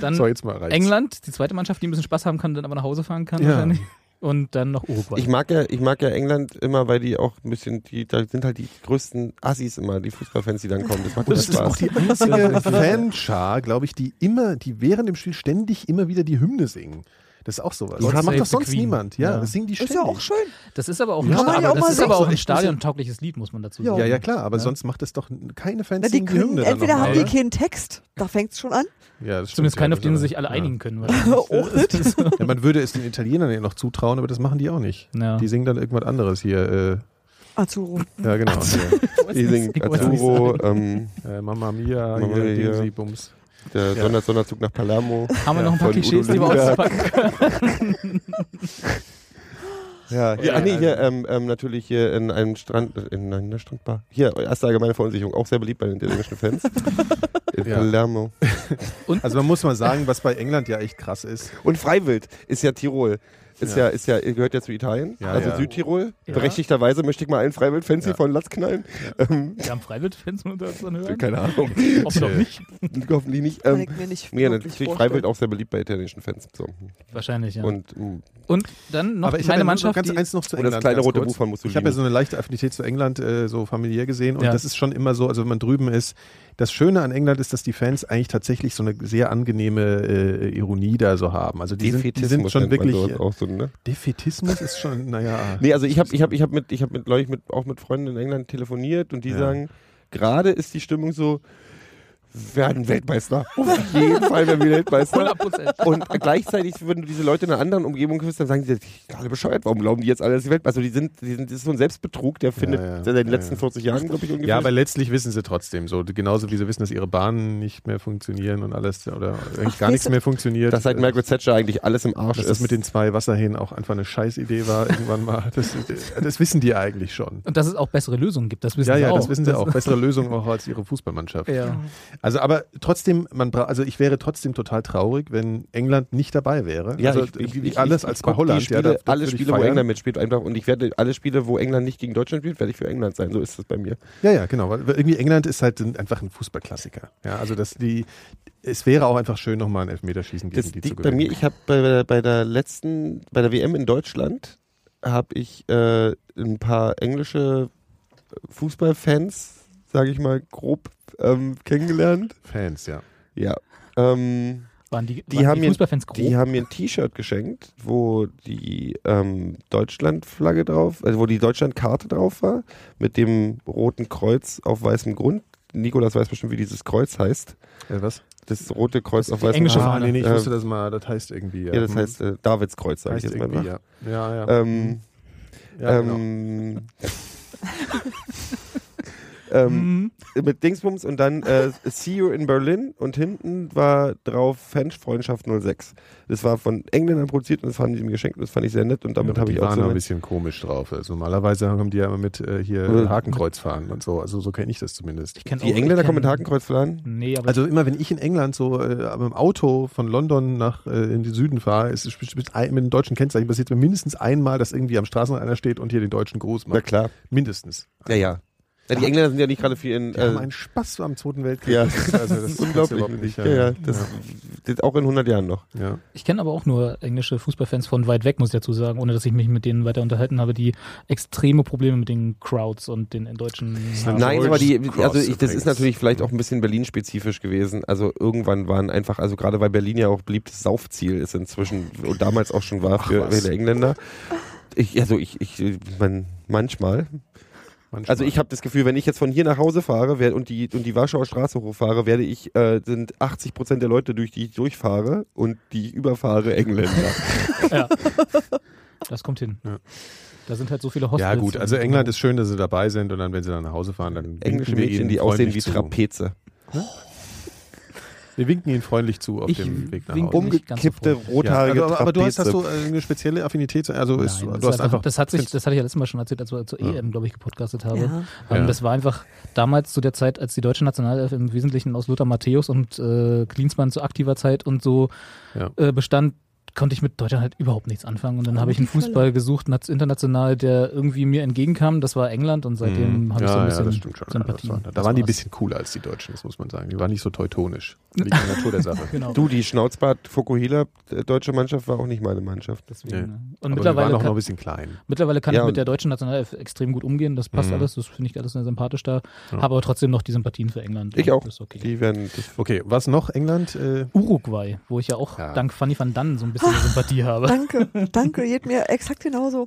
S2: Dann
S1: So, jetzt mal reicht's.
S2: England, die zweite Mannschaft, die ein bisschen Spaß haben kann, dann aber nach Hause fahren kann
S1: Ja.
S2: wahrscheinlich. Und dann noch Uruguay.
S4: Ich mag ja, ich mag ja England immer, weil die auch ein bisschen, die da sind halt die größten Assis immer, die Fußballfans, die dann kommen. Das macht
S1: Das
S4: das
S1: ist auch
S4: Spaß.
S1: die einzige Fanschar, glaube ich, die immer, die während dem Spiel ständig immer wieder die Hymne singen. Das ist auch sowas. das
S2: God
S1: macht
S2: save
S1: doch
S2: the
S1: sonst
S2: Queen.
S1: niemand. Ja,
S2: Ja.
S1: das singen die ständig.
S3: Ist ja auch schön.
S2: das ist aber auch
S1: Ja,
S2: ein,
S1: aber
S2: aber
S1: auch mal
S2: das ist
S1: sehen.
S2: aber auch ein
S1: Ich muss ja-
S2: stadiontaugliches Lied, muss man dazu sagen.
S1: Ja, ja, klar, aber
S2: Ja.
S1: sonst macht das doch n- keine Fans
S3: Na, die
S1: singen die
S3: können,
S1: Hymne. dann
S3: entweder
S1: noch
S3: haben
S1: mal,
S3: die
S1: ne?
S3: keinen Text, da fängt es schon an.
S1: Ja, das
S2: Zumindest
S1: stimmt,
S2: keine,
S1: ja,
S2: auf denen
S1: das
S2: sie sich alle
S1: ist-
S2: einigen können.
S1: Oh,
S3: Auch nicht.
S1: Ja, man würde es den Italienern ja noch zutrauen, aber das machen die auch nicht.
S2: Ja.
S1: Die singen dann irgendwas anderes hier.
S3: Azuro.
S1: Äh, ja, genau. Hier.
S4: Die singen Arturo, ähm,
S1: Äh, Mamma Mia,
S4: Mamma
S1: hier,
S4: Mia.
S1: Dingsi, Bums.
S4: der
S1: Ja.
S4: Sonder Sonderzug nach Palermo.
S2: Haben wir noch ein paar
S4: Von
S2: Klischees,
S4: Udo
S2: die wir
S4: Lindenberg.
S2: auspacken können?
S4: Ja, hier, ah, nee,
S2: ja,
S4: hier ähm, ähm, natürlich hier in einem Strand, äh, in einer Strandbar. Hier, erste allgemeine Verunsicherung, auch sehr beliebt bei den italienischen Fans. In
S1: Ja.
S4: Palermo.
S1: Also man muss mal sagen, was bei England ja echt krass ist.
S4: Und Freiwild ist ja Tirol. Ist
S1: Ja.
S4: ja, ist ja, gehört ja zu Italien,
S1: Ja,
S4: also
S1: ja.
S4: Südtirol.
S2: Ja.
S4: Berechtigterweise möchte ich mal einen Freiwild-Fancy
S1: Ja.
S4: von Latz knallen. Ähm,
S2: Wir haben Freiwild-Fans unter uns dann hören.
S4: keine Ahnung.
S2: Hoffen doch nicht.
S4: Hoffentlich nicht.
S3: Kann
S4: Ähm,
S3: ich mir nicht
S4: nee,
S3: wirklich
S4: natürlich
S3: vorstellen.
S4: Freiwild auch sehr beliebt bei italienischen Fans. So.
S2: Wahrscheinlich, ja. Und,
S4: Und, mh.
S2: dann noch
S1: aber ich habe
S2: meine
S1: ja nur
S2: Mannschaft,
S1: ganz
S2: die,
S1: eins noch zu
S4: und
S1: England.
S4: das kleine
S1: ganz
S4: rote
S1: kurz.
S4: Buch von Mussolini.
S1: Ich habe ja so eine leichte Affinität zu England, äh, so familiär gesehen. Und
S2: Ja.
S1: das ist schon immer so, also wenn man drüben ist. Das Schöne an England ist, dass die Fans eigentlich tatsächlich so eine sehr angenehme äh, Ironie da so haben. Also die, sind, die sind
S4: Defetismus
S1: schon
S4: nennt man
S1: wirklich. äh,
S4: sowas auch so, ne?
S1: Defetismus ist schon, naja.
S4: Nee, also ich habe ich hab, ich hab mit, ich hab mit, glaub ich, mit, auch mit Freunden in England telefoniert und die
S1: Ja.
S4: sagen, gerade ist die Stimmung so, werden Weltmeister. Auf jeden Fall werden wir Weltmeister.
S2: 100%.
S4: Und gleichzeitig, wenn du diese Leute in einer anderen Umgebung triffst, dann sagen sie, die sind alle bescheuert, warum glauben die jetzt alle, dass die Weltmeister Also die sind, die sind, das ist so ein Selbstbetrug, der findet
S1: ja,
S4: seit den
S1: ja,
S4: letzten
S1: ja.
S4: 40 Jahren, glaube ich, ungefähr.
S1: Ja, aber letztlich wissen sie trotzdem so. Genauso wie sie wissen, dass ihre Bahnen nicht mehr funktionieren und alles oder eigentlich gar
S3: weißt
S1: nichts
S3: du,
S1: mehr funktioniert. Äh,
S4: dass seit Margaret Thatcher eigentlich alles im Arsch
S1: dass
S4: ist.
S1: das mit den zwei Wasserhähnen auch einfach eine Scheißidee war irgendwann mal. Das, äh, das wissen die eigentlich schon.
S2: Und dass es auch bessere Lösungen gibt, das wissen
S1: Ja,
S2: sie
S1: ja,
S2: auch.
S1: das wissen sie auch. Bessere Lösungen auch als ihre Fußballmannschaft.
S2: Ja.
S1: Also, aber trotzdem, man bra also ich wäre trotzdem total traurig, wenn England nicht dabei wäre.
S4: Ja,
S1: also,
S4: ich, ich,
S1: wie
S4: ich,
S1: alles
S4: ich,
S1: als
S4: ich
S1: bei
S4: guck
S1: Holland.
S4: Die Spiele,
S1: ja, da- da
S4: alle
S1: würde ich
S4: Spiele, wo
S1: feiern.
S4: England mitspielt, einfach. Und ich werde alle Spiele, wo England nicht gegen Deutschland spielt, werde ich für England sein. So ist das bei mir.
S1: Ja, ja, genau. Weil irgendwie England ist halt ein, einfach ein Fußballklassiker. Ja, also dass die, es wäre auch einfach schön, nochmal ein Elfmeterschießen gegen
S4: Das
S1: die zu
S4: liegt bei
S1: gewinnen.
S4: mir. Ich habe bei, der- bei der letzten, bei der WM in Deutschland, habe ich äh, ein paar englische Fußballfans, sage ich mal grob, ähm, kennengelernt.
S1: Fans, ja.
S4: Ja. Ähm,
S2: Waren die,
S4: Die
S2: waren
S4: haben
S2: die
S4: mir-
S2: Fußballfans grob?
S4: Die haben mir ein T-Shirt geschenkt, wo die ähm, Deutschland-Flagge drauf, also wo die Deutschland-Karte drauf war, mit dem roten Kreuz auf weißem Grund. Nikolas weiß bestimmt, wie dieses Kreuz heißt.
S1: Äh, was?
S4: Das rote Kreuz auf
S2: die
S4: weißem
S2: englische
S4: Grund.
S1: ah, nee, nee, ich
S4: Äh,
S1: wusste das mal. Das heißt irgendwie. hm.
S4: Ja, das heißt äh, Davidskreuz, sage ich
S1: heißt
S4: jetzt mal.
S1: irgendwie,
S4: nach.
S1: ja. Ja, ja.
S4: Ähm,
S1: ja genau.
S4: ähm,
S1: genau.
S4: ähm,
S2: Hm,
S4: mit Dingsbums und dann äh, See You in Berlin und hinten war drauf Fanfreundschaft 06. Das war von Engländern produziert und das haben die mir geschenkt und das fand ich sehr nett und damit
S1: Ja,
S4: habe
S1: die
S4: ich auch
S1: waren
S4: so
S1: noch ein
S4: mein-
S1: bisschen komisch drauf. Also normalerweise kommen die ja immer mit äh, hier
S4: Oder-
S1: Hakenkreuz fahren und so. Also so kenne ich das zumindest.
S2: ich kenn auch-
S4: Die
S2: ich
S4: Engländer
S2: kenn-
S4: kommen mit Hakenkreuz verladen?
S2: Nee, aber
S1: Also immer wenn ich in England so äh, aber im Auto von London nach äh, in den Süden fahre, ist es bestimmt ein- mit dem deutschen Kennzeichen passiert mir mindestens einmal, dass irgendwie am Straßenrand einer steht und hier den deutschen Gruß macht.
S4: Na klar.
S1: Mindestens.
S4: Ja, ja. ja die Engländer sind ja nicht gerade viel in.
S1: Die haben
S4: Äh,
S1: einen Spaß am Zweiten Weltkrieg.
S4: ja,
S1: Das ist- also, das ist
S4: unglaublich.
S1: überhaupt nicht,
S4: ja, ja.
S1: ja.
S4: Das, das auch in 100 Jahren noch.
S1: Ja.
S2: Ich kenne aber auch nur englische Fußballfans von weit weg, muss ich dazu sagen, ohne dass ich mich mit denen weiter unterhalten habe, die extreme Probleme mit den Crowds und den in deutschen.
S1: Ja,
S4: Nein,
S1: George
S4: aber die,
S1: Cross
S4: also ich, das
S1: übrigens.
S4: ist natürlich vielleicht auch ein bisschen Berlin-spezifisch gewesen. Also irgendwann waren einfach, also gerade weil Berlin ja auch beliebtes Saufziel ist inzwischen und damals auch schon war für
S1: was.
S4: viele Engländer. Ich, also ich, ich man, manchmal. Also ich habe das Gefühl, wenn ich jetzt von hier nach Hause fahre wer- und die, und die Warschauer Straße hochfahre, werde ich, äh, sind 80 Prozent der Leute, durch die ich durchfahre und die ich überfahre, Engländer.
S2: Ja. Das kommt hin. Da sind halt so viele Hostels.
S1: Ja gut, also England ist schön, dass sie dabei sind und dann, wenn sie dann nach Hause fahren, dann
S4: Englische
S1: winken wir
S4: Mädchen,
S1: ihnen
S4: die aussehen
S1: freundlich
S4: wie
S1: zu.
S4: Trapeze.
S1: Wir winken ihnen freundlich zu auf
S2: Ich
S1: dem Weg nach
S2: winke
S1: Hause.
S2: Nicht ganz so
S4: Umgekippte,
S2: freundlich.
S4: rothaarige
S1: Also, aber, aber du hast, hast
S4: Trapeze.
S1: du äh, eine spezielle Affinität zu, also ist, du
S2: Nein, das,
S1: hast
S2: war einfach,
S1: einfach
S2: das, hat sich, das hatte ich ja letztes Mal schon erzählt, als wir zur EM, glaube ich, gepodcastet habe.
S3: Ja.
S2: Ähm,
S1: Ja.
S2: Das war einfach damals zu der Zeit, als die deutsche Nationalelf im Wesentlichen aus Lothar Matthäus und äh, Klinsmann zu aktiver Zeit und so
S1: Ja.
S2: äh, bestand, konnte ich mit Deutschland halt überhaupt nichts anfangen. Und dann habe ich einen Fußball gesucht, nat- international, der irgendwie mir entgegenkam. Das war England und seitdem habe ich so ein
S1: Mhm. ja, ja,
S2: bisschen
S1: das stimmt schon. Ja, das
S2: Sympathien.
S1: war, da
S2: Das
S1: waren die ein
S2: war's.
S1: bisschen cooler als die Deutschen, das muss man sagen. Die waren nicht so teutonisch. Liegt in der Natur der Sache.
S2: Genau.
S4: Du, die Schnauzbart Fukuhila äh, deutsche Mannschaft war auch nicht meine Mannschaft.
S2: Deswegen,
S1: Nee.
S2: ne? Und
S1: Aber wir
S2: mittlerweile
S1: waren auch
S2: kann-
S1: noch ein bisschen klein.
S2: Mittlerweile kann
S4: Ja,
S2: ich
S4: und-
S2: mit der deutschen Nationalelf extrem gut umgehen, das passt
S1: Mhm.
S2: alles, das finde ich alles sehr sympathisch da, habe aber trotzdem noch die Sympathien für England.
S4: Ich
S2: und
S4: auch.
S2: das Ist okay.
S4: Die werden das
S1: Okay, was noch? England? Äh,
S2: Uruguay, wo ich ja auch
S1: Ja.
S2: dank Fanny van Dannen so ein bisschen Sympathie habe.
S3: Danke, danke, geht mir exakt genauso.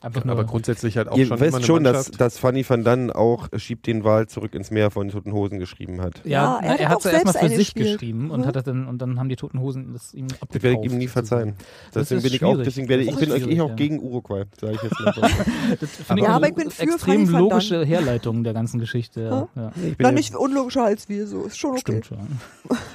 S2: Einfach nur,
S1: aber grundsätzlich halt auch
S4: Mhm. Genau.
S1: schon
S4: Ihr
S1: immer
S4: wisst
S1: eine
S4: schon, dass,
S1: Mannschaft.
S4: dass Fanny van Dannen auch äh, Schiebt den Wal zurück ins Meer von Toten Hosen geschrieben hat.
S2: ja,
S3: Ja, er
S2: na,
S3: hat
S2: er
S3: auch
S2: hat es erstmal
S3: selbst Mhm.
S2: für sich
S3: eingespielt.
S2: geschrieben und, hat das dann, und dann haben die Toten Hosen das ihm abgekauft.
S4: Das werde ich ihm nie verzeihen.
S2: sozusagen. Das
S4: Deswegen
S2: ist
S4: bin ich auch,
S2: schwierig.
S4: deswegen werde ich, ich
S2: Das
S4: bin
S2: ist
S4: euch eh
S2: schwierig,
S4: auch
S2: ja.
S4: gegen Uruguay, sage ich jetzt mal.
S2: Das finde ich
S3: Ja,
S2: eine
S3: aber ich bin für Fanny
S2: extrem
S3: van Dannen.
S2: logische Herleitung der ganzen Geschichte. Ja, ja.
S4: Ich bin
S3: Na,
S4: ja-
S3: nicht unlogischer als wir, so ist schon okay.
S2: Stimmt schon.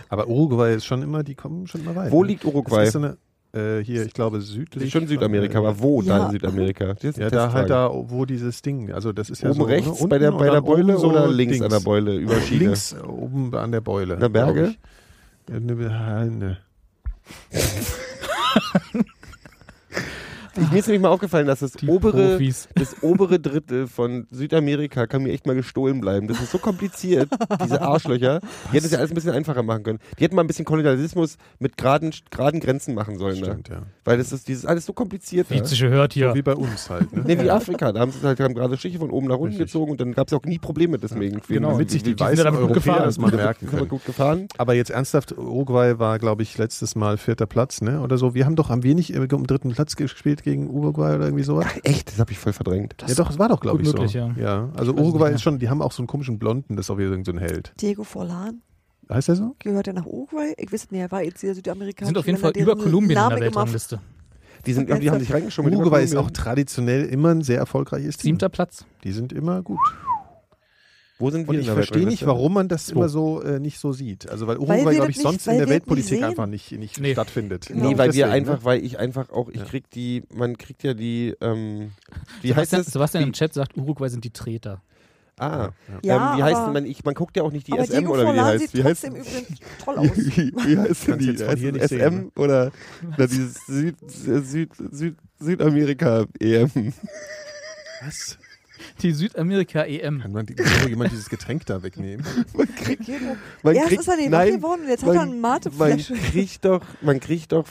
S1: Aber Uruguay ist schon immer, die kommen schon immer weit.
S4: Wo
S1: ne?
S4: liegt
S1: Das
S4: Uruguay?
S1: ist so eine, äh, hier, ich glaube,
S4: Das
S1: südlich.
S4: ist schon
S1: von,
S4: Südamerika,
S1: äh,
S4: aber wo da
S3: Ja.
S4: in Südamerika? Das ist eine
S1: Ja, da halt
S4: Testfrage.
S1: da, wo dieses Ding, also das ist ja
S4: oben
S1: so, ne?
S4: rechts bei
S1: Unten
S4: der,
S1: und
S4: bei
S1: dann
S4: der Beule
S1: oben so
S4: oder links
S1: Dings.
S4: an der Beule über Schiene?
S1: Links äh, oben an der Beule.
S4: Na, Berge?
S1: glaub ich. Äh, ne, äh, ne.
S4: Ich, mir ist nämlich mal aufgefallen, dass das obere,
S2: Profis.
S4: das obere Drittel von Südamerika kann mir echt mal gestohlen bleiben. Das ist so kompliziert, diese Arschlöcher. Die hätten es ja alles ein bisschen einfacher machen können. Die hätten mal ein bisschen Kolonialismus mit geraden, geraden Grenzen machen sollen. Ne?
S1: Stimmt, ja.
S4: Weil das ist dieses alles so kompliziert.
S2: Wie
S4: ne?
S2: es sich gehört hier.
S1: Wie bei uns halt. Ne?
S4: Nee, wie Afrika. Da haben sie halt haben gerade Stiche von oben nach unten
S1: Richtig.
S4: gezogen und dann gab es ja auch nie Probleme deswegen.
S1: Genau, damit sich die,
S4: die
S1: weißen
S2: damit gut
S1: Europäer
S2: gefahren.
S1: das mal merken
S4: sind aber
S1: können.
S4: gut gefahren.
S1: Aber jetzt ernsthaft, Uruguay war, glaube ich, letztes Mal vierter Platz, ne? Oder so. Wir haben doch, haben wir nicht im um dritten Platz gespielt gegen Uruguay oder irgendwie sowas?
S4: Echt, das habe ich voll verdrängt.
S1: ja, doch, es war doch, glaube
S2: gut
S1: ich,
S2: möglich,
S1: so.
S2: ja.
S1: also
S2: weiß nicht
S1: Uruguay
S2: mehr.
S1: ist schon, die haben auch so einen komischen Blonden, das ist auch wieder irgendein Held.
S3: Diego Forlan,
S1: Heißt der so?
S3: gehört ja nach Uruguay. Ich weiß nicht, er war jetzt hier
S2: Die
S3: Südamerikaner.
S2: sind auf jeden Fall über Kolumbien in der Weltrangliste.
S4: Die, sind, die haben sich reingeschoben.
S1: Uruguay ist auch traditionell immer ein sehr erfolgreiches Team.
S2: Siebter Platz.
S1: Die sind immer gut.
S4: Wo sind wir
S1: Und
S4: in
S1: ich
S4: der
S1: verstehe nicht,
S4: Weltrangliste?
S1: warum man das immer so äh, nicht so sieht. Also weil
S3: Weil
S1: Uruguay,
S3: wir
S1: glaube
S3: das
S1: ich,
S3: nicht-
S1: sonst
S3: weil
S1: in der
S3: wir das
S1: Weltpolitik
S3: nicht
S1: einfach nicht, nicht
S2: Nee.
S1: stattfindet.
S4: Nee, weil wir
S1: Deswegen,
S4: einfach,
S1: ne?
S4: weil ich einfach auch, ich
S1: Ja.
S4: krieg die, man kriegt ja die, ähm, wie heißt
S2: Sebastian,
S4: das?
S2: Sebastian im
S4: die,
S2: Chat sagt, Uruguay sind die Treter.
S4: ah,
S3: Ja,
S4: ähm, wie heißt
S3: aber-
S4: man, ich, man guckt ja auch nicht die
S3: Aber
S4: SM
S3: Diego
S4: oder wie die
S3: Forlan
S4: heißt.
S3: sieht
S4: Wie heißt,
S3: trotzdem übrigens toll aus.
S4: wie, wie heißt denn
S1: Kannst
S4: die?
S1: jetzt von
S4: Heißt
S1: hier
S4: die
S1: nicht
S4: SM
S1: sehen,
S4: oder, oder dieses Süd, Süd, Süd, E Südamerika-EM?
S1: Was?
S2: Die
S4: E
S2: Südamerika-EM.
S1: Kann man die, kann jemand dieses Getränk da wegnehmen?
S4: Man kriegt,
S3: Diego-
S4: man
S3: Erst
S4: kriegt,
S3: ist er nicht wach
S4: nein,
S3: geworden und jetzt hat
S4: man-
S3: er einen
S4: man
S3: Mateflash.
S4: kriegt doch, man kriegt doch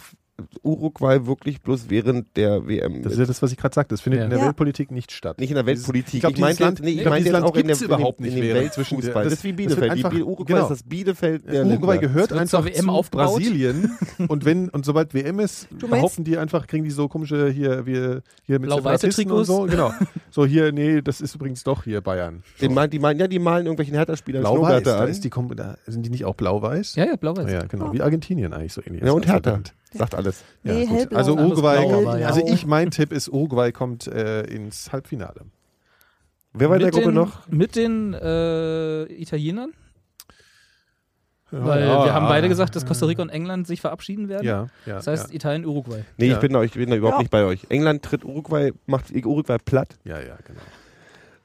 S4: Uruguay wirklich bloß während der WM.
S1: Das ist ja
S4: mit.
S1: das, was ich gerade sagte. Das findet
S2: Ja.
S1: in der
S3: Ja.
S1: Weltpolitik nicht statt.
S4: Nicht in der Weltpolitik.
S1: Ich glaub, dieses
S4: meinte-
S1: Land-
S4: nee,
S1: ich
S4: ich
S1: glaub,
S4: meinte
S1: dieses
S4: jetzt
S1: Land
S4: auch in
S1: gibt's
S4: dem,
S1: überhaupt
S4: in
S1: nicht
S4: dem
S1: während zwischen
S4: Weltfußball.
S1: der-
S4: Das ist wie
S1: das wird
S4: Bielefeld.
S1: einfach-
S4: die Biel Uruguay
S1: genau.
S4: ist das Bielefeld äh, der
S1: Uruguay
S4: Länder.
S1: gehört
S2: Es wird
S1: einfach
S2: zur WM
S1: zu
S2: aufgebaut.
S1: Brasilien und wenn und sobald WM ist,
S3: meinst-
S1: behaupten die einfach, kriegen die so komische hier wir hier mit
S2: Blau-weiße
S1: Separatisten und
S2: Trikots.
S1: so, genau. So hier nee, das ist übrigens doch hier Bayern.
S4: Den malen, die malen, ja, die malen irgendwelchen Hertha-Spielern
S1: Blau-weiß,
S4: Snowblätter
S1: da,
S4: an.
S1: ist die Kom- da sind die nicht auch blau-weiß?
S2: Ja, ja, blau-weiß.
S1: Ja, genau, wie Argentinien eigentlich so ähnlich.
S4: ja, und
S1: Also,
S4: Hertha.
S1: verdammt.
S4: Sagt alles.
S1: Ja,
S3: Nee,
S1: gut.
S3: hellblau.
S1: Also
S3: Alles
S1: Uruguay,
S2: blau, aber ja.
S1: also ich mein Tipp ist Uruguay kommt äh, ins Halbfinale.
S4: Wer war in der Gruppe
S2: den,
S4: noch?
S2: Mit den äh, Italienern, weil wir haben beide gesagt, dass Costa Rica und England sich verabschieden werden.
S1: Ja, ja.
S2: Das heißt Italien, Uruguay.
S4: Nee,
S1: Ja.
S4: ich, bin da, ich bin da überhaupt
S3: Ja.
S4: nicht bei euch. England tritt Uruguay, macht Uruguay platt.
S1: ja, ja, ja genau.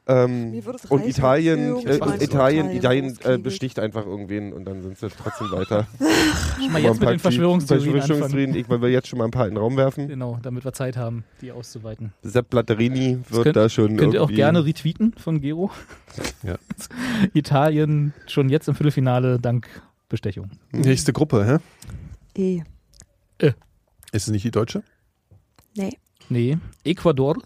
S4: Ähm,
S3: Mir würde es
S4: und
S3: reichen,
S4: Italien,
S3: irgendwann
S4: äh,
S1: mal
S4: Italien,
S3: Italien
S4: Italien äh,
S3: rauskriege.
S4: besticht einfach irgendwen und dann sind sie trotzdem weiter.
S2: Schon mal jetzt mit den Verschwörungstheorien anfangen.
S4: Verschwörungstheorien. Ich will jetzt schon mal ein paar in den Raum werfen.
S2: Genau, damit wir Zeit haben, die auszuweiten.
S4: Sepp Blatterini wird
S2: könnt-
S4: da schon
S2: Könnt ihr auch
S4: irgendwie-
S2: gerne retweeten von Gero.
S1: Ja.
S2: Italien schon jetzt im Viertelfinale dank Bestechung.
S1: Nächste Gruppe, hä?
S3: E.
S1: Ist es nicht die deutsche?
S3: Nee.
S2: Nee, Ecuador,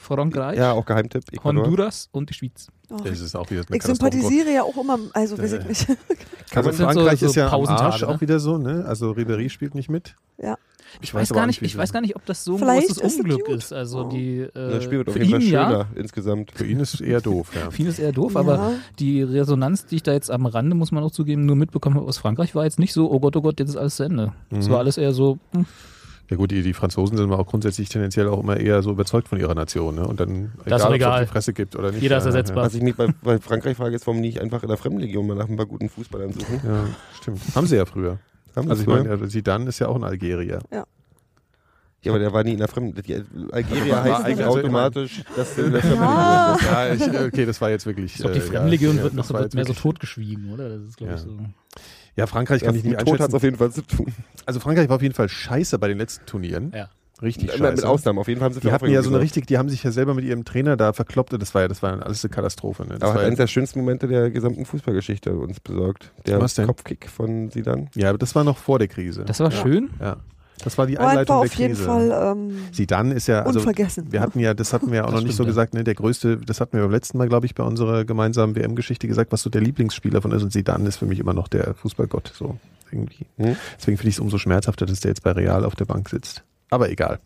S2: Frankreich,
S4: Ja, auch Geheimtipp. Ecuador.
S2: Honduras und die Schweiz.
S3: Oh.
S1: Das ist auch wieder eine
S3: Ich
S1: Katastrophe.
S3: sympathisiere ja auch immer, also weiß ich nicht.
S1: Also
S2: Das sind so-
S1: Frankreich
S2: so
S1: ist ja am
S2: Pausentage,
S1: Arsch
S2: ne?
S1: auch wieder so, ne? Also Ribery spielt nicht mit.
S3: Ja.
S2: Ich
S1: weiß
S2: weiß,
S1: aber auch
S2: gar
S1: nicht,
S2: nicht,
S1: wie
S2: ich
S1: sie-
S2: weiß gar nicht, ob das so ein
S3: Vielleicht
S2: großes
S3: ist es
S2: Unglück
S3: cute.
S2: ist. Also die äh,
S4: Das Spiel wird auf
S2: für
S4: jeden Fall
S2: ihn ja.
S4: schöner insgesamt.
S1: Für ihn ist es eher doof, ja.
S2: Viel ist eher doof, aber
S3: Ja.
S2: die Resonanz, die ich da jetzt am Rande, muss man auch zugeben, nur mitbekommen habe aus Frankreich, war jetzt nicht so, oh Gott, oh Gott, jetzt ist alles zu Ende.
S1: Mhm.
S2: Es war alles eher so,
S1: Äh,
S2: hm,
S1: Ja gut, die, die Franzosen sind aber auch grundsätzlich tendenziell auch immer eher so überzeugt von ihrer Nation, ne? Und dann
S2: Das
S1: egal, ob es
S2: ist
S1: auf
S2: egal.
S1: die Fresse gibt oder nicht.
S2: Jeder ist
S1: ja,
S2: ersetzbar.
S4: Was ich mich bei, bei Frankreich frage, ist, warum nicht einfach in der Fremdenlegion mal nach ein paar guten Fußballern suchen.
S1: Ja, ja, stimmt. Haben sie ja früher.
S4: Haben
S1: Also ich
S4: wir.
S1: meine, also Zidane ist ja auch ein Algerier.
S4: ja, aber der war nie in der Fremden. Die Algerier
S1: War
S4: heißt
S1: eigentlich-
S4: eigentlich
S1: also-
S4: automatisch, dass du in der
S3: Ja.
S4: Fremdenlegion
S1: Ja, ich, okay, das war jetzt wirklich.
S2: ich glaube, die
S1: äh, ja,
S2: Fremdenlegion
S1: ja,
S2: wird noch
S1: das
S2: so,
S1: war
S2: wird
S1: jetzt
S2: mehr so
S1: wirklich-
S2: totgeschwiegen, oder? Das ist, glaube ich,
S1: Ja.
S2: so.
S1: Ja, Frankreich kann ich nicht
S4: Mit Tod hat es
S1: einschätzen.
S4: auf jeden Fall zu tun.
S1: Also Frankreich war auf jeden Fall scheiße bei den letzten Turnieren.
S2: Ja.
S1: Richtig scheiße.
S4: Mit Ausnahmen. Auf jeden Fall haben sie
S1: Die
S4: für
S1: hatten ja so eine
S4: Aufregung
S1: richtig, die haben sich ja selber mit ihrem Trainer da verkloppt und das war ja, das war dann alles eine Katastrophe. Ne?
S4: gesorgt.
S1: Das war
S4: Aber hat
S1: ja,
S4: eines der schönsten Momente der gesamten Fußballgeschichte uns besorgt. Der
S1: Was denn?
S4: Kopfkick von Sidan.
S1: ja, aber das war noch vor der Krise.
S2: Das war schön.
S1: ja. das war die
S3: Aber
S1: Einleitung
S3: Oh, war
S1: der
S3: auf jeden
S1: Krise.
S3: Fall ähm,
S1: Sie dann ist ja, also
S3: unvergessen.
S1: wir hatten ja, das hatten wir ja auch
S2: Das
S1: noch nicht so
S2: stimmt, ja.
S1: gesagt, ne, der größte, das hatten wir beim letzten Mal, glaube ich, bei unserer gemeinsamen WM-Geschichte gesagt, was so der Lieblingsspieler von ist und Sidan ist für mich immer noch der Fußballgott, so irgendwie.
S4: Hm?
S1: Deswegen finde ich es umso schmerzhafter, dass der jetzt bei Real auf der Bank sitzt. Aber egal.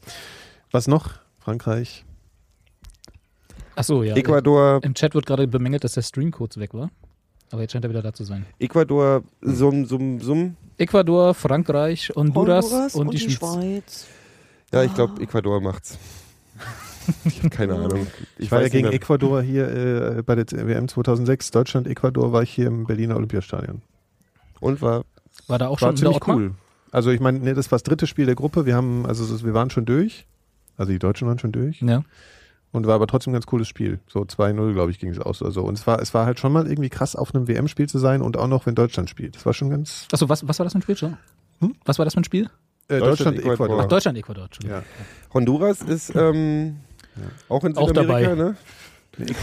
S1: Was noch? Frankreich?
S2: Ach so, ja.
S4: Ecuador,
S2: Im Chat wird gerade bemängelt, dass der Stream kurz weg war. Aber jetzt scheint er wieder da zu sein.
S4: Ecuador, Sum, Sum, Sum.
S2: Ecuador, Frankreich, Honduras, und, die Schweiz.
S3: Schweiz.
S4: Ja, ich
S2: Ah.
S4: glaube, Ecuador macht's. Ich habe keine Ahnung. Ich,
S1: Ich war ja
S4: weiß nicht
S1: gegen
S4: mehr.
S1: Ecuador hier äh, bei der WM 2006, Deutschland, Ecuador, war ich hier im Berliner Olympiastadion.
S4: Und war
S2: War da auch
S1: War
S2: schon
S1: ziemlich
S2: der Ottmar?
S1: cool. Also ich meine, nee, das war das dritte Spiel der Gruppe. Wir haben, also es ist- wir waren schon durch. Also die Deutschen waren schon durch.
S2: Ja.
S1: Und war aber trotzdem ein ganz cooles Spiel. So 2-0, glaube ich, ging es aus oder so. Und es war, es war halt schon mal irgendwie krass, auf einem WM-Spiel zu sein und auch noch, wenn Deutschland spielt. Das war schon ganz.
S2: Achso, was, was war das für ein Spiel schon? Hm? Was war das für ein Spiel?
S1: Äh, Deutschland,
S4: Deutschland, Ecuador.
S1: Ecuador.
S4: Ja.
S2: Deutschland, Ecuador. Entschuldigung.
S1: Ja.
S4: Honduras ist ähm, auch in
S2: Auch
S4: Südamerika,
S2: dabei.
S4: ne?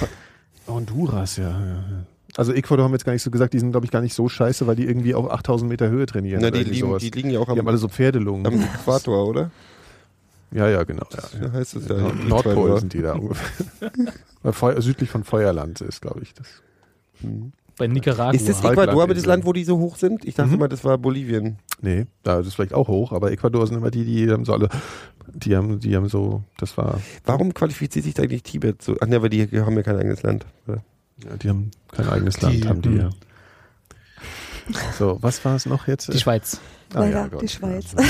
S1: Honduras, ja, ja. ja. Also Ecuador haben wir jetzt gar nicht so gesagt, die sind, glaube ich, gar nicht so scheiße, weil die irgendwie auf 8000 Meter Höhe trainieren.
S4: Na,
S1: oder
S4: die,
S1: irgendwie
S4: liegen,
S1: sowas.
S4: die liegen ja auch
S1: die
S4: am,
S1: haben alle so Pferdelungen.
S4: am Äquator, oder?
S1: ja, ja, genau. Ja, ja.
S4: Da heißt es ja.
S1: Nord- Nordpol sind die da ungefähr. Weil Feu- Südlich von Feuerland ist, glaube ich. Das.
S2: Bei Nicaragua.
S4: Hm. Ist das
S1: Halbland-
S4: Ecuador aber das
S1: Inseln.
S4: Land, wo die so hoch sind? Ich dachte
S1: Mhm.
S4: immer, das war Bolivien.
S1: Nee, da ist es vielleicht auch hoch, aber Ecuador sind immer die, die haben so alle, die haben, die haben so, das war,
S4: Warum qualifiziert sich da eigentlich Tibet so? Ach ne, weil die haben ja kein eigenes Land.
S1: ja, die haben kein eigenes
S2: Die-
S1: Land, haben die ja.
S2: mh.
S1: So, was war es noch jetzt?
S2: die Schweiz.
S1: Ah,
S3: Leider,
S1: Gott.
S3: die Schweiz.
S1: Ja.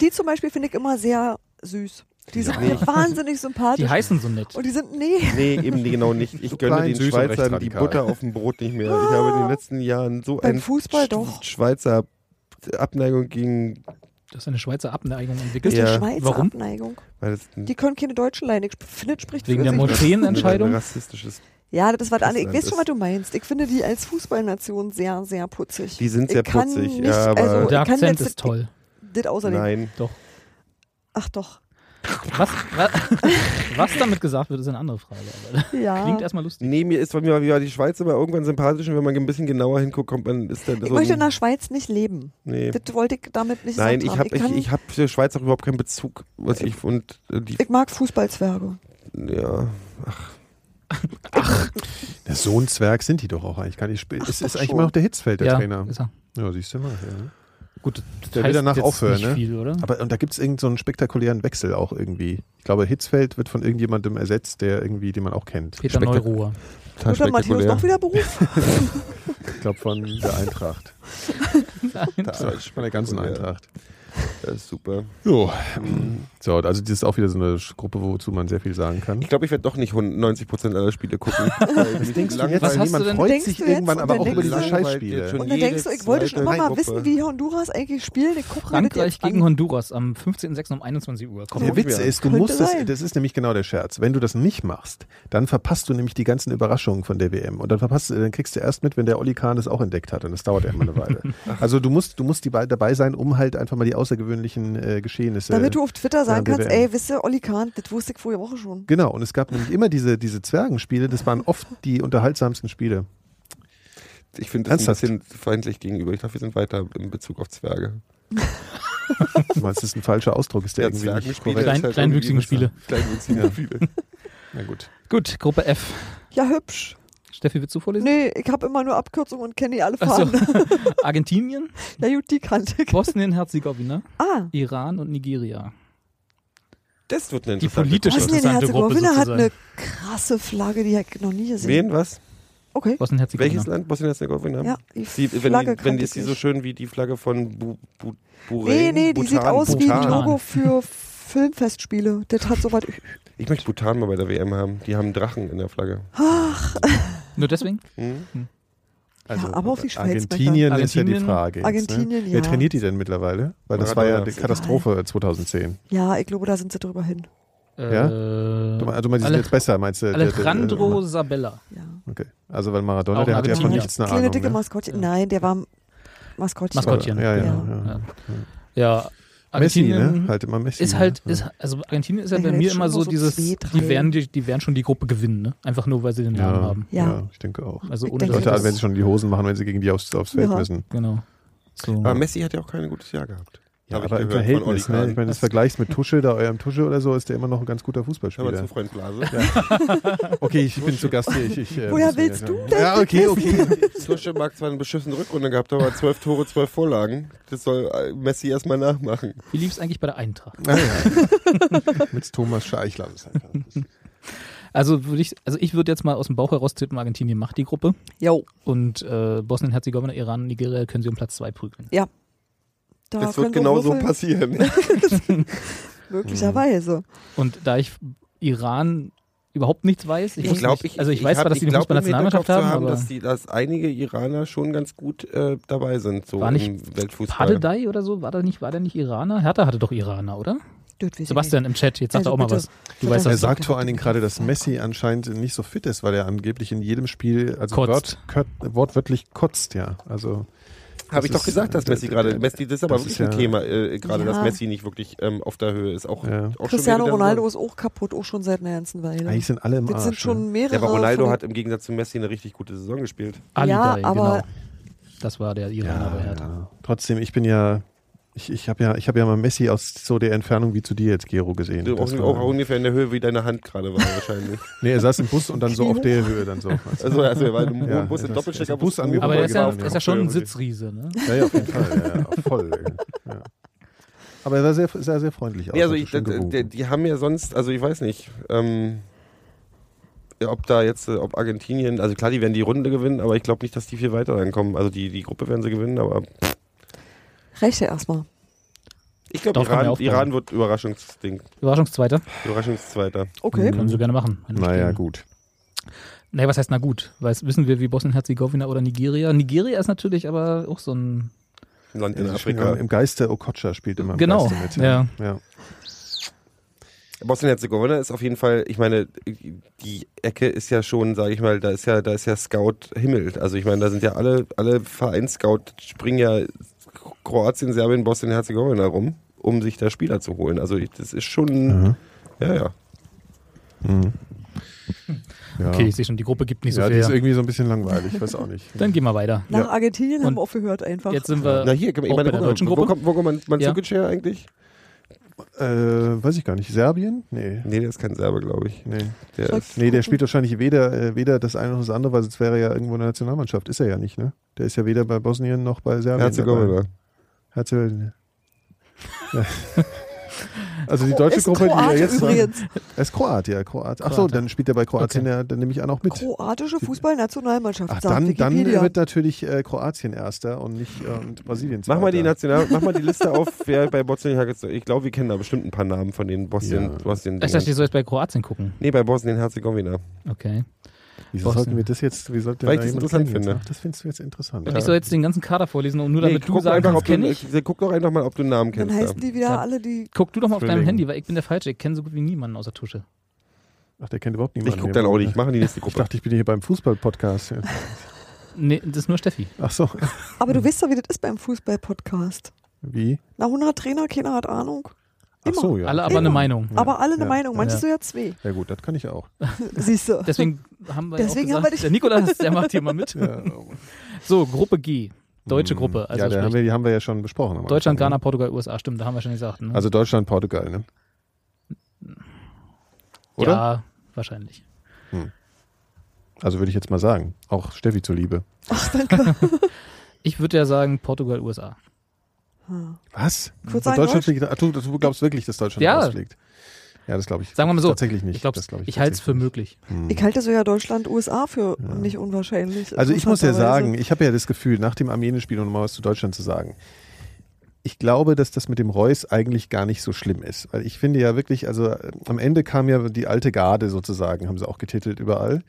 S3: Die zum Beispiel finde ich immer sehr süß. Die sind mir wahnsinnig sympathisch.
S2: Die heißen so nett.
S3: und die sind, nee,
S4: Nee, eben genau nicht. Ich gönne
S1: klein, süß
S4: den
S1: und
S4: Schweizern die
S1: rechtsradikal.
S4: Butter auf dem Brot nicht mehr. Ich habe in den letzten Jahren so
S3: Beim
S4: ein
S3: Fußball
S4: Sch-
S3: doch.
S4: Schweizer Abneigung gegen,
S2: Das ist eine Schweizer Abneigung
S3: das
S2: entwickelt.
S3: ist eine
S4: Ja.
S3: Schweizer
S2: Warum?
S3: Abneigung.
S4: weil das ein
S3: Die können keine Deutschen leiden. Ich finde, das spricht
S2: Wegen
S3: für
S2: der
S3: sich.
S4: ein
S2: Moscheenentscheidung.
S4: rassistisches.
S3: Ja, das ist was anderes. Ich
S4: Russland
S3: weiß schon,
S4: ist-
S3: was du meinst. Ich finde die als Fußballnation sehr, sehr putzig.
S4: Die sind sehr
S3: ich kann
S4: putzig,
S3: Nicht,
S4: ja, aber-
S3: also,
S2: Der
S3: ich kann
S2: Akzent
S3: jetzt
S2: ist toll.
S3: Das außerdem.
S4: Nein.
S3: Ach doch.
S2: Was, was, was damit gesagt wird, ist eine andere Frage. Aber
S3: Ja.
S2: Klingt also erstmal lustig.
S4: Nee, mir ist bei mir ja, die Schweiz immer irgendwann sympathisch und wenn man ein bisschen genauer hinguckt, kommt man ist dann
S3: ich
S4: so
S3: möchte
S4: ein-
S3: in der Schweiz nicht leben.
S4: nee.
S3: Das wollte ich damit nicht
S4: Nein,
S3: gesagt
S4: ich
S3: haben.
S4: habe ich,
S3: kann,
S4: ich hab für Schweiz auch überhaupt keinen Bezug. Was ich und äh, die
S3: ich mag Fußballzwerge.
S4: ja,
S1: Der Sohnzwerg sind die doch auch eigentlich gar nicht. sp- Es ist
S3: doch
S1: eigentlich
S3: schon.
S1: immer noch der Hitzfeld, der
S2: ja,
S1: Trainer.
S2: Ist er.
S1: Ja, siehst du mal. Ja.
S2: Gut,
S1: Der will danach
S2: jetzt
S1: aufhören,
S2: nicht
S1: ne?
S2: viel, oder?
S1: Aber und da gibt es irgendeinen so einen spektakulären Wechsel auch irgendwie. Ich glaube, Hitzfeld wird von irgendjemandem ersetzt, der irgendwie, den man auch kennt.
S2: Peter
S4: Spektak-
S2: Neuruhr.
S4: total
S3: Wird dann Matthäus
S4: spektakulär.
S3: doch wieder Beruf?
S1: Ich glaube, von der Eintracht.
S4: Total
S1: Von der ganzen
S4: spektakulär.
S1: Eintracht.
S4: Ja, ist super.
S1: Jo. So, also das ist auch wieder so eine Sch- Gruppe, wozu man sehr viel sagen kann.
S4: Ich glaube, ich werde doch nicht 100 90% aller Spiele gucken. Was
S1: denkst du jetzt?
S2: Was hast
S1: man
S2: du denn-
S1: freut
S3: denkst
S1: sich
S3: du jetzt
S1: irgendwann
S3: und
S1: aber
S3: dann
S1: auch über
S3: denkst
S1: diese
S3: du-
S1: Scheißspiele.
S4: Schon
S3: Und dann denkst du, ich wollte schon immer mal
S4: Gruppe.
S3: wissen, wie Honduras eigentlich spielt. Ich gucke mir das
S2: Frankreich
S3: jetzt
S2: gegen
S3: an.
S2: Honduras am 15.06. um 21 Uhr. Komm,
S1: Der Witz
S4: Ja.
S1: ist, du
S3: Könnte
S1: musst das,
S3: sein.
S1: das ist nämlich genau der Scherz. Wenn du das nicht machst, dann verpasst du nämlich die ganzen Überraschungen von der WM. Und dann verpasst, äh, dann kriegst du erst mit, wenn der Olli Kahn das auch entdeckt hat. Und das dauert ja immer eine Weile. Also du musst, du musst die, bei- dabei sein, um halt einfach mal die außergewöhnlichen äh, Geschehnisse.
S3: Damit du auf Twitter sagen
S1: Ja,
S3: kannst,
S1: BWM.
S3: ey, wisst ihr, Olli Kahn, das wusste ich vorige Woche schon.
S1: Genau, und es gab nämlich immer diese, diese Zwergenspiele, das waren oft die unterhaltsamsten Spiele.
S4: ich finde das
S1: Ernsthaft?
S4: ein bisschen feindlich gegenüber. Ich glaube, wir sind weiter in Bezug auf Zwerge.
S1: Weil es ist ein falscher Ausdruck, ist der irgendwie nicht
S4: Zwergenspiele
S1: korrekt.
S2: Klein-
S4: ist halt irgendwie
S2: kleinwüchsigen
S4: besser.
S2: Spiele.
S4: Kleinwüchsigen Spiele.
S1: Na gut.
S2: Gut, Gruppe F.
S3: Ja, hübsch.
S2: Steffi, willst du vorlesen?
S3: Nee, ich habe immer nur Abkürzungen und kenne die alle
S2: Ach so.
S3: Farben.
S2: Argentinien,
S3: Ja, gut, die kannte ich.
S2: Bosnien-Herzegowina,
S3: Ah,
S2: Iran und Nigeria.
S4: Das wird eine
S2: Die
S4: interessante
S2: politische-
S4: Gruppe.
S3: Bosnien-Herzegowina
S2: Gruppe
S3: hat eine
S2: sozusagen.
S3: krasse Flagge, die ich noch nie gesehen
S4: Wen, was?
S3: Okay.
S4: Welches
S2: Bosnien-Herzegowina.
S4: Land? Bosnien-Herzegowina?
S3: Ja, die
S4: Sie, wenn,
S3: Flagge
S4: die, wenn
S3: kannte
S4: die
S3: ich
S4: ist die so
S3: nicht.
S4: schön wie die Flagge von Bu, Bu, Buren,
S3: Nee, nee, die
S4: Bhutan,
S3: sieht aus wie ein
S4: Bhutan.
S3: Logo für Filmfestspiele. Das hat soweit.
S4: Ich möchte Bhutan mal bei der WM haben. Die haben einen Drachen in der Flagge.
S2: Nur deswegen?
S4: Hm?
S1: Also,
S3: aber auf die Schweiz
S1: Argentinien ist ja die
S2: Argentinien-
S1: Frage. Jetzt,
S3: Argentinien,
S1: ne?
S3: ja.
S1: Wer trainiert die denn mittlerweile? Weil das war ja
S4: Maradona.
S1: eine Katastrophe 2010.
S3: Ja, ich glaube, da sind sie drüber hin.
S1: Ja? Du meinst, du meinst, die sind
S2: Ale-
S1: jetzt besser, meinst du? der- der-
S2: Äh, Alejandro Sabella.
S3: Ja.
S1: Okay. Also, weil Maradona,
S2: Auch
S1: der hat ja von
S2: Argentinier.
S1: nichts eine
S3: Kleine dicke
S1: Ahnung. Ne?
S3: Maskottchen. Nein, der war Maskottchen.
S2: Maskottchen.
S1: Ja, ja,
S3: Ja.
S1: ja.
S2: Ja. Ja,
S1: Messi, ne?
S2: Argentinien
S1: Halt immer Messi.
S2: ist halt,
S1: ne?
S2: ist, also Argentinien ist ja
S3: Ja,
S2: bei
S3: jetzt
S2: mir
S3: Äh, schon
S2: immer
S3: nur
S2: so
S3: so
S2: dieses,
S3: zwei, drei.
S2: die werden die, die werden schon die Gruppe gewinnen, ne? Einfach nur, weil sie den Namen
S1: ja,
S2: haben.
S1: ja.
S3: Ja.
S1: ich denke auch.
S2: Also
S3: Ich
S2: ohne
S3: denke,
S1: Leute,
S3: das-
S1: wenn sie schon die Hosen machen, wenn sie gegen die aufs, aufs Feld
S3: Ja.
S1: müssen.
S2: Genau. So.
S4: Aber Messi hat ja auch kein gutes Jahr gehabt.
S1: Ja,
S4: Hab ich
S1: aber im
S4: gehört von
S1: Verhältnis,
S4: Olli
S1: ne?
S4: Kahn.
S1: Ich meine, das vergleichst mit Tusche, da eurem Tusche oder so, ist der immer noch ein ganz guter
S4: Hör mal
S1: Fußballspieler.
S4: zu, Freund Blase.
S1: Okay, ich bin zu Gast hier. Ich, ich, äh,
S3: Woher
S1: muss mir-
S3: willst du denn
S1: Ja, okay, okay.
S4: Tusche mag zwar eine beschissene Rückrunde gehabt, aber zwölf Tore, zwölf Vorlagen. Das soll äh, Messi erstmal nachmachen.
S2: Wie lief es eigentlich bei der Eintracht?
S1: Ah, ja. Mit Thomas Scheichler. Das ist einfach ein bisschen-
S2: Also würde ich, also ich würde jetzt mal aus dem Bauch heraus tippen, Argentinien macht die Gruppe
S3: Jo,
S2: und äh, Bosnien-Herzegowina, Iran, Nigeria können sie um Platz zwei prügeln.
S3: da
S4: Das wird
S3: können wir
S4: genau so
S3: würfeln.
S4: passieren.
S3: Möglicherweise.
S2: Und da ich Iran überhaupt nichts weiß, ich,
S4: Ich
S2: wusste
S4: glaube,
S2: nicht,
S4: ich,
S2: also ich, weiß
S4: hab-
S2: zwar, dass
S4: ich
S2: die eine
S4: glaub, im
S2: Fußballnationalmannschaft
S4: Hinterkopf
S2: haben,
S4: zu haben,
S2: aber
S4: dass, die, dass einige Iraner schon ganz gut äh, dabei sind, so
S2: War nicht
S4: im Weltfußball.
S2: Padedai oder so, war der nicht, war der nicht Iraner? Hertha hatte doch Iraner, oder?
S3: Das weiß ich
S2: Sebastian im Chat, jetzt sagt
S3: Also
S2: er auch mal
S3: bitte.
S2: was. Du weißt
S1: Er
S2: das.
S1: sagt vor allen Dingen gerade, dass Messi anscheinend nicht so fit ist, weil er angeblich in jedem Spiel also
S2: Kotzt.
S1: wört- kört- wortwörtlich kotzt, ja. Also
S4: Habe ich
S1: Das
S4: doch
S1: ist-
S4: gesagt, dass
S1: der-
S4: Messi gerade,
S1: der-
S4: Messi, das ist aber
S1: das
S4: wirklich
S1: ist ja-
S4: ein Thema, äh, gerade,
S3: Ja.
S4: dass Messi nicht wirklich ähm, auf der Höhe ist. Auch,
S1: Ja.
S4: auch schon
S3: Cristiano
S4: wieder-
S3: Ronaldo ist auch kaputt, auch schon seit einer ganzen Weile.
S1: eigentlich sind alle im
S3: das
S1: Arsch. ne?
S3: sind schon mehrere.
S4: Ja, aber Ronaldo
S3: von-
S4: hat im Gegensatz zu Messi eine richtig gute Saison gespielt.
S2: Alidai,
S3: Ja, aber-
S2: genau. Das war der
S1: ne?
S2: Iraner
S1: ja,
S2: bei Hertha.
S1: ja. Trotzdem, ich bin ja, ich, ich habe ja, ich habe ja mal Messi aus so der Entfernung wie zu dir jetzt, Gero, gesehen.
S4: Du, auch,
S1: Das war-
S4: auch ungefähr in der Höhe, wie deine Hand gerade war wahrscheinlich.
S1: nee, er saß im Bus und dann so auf der Höhe dann so.
S4: Also, also er war im
S1: Ja,
S4: Bus, im
S1: das-
S4: Doppelstecker.
S1: Bus angehoben.
S2: Aber der ist ja,
S1: Genau,
S2: der ist ja schon ein Sitzriese, ne?
S1: Ja, ja, auf jeden Fall. Ja, ja, voll. ey. Ja. Aber er sah sehr, sah sehr freundlich aus.
S4: Nee, also
S1: hat
S4: ich,
S1: schön
S4: d- d-
S1: gewunken.
S4: die haben ja sonst, also ich weiß nicht, ähm, ja, ob da jetzt, äh, ob Argentinien, also klar, die werden die Runde gewinnen, aber ich glaube nicht, dass die viel weiter reinkommen. Also die, die Gruppe werden sie gewinnen, aber
S3: Reicht ja erstmal.
S4: ich glaube,
S2: Doch, kann man
S4: Iran,
S2: aufbauen.
S4: Iran wird Überraschungsding,
S2: Überraschungszweiter.
S4: Überraschungszweiter.
S3: Okay.
S1: Mhm.
S2: Können sie gerne machen. wenn sie
S1: naja,
S2: spielen.
S1: gut.
S2: Naja, was heißt na gut? Weiß, wissen wir, wie Bosnien-Herzegowina oder Nigeria? Nigeria ist natürlich aber auch so ein.
S4: Ein Land in
S1: Ja,
S4: Afrika.
S1: Im Geiste Okocha spielt immer im
S2: Genau,
S1: Geiste mit. ne?
S2: ja.
S1: ja.
S4: Bosnien-Herzegowina ist auf jeden Fall, ich meine, die Ecke ist ja schon, sage ich mal, da ist ja, da ist ja Scout Himmel. Also ich meine, da sind ja alle, alle Vereinsscout springen ja Kroatien, Serbien, Bosnien-Herzegowina rum, um sich da Spieler zu holen. Also ich, das ist schon,
S1: Mhm.
S4: ja, ja.
S1: Hm. ja.
S2: Okay, ich sehe schon, die Gruppe gibt nicht
S1: ja,
S2: so
S1: die ist
S2: viel.
S1: irgendwie so ein bisschen langweilig, ich weiß auch nicht.
S2: Dann gehen wir weiter.
S3: Nach Argentinien haben
S2: Und
S3: wir aufgehört einfach.
S2: Jetzt sind wir.
S4: Na hier, ich
S2: Äh, Auch
S4: meine,
S2: bei der
S4: guck mal,
S2: deutschen
S4: wo,
S2: Gruppe?
S4: kommt, wo kommt man, man
S2: Ja.
S4: Zukic her eigentlich?
S1: äh, weiß ich gar nicht. Serbien? Nee.
S4: Nee, der ist kein Serbe, glaube ich.
S1: Nee.
S4: Der ist,
S1: nee, der spielt wahrscheinlich weder, äh, weder das eine noch das andere, weil sonst wäre er ja irgendwo in der Nationalmannschaft. Ist er ja nicht, ne? Der ist ja weder bei Bosnien noch bei Serbien. dabei.
S4: Herzegowina.
S1: Herzegowina. Ja. Also die deutsche
S3: ist
S1: Gruppe, die
S3: Kroat
S1: wir jetzt haben.
S3: übrigens.
S1: Er ist Kroat, ja, Kroat. Ach so,
S2: Kroate.
S1: dann spielt er bei Kroatien, ja, dann nehme ich an auch mit.
S3: Kroatische Fußballnationalmannschaft.
S1: Ach,
S3: sagt
S1: dann, dann
S3: Wikipedia.
S1: wird natürlich äh, Kroatien erster und nicht äh, und Brasilien zweiter.
S4: Mach mal, die National mach mal die Liste auf, wer bei Bosnien Herzegowina. Ich glaube, wir kennen da bestimmt ein paar Namen von den Bosnien.
S1: Ja.
S4: Bosnien
S2: Ich dachte, ich soll jetzt bei Kroatien gucken.
S4: nee, bei Bosnien Herzegowina.
S2: Okay.
S1: Wieso
S2: Bosnien.
S1: sollten wir das jetzt, wie sollte
S4: Weil
S1: da
S4: ich das
S1: jemand
S4: interessant
S1: kennen jetzt,
S4: finde.
S1: ne? Das findest du jetzt interessant.
S2: Und
S1: ja.
S2: ich soll jetzt den ganzen Kader vorlesen und nur damit du
S4: guck,
S2: sagen
S4: einfach,
S2: kannst,
S4: ob du,
S2: kenne ich.
S4: äh, guck doch einfach mal, ob du einen Namen
S3: dann
S4: kennst.
S3: heißen
S4: Da.
S3: die wieder
S2: Ja.
S3: alle die.
S2: Guck du doch mal auf deinem
S1: Thrilling.
S2: Handy, weil ich bin der Falsche. Ich kenne so gut wie niemanden außer Tusche.
S1: Ach, der kennt überhaupt niemanden.
S4: Ich guck dann auch nicht. Ich mache die nächste
S1: Ich
S4: Gruppe.
S1: dachte, ich bin hier beim Fußball-Podcast. Ja.
S2: Nee, das ist nur Steffi.
S1: Ach so,
S2: Hm.
S3: Aber du weißt doch, wie das ist beim Fußball-Podcast.
S1: wie?
S3: Na, 100 Trainer, keiner hat Ahnung.
S1: Ach so, ja.
S2: Alle aber eine
S1: Ja.
S2: Meinung.
S3: Aber alle eine
S1: Ja.
S3: Meinung, manche
S2: Ja.
S3: so ja zwei.
S1: Ja gut, das kann ich auch.
S3: Siehst du.
S2: Deswegen haben wir, ja
S3: Deswegen
S2: auch
S3: haben wir
S2: gesagt,
S3: dich-
S2: der Nikolaus, der macht hier mal mit.
S1: Ja, Hm.
S2: So, Gruppe G. Deutsche Gruppe. Also
S1: ja da haben
S2: sprich,
S1: wir, die haben wir ja schon besprochen. am
S2: Deutschland,
S1: Anfang,
S2: Ghana, Portugal, USA. Stimmt, da haben wir schon gesagt. Ne?
S1: ne? Also Deutschland, Portugal, ne? Oder?
S2: Ja, wahrscheinlich.
S1: Also würde ich jetzt mal sagen. Auch Steffi zuliebe.
S2: Ich würde ja sagen Portugal, USA.
S3: Ah.
S1: Was?
S3: Kurz
S1: Und
S3: ein
S1: Deutschland
S3: Deutsch?
S1: fliegt, ach, du, du glaubst wirklich, dass Deutschland
S2: Ja.
S1: rausfliegt? Ja, das glaube ich.
S2: Sagen wir mal so.
S1: Tatsächlich nicht.
S2: Ich glaube,
S1: Das glaub
S2: ich, halte es für
S1: tatsächlich
S2: möglich.
S3: Ich halte so ja Deutschland, USA für nicht unwahrscheinlich.
S1: Also ich muss ja
S3: interessanterweise.
S1: sagen, ich habe ja das Gefühl, nach dem Armenien-Spiel, um mal was zu Deutschland zu sagen, ich glaube, dass das mit dem Reus eigentlich gar nicht so schlimm ist. Weil ich finde ja wirklich, also äh, am Ende kam ja die alte Garde sozusagen, haben sie auch getitelt überall.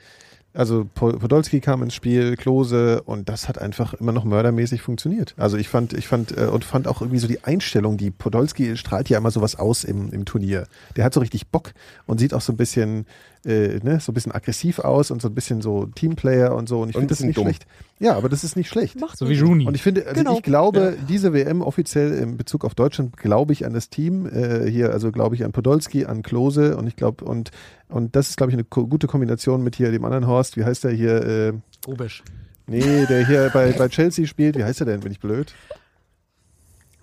S1: Also Po- Podolski kam ins Spiel, Klose und das hat einfach immer noch mördermäßig funktioniert. Also ich fand, ich fand äh, und fand auch irgendwie so die Einstellung, die Podolski strahlt ja immer sowas aus im, im Turnier. Der hat so richtig Bock und sieht auch so ein bisschen, äh, ne, so ein bisschen aggressiv aus und so ein bisschen so Teamplayer und so. Und ich
S4: Und
S1: finde das
S4: bisschen
S1: nicht
S4: dumm.
S1: schlecht. Ja, aber das ist nicht schlecht.
S3: Macht
S2: So wie
S3: nichts.
S2: Rooney.
S1: Und ich finde, also
S3: Genau.
S1: ich glaube, diese WM offiziell in Bezug auf Deutschland, glaube ich an das Team äh, hier, also glaube ich an Podolski, an Klose und ich glaube, und, und das ist, glaube ich, eine ko gute Kombination mit hier dem anderen Horst, wie heißt der hier, äh,
S2: Rubisch.
S1: nee, der hier bei, bei Chelsea spielt, wie heißt der denn, bin ich blöd?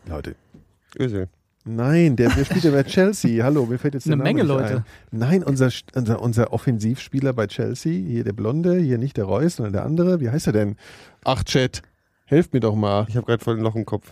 S1: Leute.
S4: Ösel.
S1: Nein, der, der spielt ja bei Chelsea. Hallo, mir fällt jetzt der
S2: Eine
S1: Name
S2: Menge
S1: nicht
S2: Leute.
S1: Ein. Nein, unser, St- unser, unser Offensivspieler bei Chelsea, hier der Blonde, hier nicht der Reus, sondern der andere. Wie heißt er denn? Ach, Chat, helft mir doch mal.
S4: Ich habe gerade voll ein Loch im Kopf.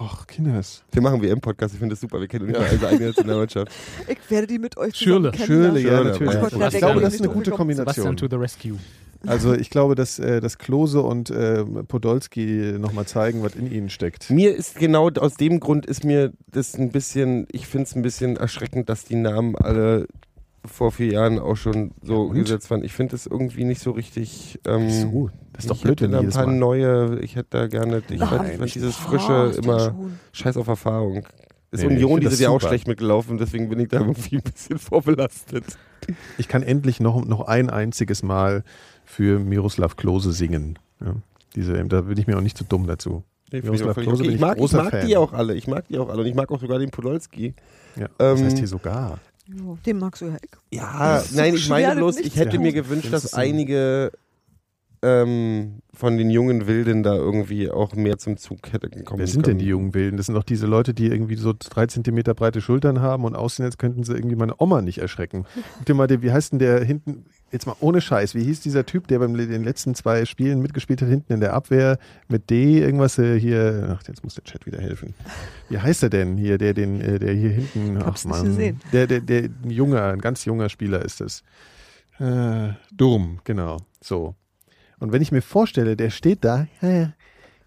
S1: Ach, Kinders.
S4: Wir machen WM-Podcast, ich finde das super. Wir kennen also nicht mal unsere eigene Nationalmannschaft.
S3: Ich werde die mit euch
S2: Schürle.
S3: zusammen
S1: Schöne,
S3: kennenlernen.
S1: ja,
S4: Schöne,
S1: natürlich.
S4: ja.
S1: Ich glaube, das ist eine gute
S2: Sebastian to
S1: Kombination.
S2: the rescue.
S1: Also ich glaube, dass, äh, dass Klose und äh, Podolski nochmal zeigen, was in ihnen steckt.
S4: Mir ist genau aus dem Grund ist mir das ein bisschen, ich finde es ein bisschen erschreckend, dass die Namen alle vor vier Jahren auch schon so
S1: Und?
S4: gesetzt waren. Ich finde das irgendwie nicht so richtig. Ähm,
S1: das ist doch
S4: ich
S1: blöd,
S4: hätte
S1: wenn
S4: da
S1: die
S4: ein
S1: das
S4: paar
S1: machen.
S4: neue, ich hätte da gerne, ich
S3: Ach,
S4: fand, ich fand dieses frische
S3: passt
S4: immer
S3: schon.
S4: Scheiß auf Erfahrung. Ist
S1: Nee, nee, ich
S4: Union
S1: find
S4: diese
S1: das
S4: Jahr auch
S1: super.
S4: schlecht mitgelaufen, deswegen bin ich da irgendwie ein bisschen vorbelastet.
S1: Ich kann endlich noch, noch ein einziges Mal für Miroslav Klose singen. Ja, diese, WM, da bin ich mir auch nicht zu dumm dazu.
S4: Nee, finde ich,
S1: Miroslav
S4: auch völlig
S1: Klose
S4: okay.
S1: bin
S4: ich
S1: ich
S4: mag, ich
S1: großer
S4: mag
S1: Fan.
S4: die auch alle. Ich mag die auch alle. Und ich mag auch sogar den Podolski.
S1: Ja, das
S4: Ähm,
S1: heißt hier sogar.
S3: Ja, Den magst du ja. Ich-
S4: Ja,
S3: ist so
S4: nein, ich
S3: schwer,
S4: meine
S3: das
S4: bloß,
S3: nicht
S4: ich
S3: zu
S4: hätte
S1: tun.
S4: mir gewünscht,
S1: Das
S4: dass
S1: ist so.
S4: einige ähm, von den jungen Wilden da irgendwie auch mehr zum Zug hätte kommen
S1: Wer sind denn
S4: können.
S1: die jungen Wilden? Das sind doch diese Leute, die irgendwie so drei Zentimeter breite Schultern haben und aussehen, als könnten sie irgendwie meine Oma nicht erschrecken. Guck dir mal, den- wie heißt denn der hinten, jetzt mal ohne Scheiß, wie hieß dieser Typ, der bei den letzten zwei Spielen mitgespielt hat, hinten in der Abwehr mit D, irgendwas äh, hier, ach, jetzt muss der Chat wieder helfen. Wie heißt er denn hier, der den, äh, der hier hinten, ach
S3: hab's nicht
S1: man,
S3: gesehen.
S1: der, der, der ein junger, ein ganz junger Spieler ist es. Äh, Durm, genau, so. Und wenn ich mir vorstelle, der steht da, äh,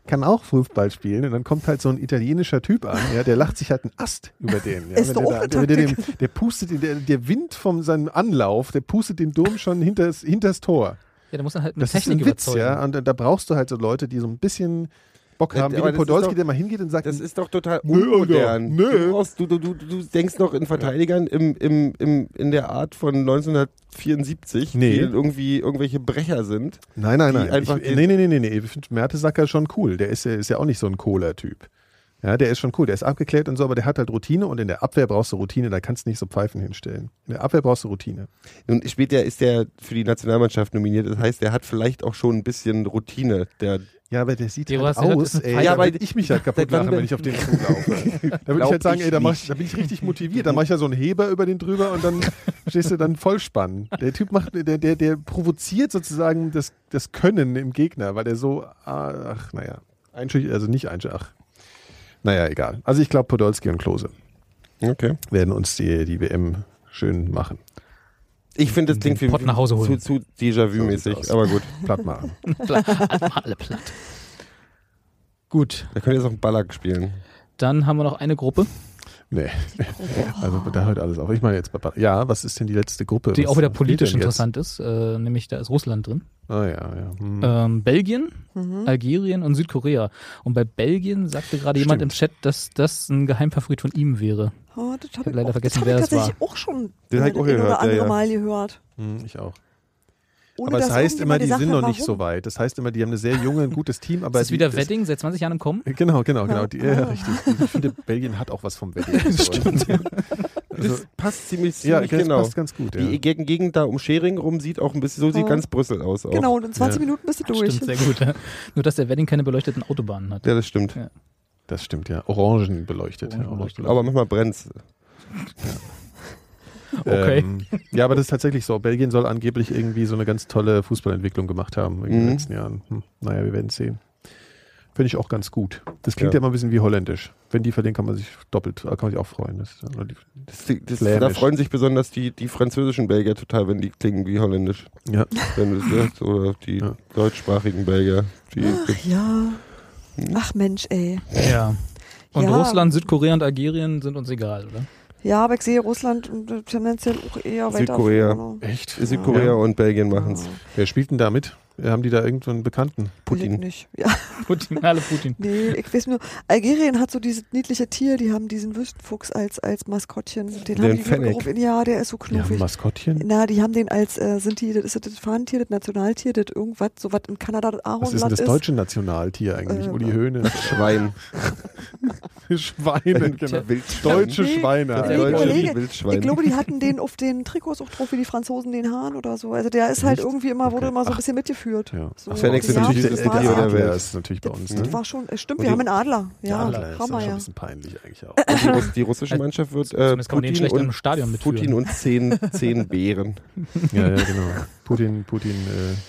S1: kann auch Fußball spielen und dann kommt halt so ein italienischer Typ an, ja, der lacht sich halt einen Ast über den. Ja,
S3: Ist
S1: Wenn
S3: doch
S1: der,
S3: auch
S1: da-
S3: eine
S1: der, der,
S3: Taktik.
S1: der pustet, den- der, der Wind von seinem Anlauf, der pustet den Durm schon hinters, hinters Tor.
S2: Ja, da muss man halt mit
S1: Das
S2: Technik
S1: ist ein Witz,
S2: überzeugen.
S1: ja. Und da brauchst du halt so Leute, die so ein bisschen Bock
S4: Ja,
S1: haben, wie
S4: aber
S1: der
S4: das ist
S1: Podolski,
S4: doch-
S1: der mal hingeht und sagt,
S4: Das ist doch total
S1: Nö, Alter,
S4: unmodern.
S1: nö.
S4: Du, brauchst, du, du, du, du denkst noch in Verteidigern im, im, im, in der Art von 1974,
S1: Nee.
S4: die irgendwie irgendwelche Brecher sind.
S1: nein, nein,
S4: die
S1: nein. Ich, äh,
S4: einfach
S1: nee, nee, nee, nee, nee. Ich finde Mertesacker schon cool. Der ist, ja- ist ja auch nicht so ein Cola-Typ. Ja, der ist schon cool, der ist abgeklärt und so, aber der hat halt Routine und in der Abwehr brauchst du Routine, da kannst du nicht so Pfeifen hinstellen. In der Abwehr brauchst du Routine.
S4: Nun später ist der für die Nationalmannschaft nominiert. Das heißt, der hat vielleicht auch schon ein bisschen Routine. Der
S1: Ja, aber der sieht
S2: Ja,
S1: ja,
S2: du
S1: halt
S2: hast ja-
S1: aus,
S2: das ist ein
S1: ey.
S4: Feier.
S1: Ja,
S4: Ja,
S1: weil
S4: aber
S1: ich mich halt kaputt
S4: wann
S1: mache, wenn
S4: bin-
S1: ich auf den zulaufe. Da würde ich
S4: Glaub
S1: halt sagen,
S4: ich
S1: ey, da, mach ich,
S4: nicht.
S1: da bin ich richtig motiviert. Da mache ich ja so einen Heber über den drüber und dann stehst du dann vollspannen. Der Typ macht, der, der, der provoziert sozusagen das, das Können im Gegner, weil der so, ah, ach, naja, einschüchtern, also nicht einschüchtern, ach. Naja, egal. Also ich glaube, Podolski und Klose
S4: okay.
S1: werden uns die, die WM schön machen,
S4: Ich finde, das klingt
S2: Den
S4: für
S2: Pott nach Hause
S4: zu,
S2: holen.
S4: zu
S1: So
S4: Déjà-vu-mäßig.
S1: sieht's aus.
S4: aber gut.
S1: platt machen.
S2: Pla- also mal alle platt. Gut,
S4: Da könnt ihr jetzt auch einen Ballack spielen.
S2: dann haben wir noch eine Gruppe,
S1: Nee, also da hört alles auf. Ich meine jetzt, bei- ja, was ist denn die letzte Gruppe?
S2: die
S1: was
S2: auch wieder
S1: spielt
S2: politisch
S1: denn jetzt?
S2: interessant ist, äh, nämlich da ist Russland drin.
S1: Ah ja, ja. Hm.
S2: Ähm, Belgien,
S3: Mhm.
S2: Algerien und Südkorea. Und bei Belgien sagte gerade jemand im Chat, dass das ein Geheimfavorit von ihm wäre.
S3: Oh, das
S2: hab
S3: habe ich,
S2: leider
S3: auch-
S2: vergessen,
S3: das hab
S2: wer
S3: ich
S2: das
S3: tatsächlich auch schon
S4: Den hab ich auch
S3: ein
S4: gehört,
S3: oder
S4: ja,
S3: andere
S4: ja.
S3: Mal gehört.
S1: Hm, Ich auch.
S3: ohne
S1: Aber es
S3: dass
S1: heißt immer,
S3: irgendjemand
S1: die sind noch
S3: sagt,
S1: nicht so
S3: warum.
S1: weit. Das heißt immer, die haben eine sehr junge, ein gutes Team. Aber
S2: Das ist
S1: die,
S2: wieder
S1: das-
S2: Wedding, seit 20 Jahren im Kommen.
S1: Genau, genau, genau. Die, ja,
S3: Ah.
S1: richtig. Ich finde, Belgien hat auch was vom Wedding. Stimmt. Also,
S4: Das passt ziemlich,
S1: ja,
S4: ziemlich
S1: das
S4: genau.
S1: passt ganz gut. Ja.
S4: Die Geg- Gegend da um Schering rum sieht auch ein bisschen, so sieht
S3: Ja.
S4: ganz Brüssel aus. Auch.
S3: Genau, und in 20
S1: Ja.
S3: Minuten bist du durch.
S2: Stimmt, sehr gut. ja. Nur, dass der Wedding keine beleuchteten Autobahnen hat.
S4: Ja, das stimmt.
S1: Das stimmt, ja. Orangen beleuchtet. Ja,
S2: Orangenbeleuchtet.
S4: Aber manchmal brennt's.
S2: Okay.
S1: Ähm, ja, aber das ist tatsächlich so. Belgien soll angeblich irgendwie so eine ganz tolle Fußballentwicklung gemacht haben in den
S4: Mhm.
S1: letzten Jahren. Hm, naja, wir werden sehen. Finde ich auch ganz gut. Das klingt ja.
S4: Ja.
S1: immer ein bisschen wie holländisch. Wenn die verlieren, kann man sich doppelt, äh, kann man sich auch freuen. Das ist ja nur die,
S4: Das, das,
S1: Flämisch.
S4: da freuen sich besonders die, die französischen Belgier total, wenn die klingen wie holländisch.
S1: ja.
S4: Wenn du es sagst, oder die
S1: Ja.
S4: deutschsprachigen Belgier. Die,
S3: Ach ja. Ach Mensch, ey.
S2: Ja. Und
S3: Ja.
S2: Russland, Südkorea und Algerien sind uns egal, oder?
S3: Ja, aber ich sehe Russland äh, tendenziell auch eher weiter
S4: Südkorea.
S3: vorne. ne?
S1: Echt?
S4: Südkorea
S1: Ja.
S4: und Belgien machen's.
S1: Wer spielt denn da mit? Äh, Haben die da irgendeinen Bekannten?
S3: Putin.
S4: Putin.
S3: Nicht. Ja,
S2: Putin, alle Putin.
S3: nee, ich weiß nur, Algerien hat so dieses niedliche Tier, die haben diesen Wüstenfuchs als, als Maskottchen. Den, haben die
S4: Fennec.
S3: gerufen. Ja, der ist so
S1: Die haben ein
S3: knuffig.
S1: Maskotttieren?
S3: Na, die haben den als, äh, sind die, das ist das Fahnentier, das Nationaltier, das irgendwas, so was in Kanada das
S1: Was ist denn
S3: Ahornland
S1: das
S3: ist.
S1: deutsche Nationaltier eigentlich?
S3: Äh,
S1: Uli Höhne.
S4: Schwein.
S1: Schweine, genau.
S4: Wildschwein.
S1: Deutsche
S3: Nee,
S1: Schweine.
S3: nee,
S1: Deutsche-
S3: Kollege,
S4: Wildschwein.
S3: Ich glaube, die hatten den auf den Trikots auch drauf, wie die Franzosen den Hahn oder so. Also der ist halt
S1: Echt?
S3: irgendwie immer,
S1: Okay.
S3: wurde immer so
S1: Ach.
S3: ein bisschen mitgeführt.
S1: Ja.
S3: So,
S1: Ach,
S4: Fennec sind
S3: ja,
S4: natürlich
S3: das
S4: das
S3: war
S4: Tier
S3: ja-
S4: der Welt.
S1: Adler ist natürlich bei uns.
S3: Das,
S1: Ne?
S3: das war schon, äh, stimmt,
S4: Und
S3: wir
S4: die-
S3: haben einen Adler. Ja,
S1: Adler ist
S3: Hammer,
S1: schon ein
S3: ja.
S1: bisschen peinlich eigentlich auch.
S4: Die, Russ- die russische Mannschaft wird äh,
S2: Zumindest kann man den
S4: Putin,
S2: schlecht im
S4: und,
S2: Stadion mitführen.
S4: Putin und zehn, zehn Bären.
S1: Ja, ja, genau. Putin, Putin äh,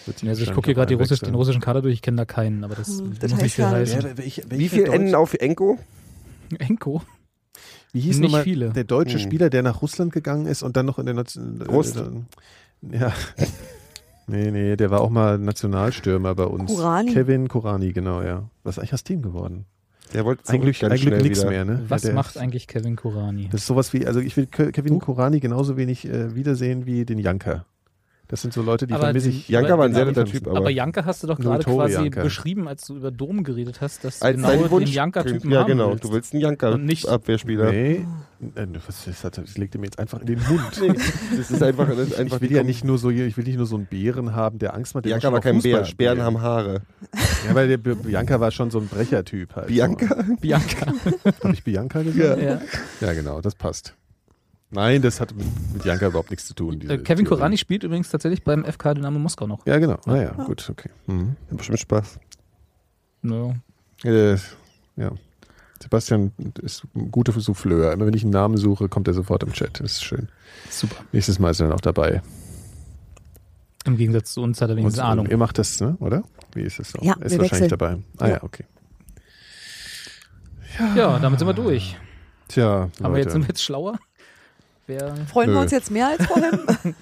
S1: wird sich
S2: Also ich
S1: wahrscheinlich
S2: gucke hier
S1: auch
S2: gerade die
S1: einwechseln.
S2: russisch, den russischen Kader durch, ich kenne da keinen, aber das,
S3: Hm, das
S2: muss nicht
S3: heißt
S2: viel
S3: ja
S2: heißen.
S1: Wer, welche, welche
S4: Wie viel enden auf Enko?
S2: Enko?
S1: Wie hieß
S2: Nicht
S1: nochmal
S2: viele.
S1: der deutsche
S4: Hm.
S1: Spieler, der nach Russland gegangen ist und dann noch in der Nation.
S4: Rust.
S1: Äh, ja. Nee, nee, der war auch mal Nationalstürmer bei uns.
S3: Kurani.
S1: Kevin Kurani, genau, ja. Was ist eigentlich aus dem geworden?
S4: Der wollte zurück
S1: Eigentlich,
S4: ganz
S1: eigentlich
S4: schnell
S1: nichts
S4: wieder.
S1: mehr, ne?
S2: Was
S1: Ja, der
S2: macht
S1: ist-
S2: eigentlich Kevin Kurani?
S1: Das ist sowas wie, also ich will Ke- Kevin Kurani genauso wenig äh, wiedersehen wie den Janker. Das sind so Leute, die
S2: Aber
S1: vermisse
S2: die-
S1: ich.
S4: Janka war ein sehr
S1: Aber-
S4: netter Typ, aber,
S2: Aber Janka hast du doch gerade
S1: Nuri
S2: quasi
S1: Janka.
S2: beschrieben, als du über Dom geredet hast, dass du
S4: als
S2: genau
S4: dein Wunsch.
S2: den Janka-Typen
S4: ja,
S2: haben
S4: genau.
S2: willst.
S4: Du willst einen Janka
S2: Und nicht-
S4: Abwehrspieler.
S1: Nee, äh, was ist das? das legt ihr mir jetzt einfach in den Mund.
S4: Das ist einfach, das ist einfach
S1: ich will ja nicht nur so, ich will nicht nur so einen Bären haben, der Angst macht. der
S4: Bianca
S1: muss
S4: war
S1: schon
S4: kein
S1: auch
S4: Bär.
S1: Fußball
S4: Bären
S1: spielen.
S4: haben Haare.
S1: Ja, weil der B- Bianca war schon so ein Brechertyp halt.
S4: Bianca?
S2: Bianca.
S1: Habe ich Bianca gesagt?
S2: ja.
S1: Ja. genau, das passt. Nein, das hat mit, mit Bianca überhaupt nichts zu tun. diese
S2: Äh, Kevin
S1: Theorie.
S2: Kurani Ah. spielt übrigens tatsächlich beim FK Dynamo Moskau noch.
S1: Ja, genau. Naja, gut, okay. Mhm.
S4: Hat bestimmt Spaß.
S2: Ja.
S1: Äh, ja. Sebastian ist ein guter Souffleur. Immer wenn ich einen Namen suche, kommt er sofort im Chat. Das ist schön.
S2: Super.
S1: Nächstes Mal ist er dann auch dabei.
S2: Im Gegensatz zu uns hat er wenigstens
S1: Und
S2: Ahnung.
S1: Ihr macht das, ne? oder? Wie ist es so?
S3: Ja,
S1: er ist
S3: wir
S1: wahrscheinlich
S3: wechseln.
S1: dabei. Ah ja,
S3: Ja.
S1: okay.
S2: Ja, damit sind wir durch.
S1: Tja,
S2: Aber
S1: Leute.
S2: jetzt sind wir jetzt schlauer. Wer,
S3: Freuen
S1: Nö.
S3: wir uns jetzt mehr als vorhin?
S1: ja.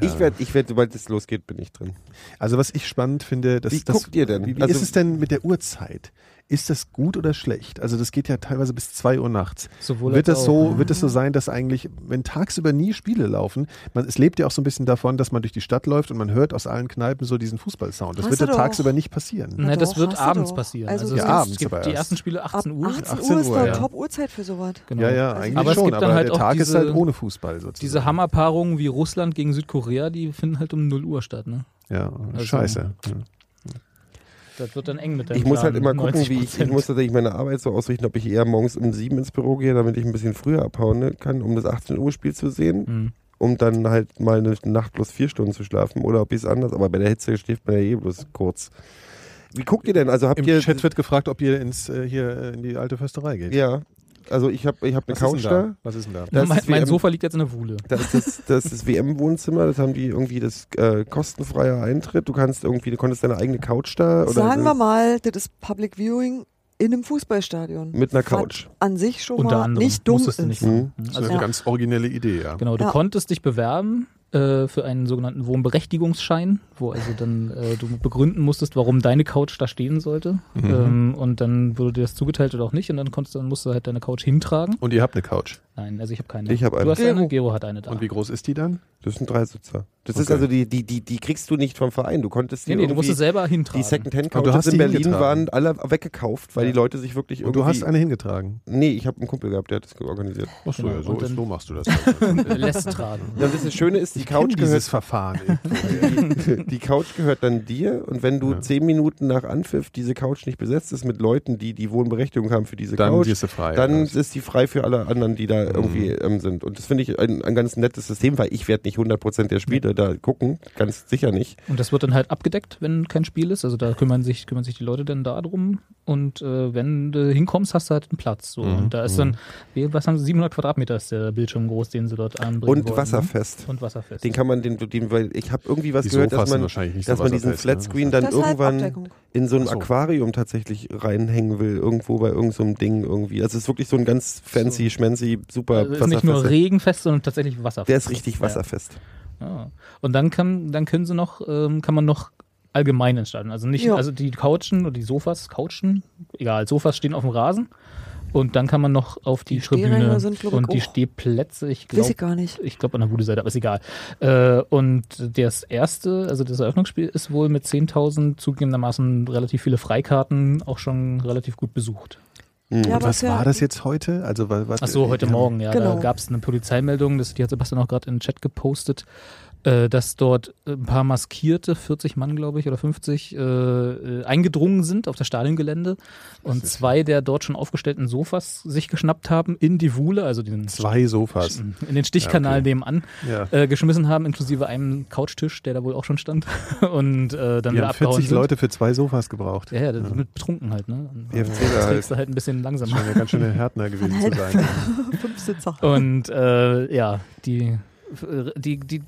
S4: Ich werde, ich werd, sobald es losgeht, bin ich drin.
S1: Also was ich spannend finde, dass
S4: Wie
S1: das,
S4: guckt ihr denn?
S1: Wie, wie
S4: Also-
S1: ist es denn mit der Uhrzeit? Ist das gut oder schlecht? Also das geht ja teilweise bis 2 Uhr nachts.
S2: sowohl
S1: Wird
S2: als
S1: das,
S2: auch. ne?
S1: so, wird das so sein, dass eigentlich, wenn tagsüber nie Spiele laufen, man, es lebt ja auch so ein bisschen davon, dass man durch die Stadt läuft und man hört aus allen Kneipen so diesen Fußballsound. Das
S3: Hast
S1: wird ja
S3: du doch.
S1: tagsüber nicht passieren.
S2: Ne,
S3: Ja,
S2: das
S3: doch,
S2: wird
S3: hast du
S2: abends
S3: doch.
S2: passieren.
S3: Also
S2: Also,
S3: Ja,
S2: es
S1: abends
S2: gibt
S1: aber
S2: die
S1: erst.
S2: ersten Spiele
S3: Ab
S2: 18 Uhr.
S3: 18 Uhr
S1: 18
S3: ist
S1: Uhr,
S3: doch
S1: ja.
S3: Top-Uhrzeit für sowas.
S2: Genau.
S1: Ja, ja,
S3: Also-
S1: eigentlich
S2: Aber es
S1: schon,
S2: gibt dann
S1: aber
S2: halt
S1: der
S2: auch
S1: Tag ist
S2: diese-
S1: halt ohne Fußball sozusagen.
S2: Diese Hammerpaarungen wie Russland gegen Südkorea, die finden halt um 0 Uhr statt. Ne?
S1: Ja, scheiße. Ja.
S2: Das wird dann eng mit deinem
S4: Ich muss
S2: Plan
S4: halt immer
S2: mit
S4: gucken, wie ich, ich
S2: 90%.
S4: muss tatsächlich meine Arbeit so ausrichten, ob ich eher morgens um sieben ins Büro gehe, damit ich ein bisschen früher abhauen kann, um das 18 Uhr Spiel zu sehen,
S1: Mhm.
S2: Hm.
S4: um dann halt mal eine Nacht plus vier Stunden zu schlafen oder ob ich es anders, aber bei der Hitze schläft man ja eh bloß kurz. Wie guckt ihr denn? Also habt
S1: Im
S4: ihr
S1: Chat wird gefragt, ob ihr ins, äh, hier äh, in die alte Försterei geht.
S4: Ja. Also ich habe ich hab eine
S1: Was ist
S4: Couch
S1: denn
S4: da.
S1: da? Was ist denn da?
S4: Das
S2: mein
S4: ist wie
S2: mein
S4: im-
S2: Sofa liegt jetzt in der Wuhle.
S4: Da ist das, das, ist das WM-Wohnzimmer, das haben die irgendwie das äh, kostenfreier Eintritt. Du kannst irgendwie, du konntest deine eigene Couch da oder
S3: Sagen wir
S4: eine-
S3: mal, das ist Public Viewing in einem Fußballstadion.
S4: mit einer
S3: Was
S4: Couch.
S3: An sich schon
S2: Unter
S3: mal
S2: anderem.
S3: nicht dumm
S2: Musstest
S3: ist.
S2: du nicht
S4: Mhm.
S2: machen.
S1: Das ist
S2: Also,
S1: eine ganz originelle Idee, ja.
S2: Genau, du
S3: Ja.
S2: konntest dich bewerben äh, für einen sogenannten Wohnberechtigungsschein, wo also dann äh, du begründen musstest, warum deine Couch da stehen sollte.
S4: Mhm.
S1: Mhm.
S2: Ähm, und dann wurde dir das zugeteilt oder auch nicht. Und dann konntest, dann musst du halt deine Couch hintragen.
S1: Und ihr habt eine Couch.
S2: Nein, also ich habe keine.
S4: Ich hab eine.
S2: Du hast eine,
S4: Gero.
S2: Gero hat eine da.
S1: Und wie groß ist die dann?
S4: Das sind drei Sitzer. Das ist
S1: Okay.
S4: also die, die, die, die kriegst du nicht vom Verein. Du konntest
S2: nee,
S4: dir
S2: nee, du musst es
S4: irgendwie-
S2: selber
S4: die
S1: Aber
S2: hintragen.
S1: du hast
S4: Second-Hand-Couches in
S1: die
S4: Berlin
S1: hingetragen.
S4: waren alle weggekauft, weil
S2: Ja.
S4: die Leute sich wirklich
S1: Und
S4: irgendwie.
S1: du hast eine hingetragen.
S4: Nee, ich habe einen Kumpel gehabt, der hat das organisiert.
S1: Achso,
S2: Genau,
S1: ja,
S2: und
S1: so, ist,
S2: dann-
S1: so machst du das.
S2: Äh, lässt tragen.
S4: Ja, und das Schöne ist, die Couch gehört
S1: dieses Verfahren.
S4: die, die Couch gehört dann dir und wenn du
S1: Ja.
S4: zehn Minuten nach Anpfiff diese Couch nicht besetzt ist mit Leuten, die die Wohnberechtigung haben für diese
S1: Dann
S4: Couch,
S1: wirst du Mhm. frei,
S4: dann
S1: oder was?
S4: ist die frei für alle anderen, die da irgendwie ähm, sind. Und das finde ich ein, ein ganz nettes System, weil ich werde nicht 100% der Spiele da gucken, ganz sicher nicht.
S2: Und das wird dann halt abgedeckt, wenn kein Spiel ist. Also da kümmern sich, kümmern sich die Leute dann da drum. Und äh, wenn du hinkommst, hast du halt einen Platz. So.
S4: Mhm,
S2: Und da ist dann, wie- was haben sie, 700 Quadratmeter ist der Bildschirm groß, den sie dort anbringen.
S4: Und
S2: wollten, ne?
S4: wasserfest.
S2: Und wasserfest.
S4: Den kann man, den, den weil ich habe irgendwie was
S1: Die
S4: gehört,
S1: Sofas
S4: dass
S1: sind
S4: man,
S1: wahrscheinlich nicht so
S4: dass man diesen
S1: wasserfest, ne?
S4: Flatscreen dann
S3: Das ist halt
S4: irgendwann
S3: Abdeckung.
S4: in so ein
S1: Ach so.
S4: Aquarium tatsächlich reinhängen will, irgendwo bei irgendeinem so einem Ding irgendwie. Das ist wirklich so ein ganz fancy, schmancy, super
S2: also ist nicht nur
S4: wasserfester-
S2: regenfest, sondern tatsächlich wasserfest.
S4: Der ist richtig
S2: Ja.
S4: wasserfest.
S2: Ja. Und dann kann, dann können sie noch, ähm, kann man noch allgemein entscheiden. Also nicht,
S3: Ja.
S2: also die Couchen oder die Sofas, Couchen, egal, Sofas stehen auf dem Rasen. Und dann kann man noch auf die,
S3: Die Stehränge
S2: Tribüne
S3: sind, glaub ich,
S2: und die
S3: auch-
S2: Stehplätze, ich
S3: Weiß
S2: glaube,
S3: ich gar nicht.
S2: ich glaube an der guten Seite, aber ist egal. Äh, und das erste, also das Eröffnungsspiel ist wohl mit 10.000 zugegebenermaßen relativ viele Freikarten auch schon relativ gut besucht.
S4: Mhm.
S3: Ja,
S1: Und
S3: aber
S1: was
S3: ist ja-
S1: war das jetzt heute? Also, wa- was,
S2: Ach so,
S1: die
S2: heute
S1: haben-
S2: Morgen, ja.
S3: Genau.
S2: Da gab es eine Polizeimeldung, das, die hat Sebastian auch gerade in den Chat gepostet, äh, dass dort ein paar maskierte, 40 Mann, glaube ich, oder 50, äh, äh, eingedrungen sind auf das Stadiongelände und zwei der dort schon aufgestellten Sofas sich geschnappt haben, in die Wuhle, also den,
S1: Zwei Sofas.
S2: in den Stichkanal
S1: Ja, okay.
S2: nebenan,
S1: Ja.
S2: äh, geschmissen haben, inklusive einem Couchtisch, der da wohl auch schon stand. Und äh, dann
S1: Die
S2: wieder
S1: haben
S2: abgehauen
S1: 40
S2: sind.
S1: Leute für zwei Sofas gebraucht.
S2: Ja, ja, das- mit betrunken halt, ne? Und
S4: Die
S2: dann
S4: Erzähler
S2: trägst du halt ein bisschen langsamer.
S1: Scheint ja ganz schön der Härtner gewesen
S4: Halt.
S1: zu sein.
S3: Fünf Sitzer.
S1: Oh.
S2: Und äh, ja, die, die, die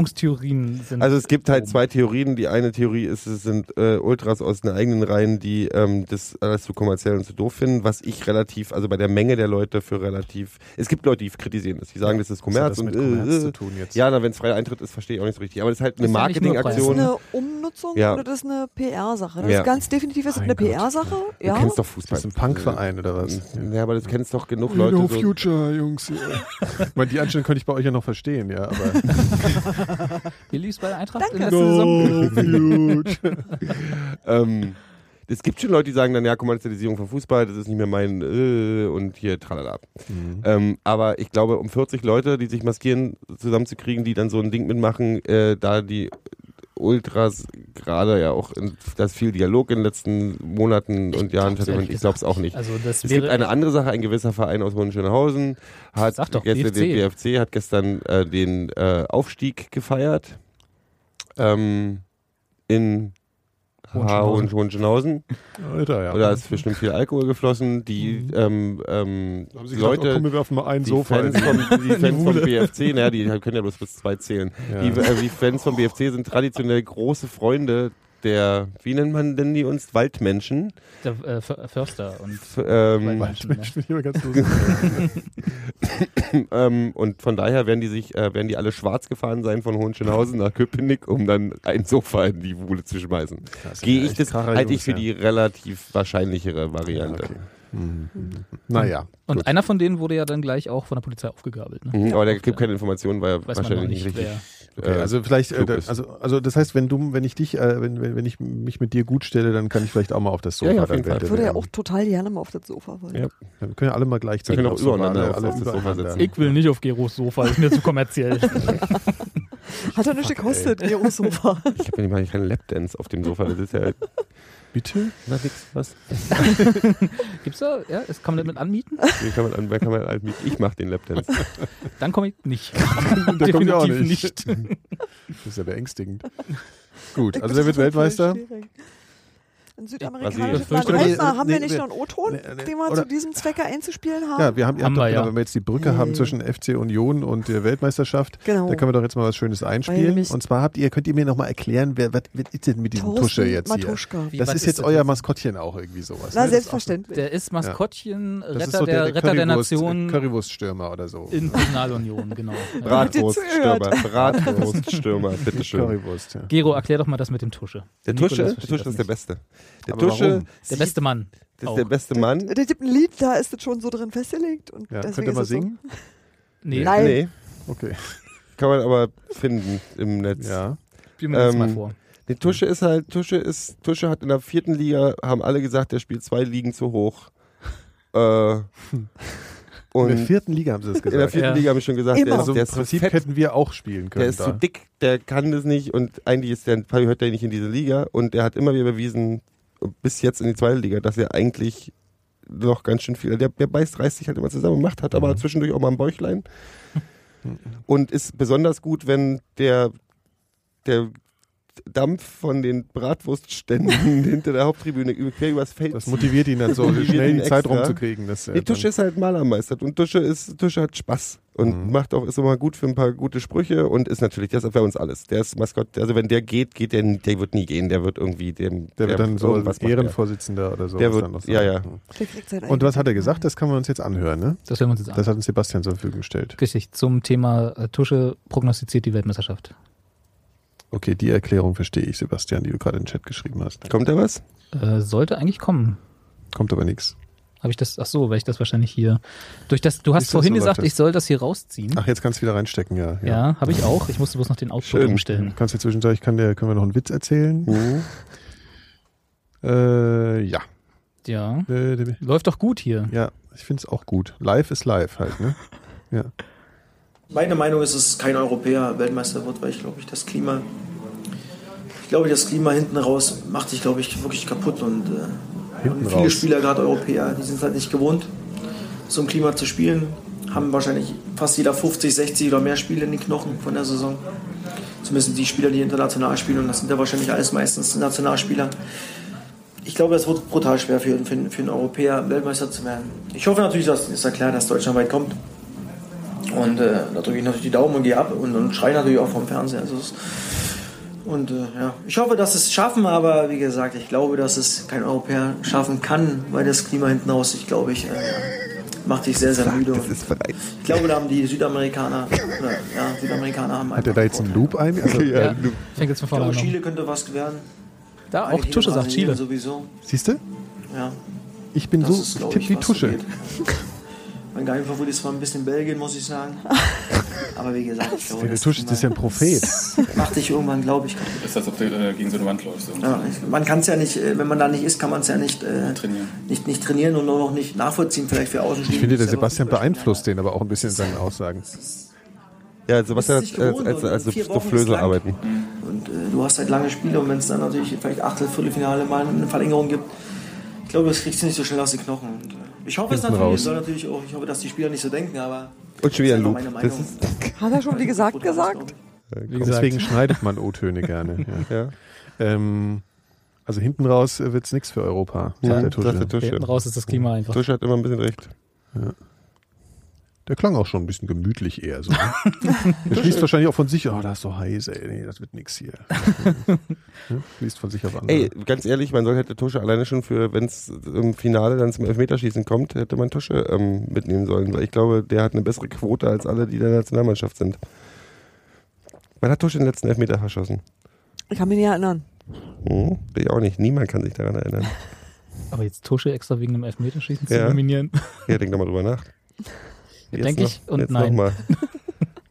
S2: Verschwörungstheorien sind.
S4: Also es gibt halt
S2: oben.
S4: zwei Theorien. Die eine Theorie ist, es sind äh, Ultras aus den eigenen Reihen, die ähm, das alles zu kommerziell und zu doof finden, was ich relativ, also bei der Menge der Leute für relativ. Es gibt Leute, die kritisieren das, die sagen, das ist
S1: Was hat
S4: Kommerz
S1: das
S4: und
S1: mit
S4: äh,
S1: Kommerz
S4: äh,
S1: zu tun jetzt?
S4: ja, na wenn es freier Eintritt ist, verstehe ich auch nicht so richtig. Aber das ist halt eine
S2: Ist ja nicht nur
S3: Das ist
S2: Aktion.
S4: Marketingaktion.
S3: eine Umnutzung
S4: Ja.
S3: oder das ist eine PR-Sache? Das
S4: Ja.
S3: ist ganz definitiv ist es
S1: Mein
S3: eine
S1: Gott.
S3: PR-Sache.
S4: Du
S3: Ja.
S4: kennst doch Fußball.
S1: Das ist ein Punkverein oder was?
S4: Ja, aber das kennst doch genug Leute. So.
S1: Future, Jungs. ich meine, die Anstellung könnte ich bei euch ja noch verstehen, ja, aber.
S2: Wie lief's bei der Eintracht in der
S3: Danke.
S2: letzten Saison?
S1: Future.
S4: Ähm, es gibt schon Leute, die sagen dann, ja, Kommerzialisierung von Fußball, das ist nicht mehr mein äh, und hier tralala.
S2: Mhm.
S4: Ähm, aber ich glaube, um 40 Leute, die sich maskieren, zusammenzukriegen, die dann so ein Ding mitmachen, äh, da die Ultras gerade ja auch, in, das viel Dialog in den letzten Monaten und Jahren
S2: glaub's
S4: stattgefunden,
S2: ehrlich
S4: ich glaube es auch
S2: gesagt
S4: nicht.
S2: Also das
S4: Es
S2: wäre
S4: gibt eine andere Sache, ein gewisser Verein aus Hohenschönhausen hat
S2: Sag doch,
S4: gestern den
S2: DFC.
S4: BFC hat gestern äh, den äh, Aufstieg gefeiert ähm, in
S2: Hohenschönhausen.
S4: Hohenschönhausen. Hohenschönhausen.
S1: Alter, ja.
S4: Oder es ist bestimmt viel Alkohol geflossen. Die
S2: Mhm.
S4: ähm, ähm,
S1: haben sie gesagt,
S4: Leute,
S1: oh, komm, wir werfen mal ein
S4: die
S1: Sofa.
S4: Fans
S1: in-
S4: vom, die Fans vom BFC, naja, die können ja bloß bis zwei zählen.
S1: Ja.
S4: Die, äh, die Fans vom BFC sind traditionell große Freunde der, wie nennt man denn die uns? Waldmenschen.
S2: der äh, För- Förster und
S4: F ähm,
S2: Waldmenschen, ne?
S1: Mensch, bin ich immer ganz lustig.
S4: Ähm, und von daher werden die sich, äh, werden die alle schwarz gefahren sein von Hohenschönhausen nach Köpenick, um dann ein Sofa in die Wuhle zu schmeißen.
S1: Das sind
S4: Gehe
S1: ja
S4: ich
S1: echt
S4: das,
S1: Kracher
S4: halte
S1: Jungs,
S4: ich für
S1: ja.
S4: die relativ wahrscheinlichere Variante.
S1: Okay. Mhm. Naja.
S2: Und einer von denen wurde ja dann gleich auch von der Polizei aufgegabelt. Ne?
S4: Mhm, aber da gibt
S2: Okay.
S4: keine Informationen, weil er
S2: Weiß man noch
S4: wahrscheinlich nicht
S2: nicht,
S4: richtig.
S2: wer.
S1: Okay,
S4: äh,
S1: also vielleicht, äh,
S4: klug
S1: da-
S4: ist.
S1: also, also das heißt, wenn du, wenn ich dich, äh, wenn, wenn, wenn ich mich mit dir gut stelle, dann kann ich vielleicht auch mal auf das Sofa.
S4: Ja, ja, auf
S1: dann
S4: jeden Fall.
S1: werde-
S3: Ich würde ja auch total gerne mal auf das Sofa wollen.
S4: Ja.
S1: Wir können ja alle mal gleichzeitig
S4: Wir können auch
S1: aufs Sofa,
S4: übereinander
S1: ne?
S4: auf
S1: alle
S4: das Sofa
S1: übereinander.
S4: sitzen.
S2: Ich will nicht auf Geros Sofa, das ist mir zu kommerziell.
S3: Hat er nicht gekostet, ihr Sofa.
S4: Ich habe ja nicht mal keinen Lapdance auf dem Sofa. Das ist ja.
S1: Bitte?
S4: Na, nix, was?
S2: Gibt's da? Ja, es kann man damit anmieten?
S4: Hier kann man, an- wer kann man, an- ich mache den Lapdance.
S2: Dann komme ich nicht.
S1: Da kommt ja auch
S2: Definitiv
S1: nicht. Das ist ja beängstigend. Gut,
S3: Ich
S1: also wer wird
S3: bin voll
S1: Weltmeister?
S3: schwierig. Ein
S4: Brasilien.
S3: südamerikanisches Land.
S2: Fürchte-
S3: Reiß mal, haben wir
S1: Nee,
S3: nicht
S1: nee,
S3: noch einen O-Ton,
S1: nee, nee,
S3: den wir
S1: oder-
S3: zu diesem Zwecke einzuspielen haben?
S1: Ja, wir haben, ihr habt
S2: Haben
S1: doch,
S2: wir,
S1: genau,
S2: ja.
S1: wenn wir jetzt die Brücke haben zwischen FC Union und der Weltmeisterschaft,
S3: Genau.
S1: da können wir doch jetzt mal was Schönes
S3: Weil
S1: einspielen.
S3: mich-
S1: Und zwar habt ihr, könnt ihr mir nochmal erklären, wer, was, was ist denn mit diesem
S3: Thorsten
S1: Tusche jetzt
S3: Matuschka.
S1: hier?
S2: Wie,
S1: Das
S2: was
S1: ist
S2: ist
S1: jetzt
S2: das
S1: euer
S2: jetzt?
S1: Maskottchen auch irgendwie sowas. ne?
S3: Na,
S1: Das ist auch-
S3: selbstverständlich.
S2: Der ist Maskottchen,
S1: Das
S2: Retter
S1: ist so der,
S2: der, Retter der
S1: Currywurst-
S2: Nation
S1: Currywurststürmer oder so.
S2: in Personalunion, genau. Ja.
S4: Bratwurststürmer. Bratwurststürmer, bitteschön.
S1: Currywurst, ja.
S2: Gero, erklär doch mal das mit dem Tusche.
S4: Der
S2: Nikolas
S4: Tusche, der
S2: versteht
S4: Tusche
S2: das
S4: ist der
S2: nicht.
S4: Beste. Der
S1: Aber
S4: Tusche
S1: warum?
S2: Der
S4: sieht-
S2: beste Mann.
S4: das
S2: auch.
S4: ist der beste Mann.
S3: Es gibt ein Lied, da ist das schon so drin festgelegt. Und
S1: Ja,
S3: deswegen
S1: könnt ihr
S3: ist
S1: mal
S3: es
S1: singen?
S2: Nee,
S3: Nein.
S1: Okay.
S4: Kann man aber finden im Netz.
S1: Ja.
S2: spielen wir das
S4: Ähm,
S2: mal vor.
S4: Die Tusche ist halt, Tusche ist, Tusche hat in der vierten Liga, haben alle gesagt, der spielt zwei Ligen zu hoch. Äh, und
S1: In der vierten Liga haben sie das gesagt.
S4: vierten
S2: Ja.
S4: Liga habe ich schon gesagt,
S3: Immer.
S4: der, ist-
S1: also
S4: der
S1: im
S4: ist zu
S1: Prinzip
S4: fett,
S1: hätten wir auch spielen können.
S4: der ist
S1: da.
S4: zu dick, der kann das nicht und eigentlich ist der, gehört der nicht in diese Liga und der hat immer wieder bewiesen, bis jetzt in die zweite Liga, dass er eigentlich noch ganz schön viel, der, der beißt, reißt sich halt immer zusammen, macht hat aber
S1: Mhm.
S4: zwischendurch auch mal ein Bäuchlein und ist besonders gut, wenn der, der Dampf von den Bratwurstständen hinter der Haupttribüne über- quer übers Feld
S1: Das
S4: zieht.
S1: motiviert ihn dann so,
S4: Motiviert
S1: schnell
S4: ihn
S1: die Zeit
S4: extra.
S1: rumzukriegen. Das, äh,
S4: Nee, Tusche
S1: dann-
S4: ist halt Malermeister und Tusche ist Tusche hat Spaß und
S1: Mhm.
S4: macht auch ist immer gut für ein paar gute Sprüche und ist natürlich der ist bei uns alles. Der ist Maskott, also wenn der geht, geht der, n- der wird nie gehen, der wird irgendwie dem
S1: der wird dann so
S4: irgendwas macht
S1: Ehrenvorsitzender oder so.
S4: Der
S1: was
S4: wird-
S1: dann noch
S4: ja,
S1: sein.
S3: So, der kriegt seinen
S1: Und was hat er
S3: eigenen-
S1: gesagt? Das können wir uns jetzt anhören, ne?
S2: Das hören wir uns jetzt an.
S1: Das hat uns Sebastian zur Verfügung gestellt.
S2: Richtig, zum Thema äh, Tusche prognostiziert die Weltmeisterschaft.
S1: Okay, die Erklärung verstehe ich, Sebastian, die du gerade in den Chat geschrieben hast.
S4: der. Kommt da was?
S2: Äh, sollte eigentlich kommen.
S1: Kommt aber nichts.
S2: Habe ich das, ach so, weil ich das wahrscheinlich hier, durch das, du hast
S1: Siehst du,
S2: vorhin
S1: so läuft
S2: gesagt,
S1: das.
S2: ich soll das hier rausziehen.
S1: Ach, jetzt kannst du wieder reinstecken, ja.
S2: ja, habe ich auch. Ich musste bloß noch den Output
S4: Schön.
S2: umstellen.
S1: Kannst du zwischendurch, kann der, können wir noch einen Witz erzählen?
S4: Mhm.
S1: Äh, ja.
S2: Ja.
S1: Äh,
S2: Läuft doch gut hier.
S1: Ja, ich finde es auch gut. Live ist live halt, ne? Ja.
S8: Meine Meinung ist, dass kein Europäer Weltmeister wird, weil ich glaube, ich das Klima, ich glaube, das Klima hinten raus macht sich, glaube ich, wirklich kaputt und, äh,
S1: Hinten
S8: und viele
S1: raus.
S8: Spieler, gerade Europäer, die sind es halt nicht gewohnt, so im Klima zu spielen, haben wahrscheinlich fast jeder 50, 60 oder mehr Spiele in den Knochen von der Saison. Zumindest die Spieler, die international spielen und das sind ja wahrscheinlich alles meistens Nationalspieler. Ich glaube, es wird brutal schwer für, für, für einen Europäer Weltmeister zu werden. Ich hoffe natürlich, dass ist ja klar, dass Deutschland weit kommt. Und äh, da drücke ich natürlich die Daumen und gehe ab und, und schreie natürlich auch vom Fernseher. Also es, und äh, ja, ich hoffe, dass sie es schaffen, aber wie gesagt, ich glaube, dass es kein Europäer schaffen kann, weil das Klima hinten raus, ich glaube, ich äh, ja, macht dich sehr, sehr müde.
S4: Das ist bereit.
S8: Ich glaube, da haben die Südamerikaner, oder, ja, Südamerikaner haben
S1: Hat er da jetzt einen Loop ein? Also,
S2: Ja, fängt jetzt von
S8: Ich
S2: vorne
S8: glaube,
S2: an.
S8: Chile könnte was werden.
S2: Da Also auch
S8: Argentinien,
S2: Tusche sagt
S8: Brasilien
S2: Chile.
S8: Sowieso,
S1: Siehst du?
S8: ja.
S1: Ich bin
S8: Das
S1: so,
S8: ist,
S1: ich
S8: glaub
S1: tippe
S8: ich,
S1: wie
S8: was so
S1: Tusche.
S8: geht. mein Geheimfavorit ist zwar ein bisschen Belgien, muss ich sagen. Aber wie gesagt, ich glaube,
S1: Der
S8: das
S1: Tusche
S8: Klima-
S1: ist ja ein Prophet.
S8: macht dich irgendwann, glaube ich, kaputt.
S9: Das ist, als ob du äh, gegen so eine Wand läufst. Und
S8: Ja, ich- man kann es ja nicht, äh, wenn man da nicht ist, kann man es ja nicht, äh,
S9: Trainieren.
S8: nicht, nicht trainieren und auch nicht nachvollziehen, vielleicht für Außenstehende.
S1: Ich finde,
S8: die
S1: der
S8: selber
S1: Sebastian
S8: Fußball spielen.
S1: beeinflusst den aber auch ein bisschen in seinen Aussagen.
S4: Ja, Sebastian
S8: Bist
S4: hat
S8: nicht
S4: als,
S8: gewohnt
S4: als,
S8: und
S4: als
S8: vier Wochen ist
S4: Soufflöse
S8: lang.
S4: arbeiten.
S8: Und äh, du hast halt lange Spiele und wenn es dann natürlich vielleicht Achtel, Viertelfinale mal eine Verlängerung gibt, ich glaube, das kriegst du nicht so schnell aus den Knochen. Und, äh, ich hoffe es
S1: Hinten
S8: natürlich,
S1: raus.
S8: es soll natürlich auch, ich hoffe, dass die Spieler nicht so denken, aber
S4: Und schon wieder ein
S8: das ist
S4: Loop.
S8: einfach meine
S4: Das
S8: Meinung.
S4: ist,
S3: Hat er schon, wie gesagt,
S8: Brutal,
S3: gesagt?
S2: Wie gesagt,
S1: Äh, Deswegen schneidet man O-Töne gerne. Ja.
S4: ja.
S1: Ähm, also hinten raus wird es nichts für Europa, sagt
S4: Ja,
S1: der
S4: das ist
S1: Tusche.
S4: der
S1: Der,
S4: Tusche.
S2: hinten raus ist das Klima einfach.
S4: Tusche hat immer ein bisschen recht.
S1: klang auch schon ein bisschen gemütlich eher so. ne? der schließt wahrscheinlich auch von sich, oh, das ist so heiß, ey, nee, das wird nix hier. Ja, schließt von sich auf andere.
S4: Ey, ganz ehrlich, man sollte hätte Tusche alleine schon für, wenn es im Finale dann zum Elfmeterschießen kommt, hätte man Tusche ähm, mitnehmen sollen, weil ich glaube, der hat eine bessere Quote als alle, die in der Nationalmannschaft sind. Man hat Tusche den letzten Elfmeter verschossen.
S3: Ich kann mich nicht erinnern.
S4: Hm? Ich auch nicht. Niemand kann sich daran erinnern.
S2: Aber jetzt Tusche extra wegen einem Elfmeterschießen zu
S4: Ja.
S2: nominieren.
S4: Ja, denk doch mal drüber nach. Jetzt
S2: Denk
S4: noch-
S2: ich und
S4: jetzt
S2: nein.
S4: Noch mal.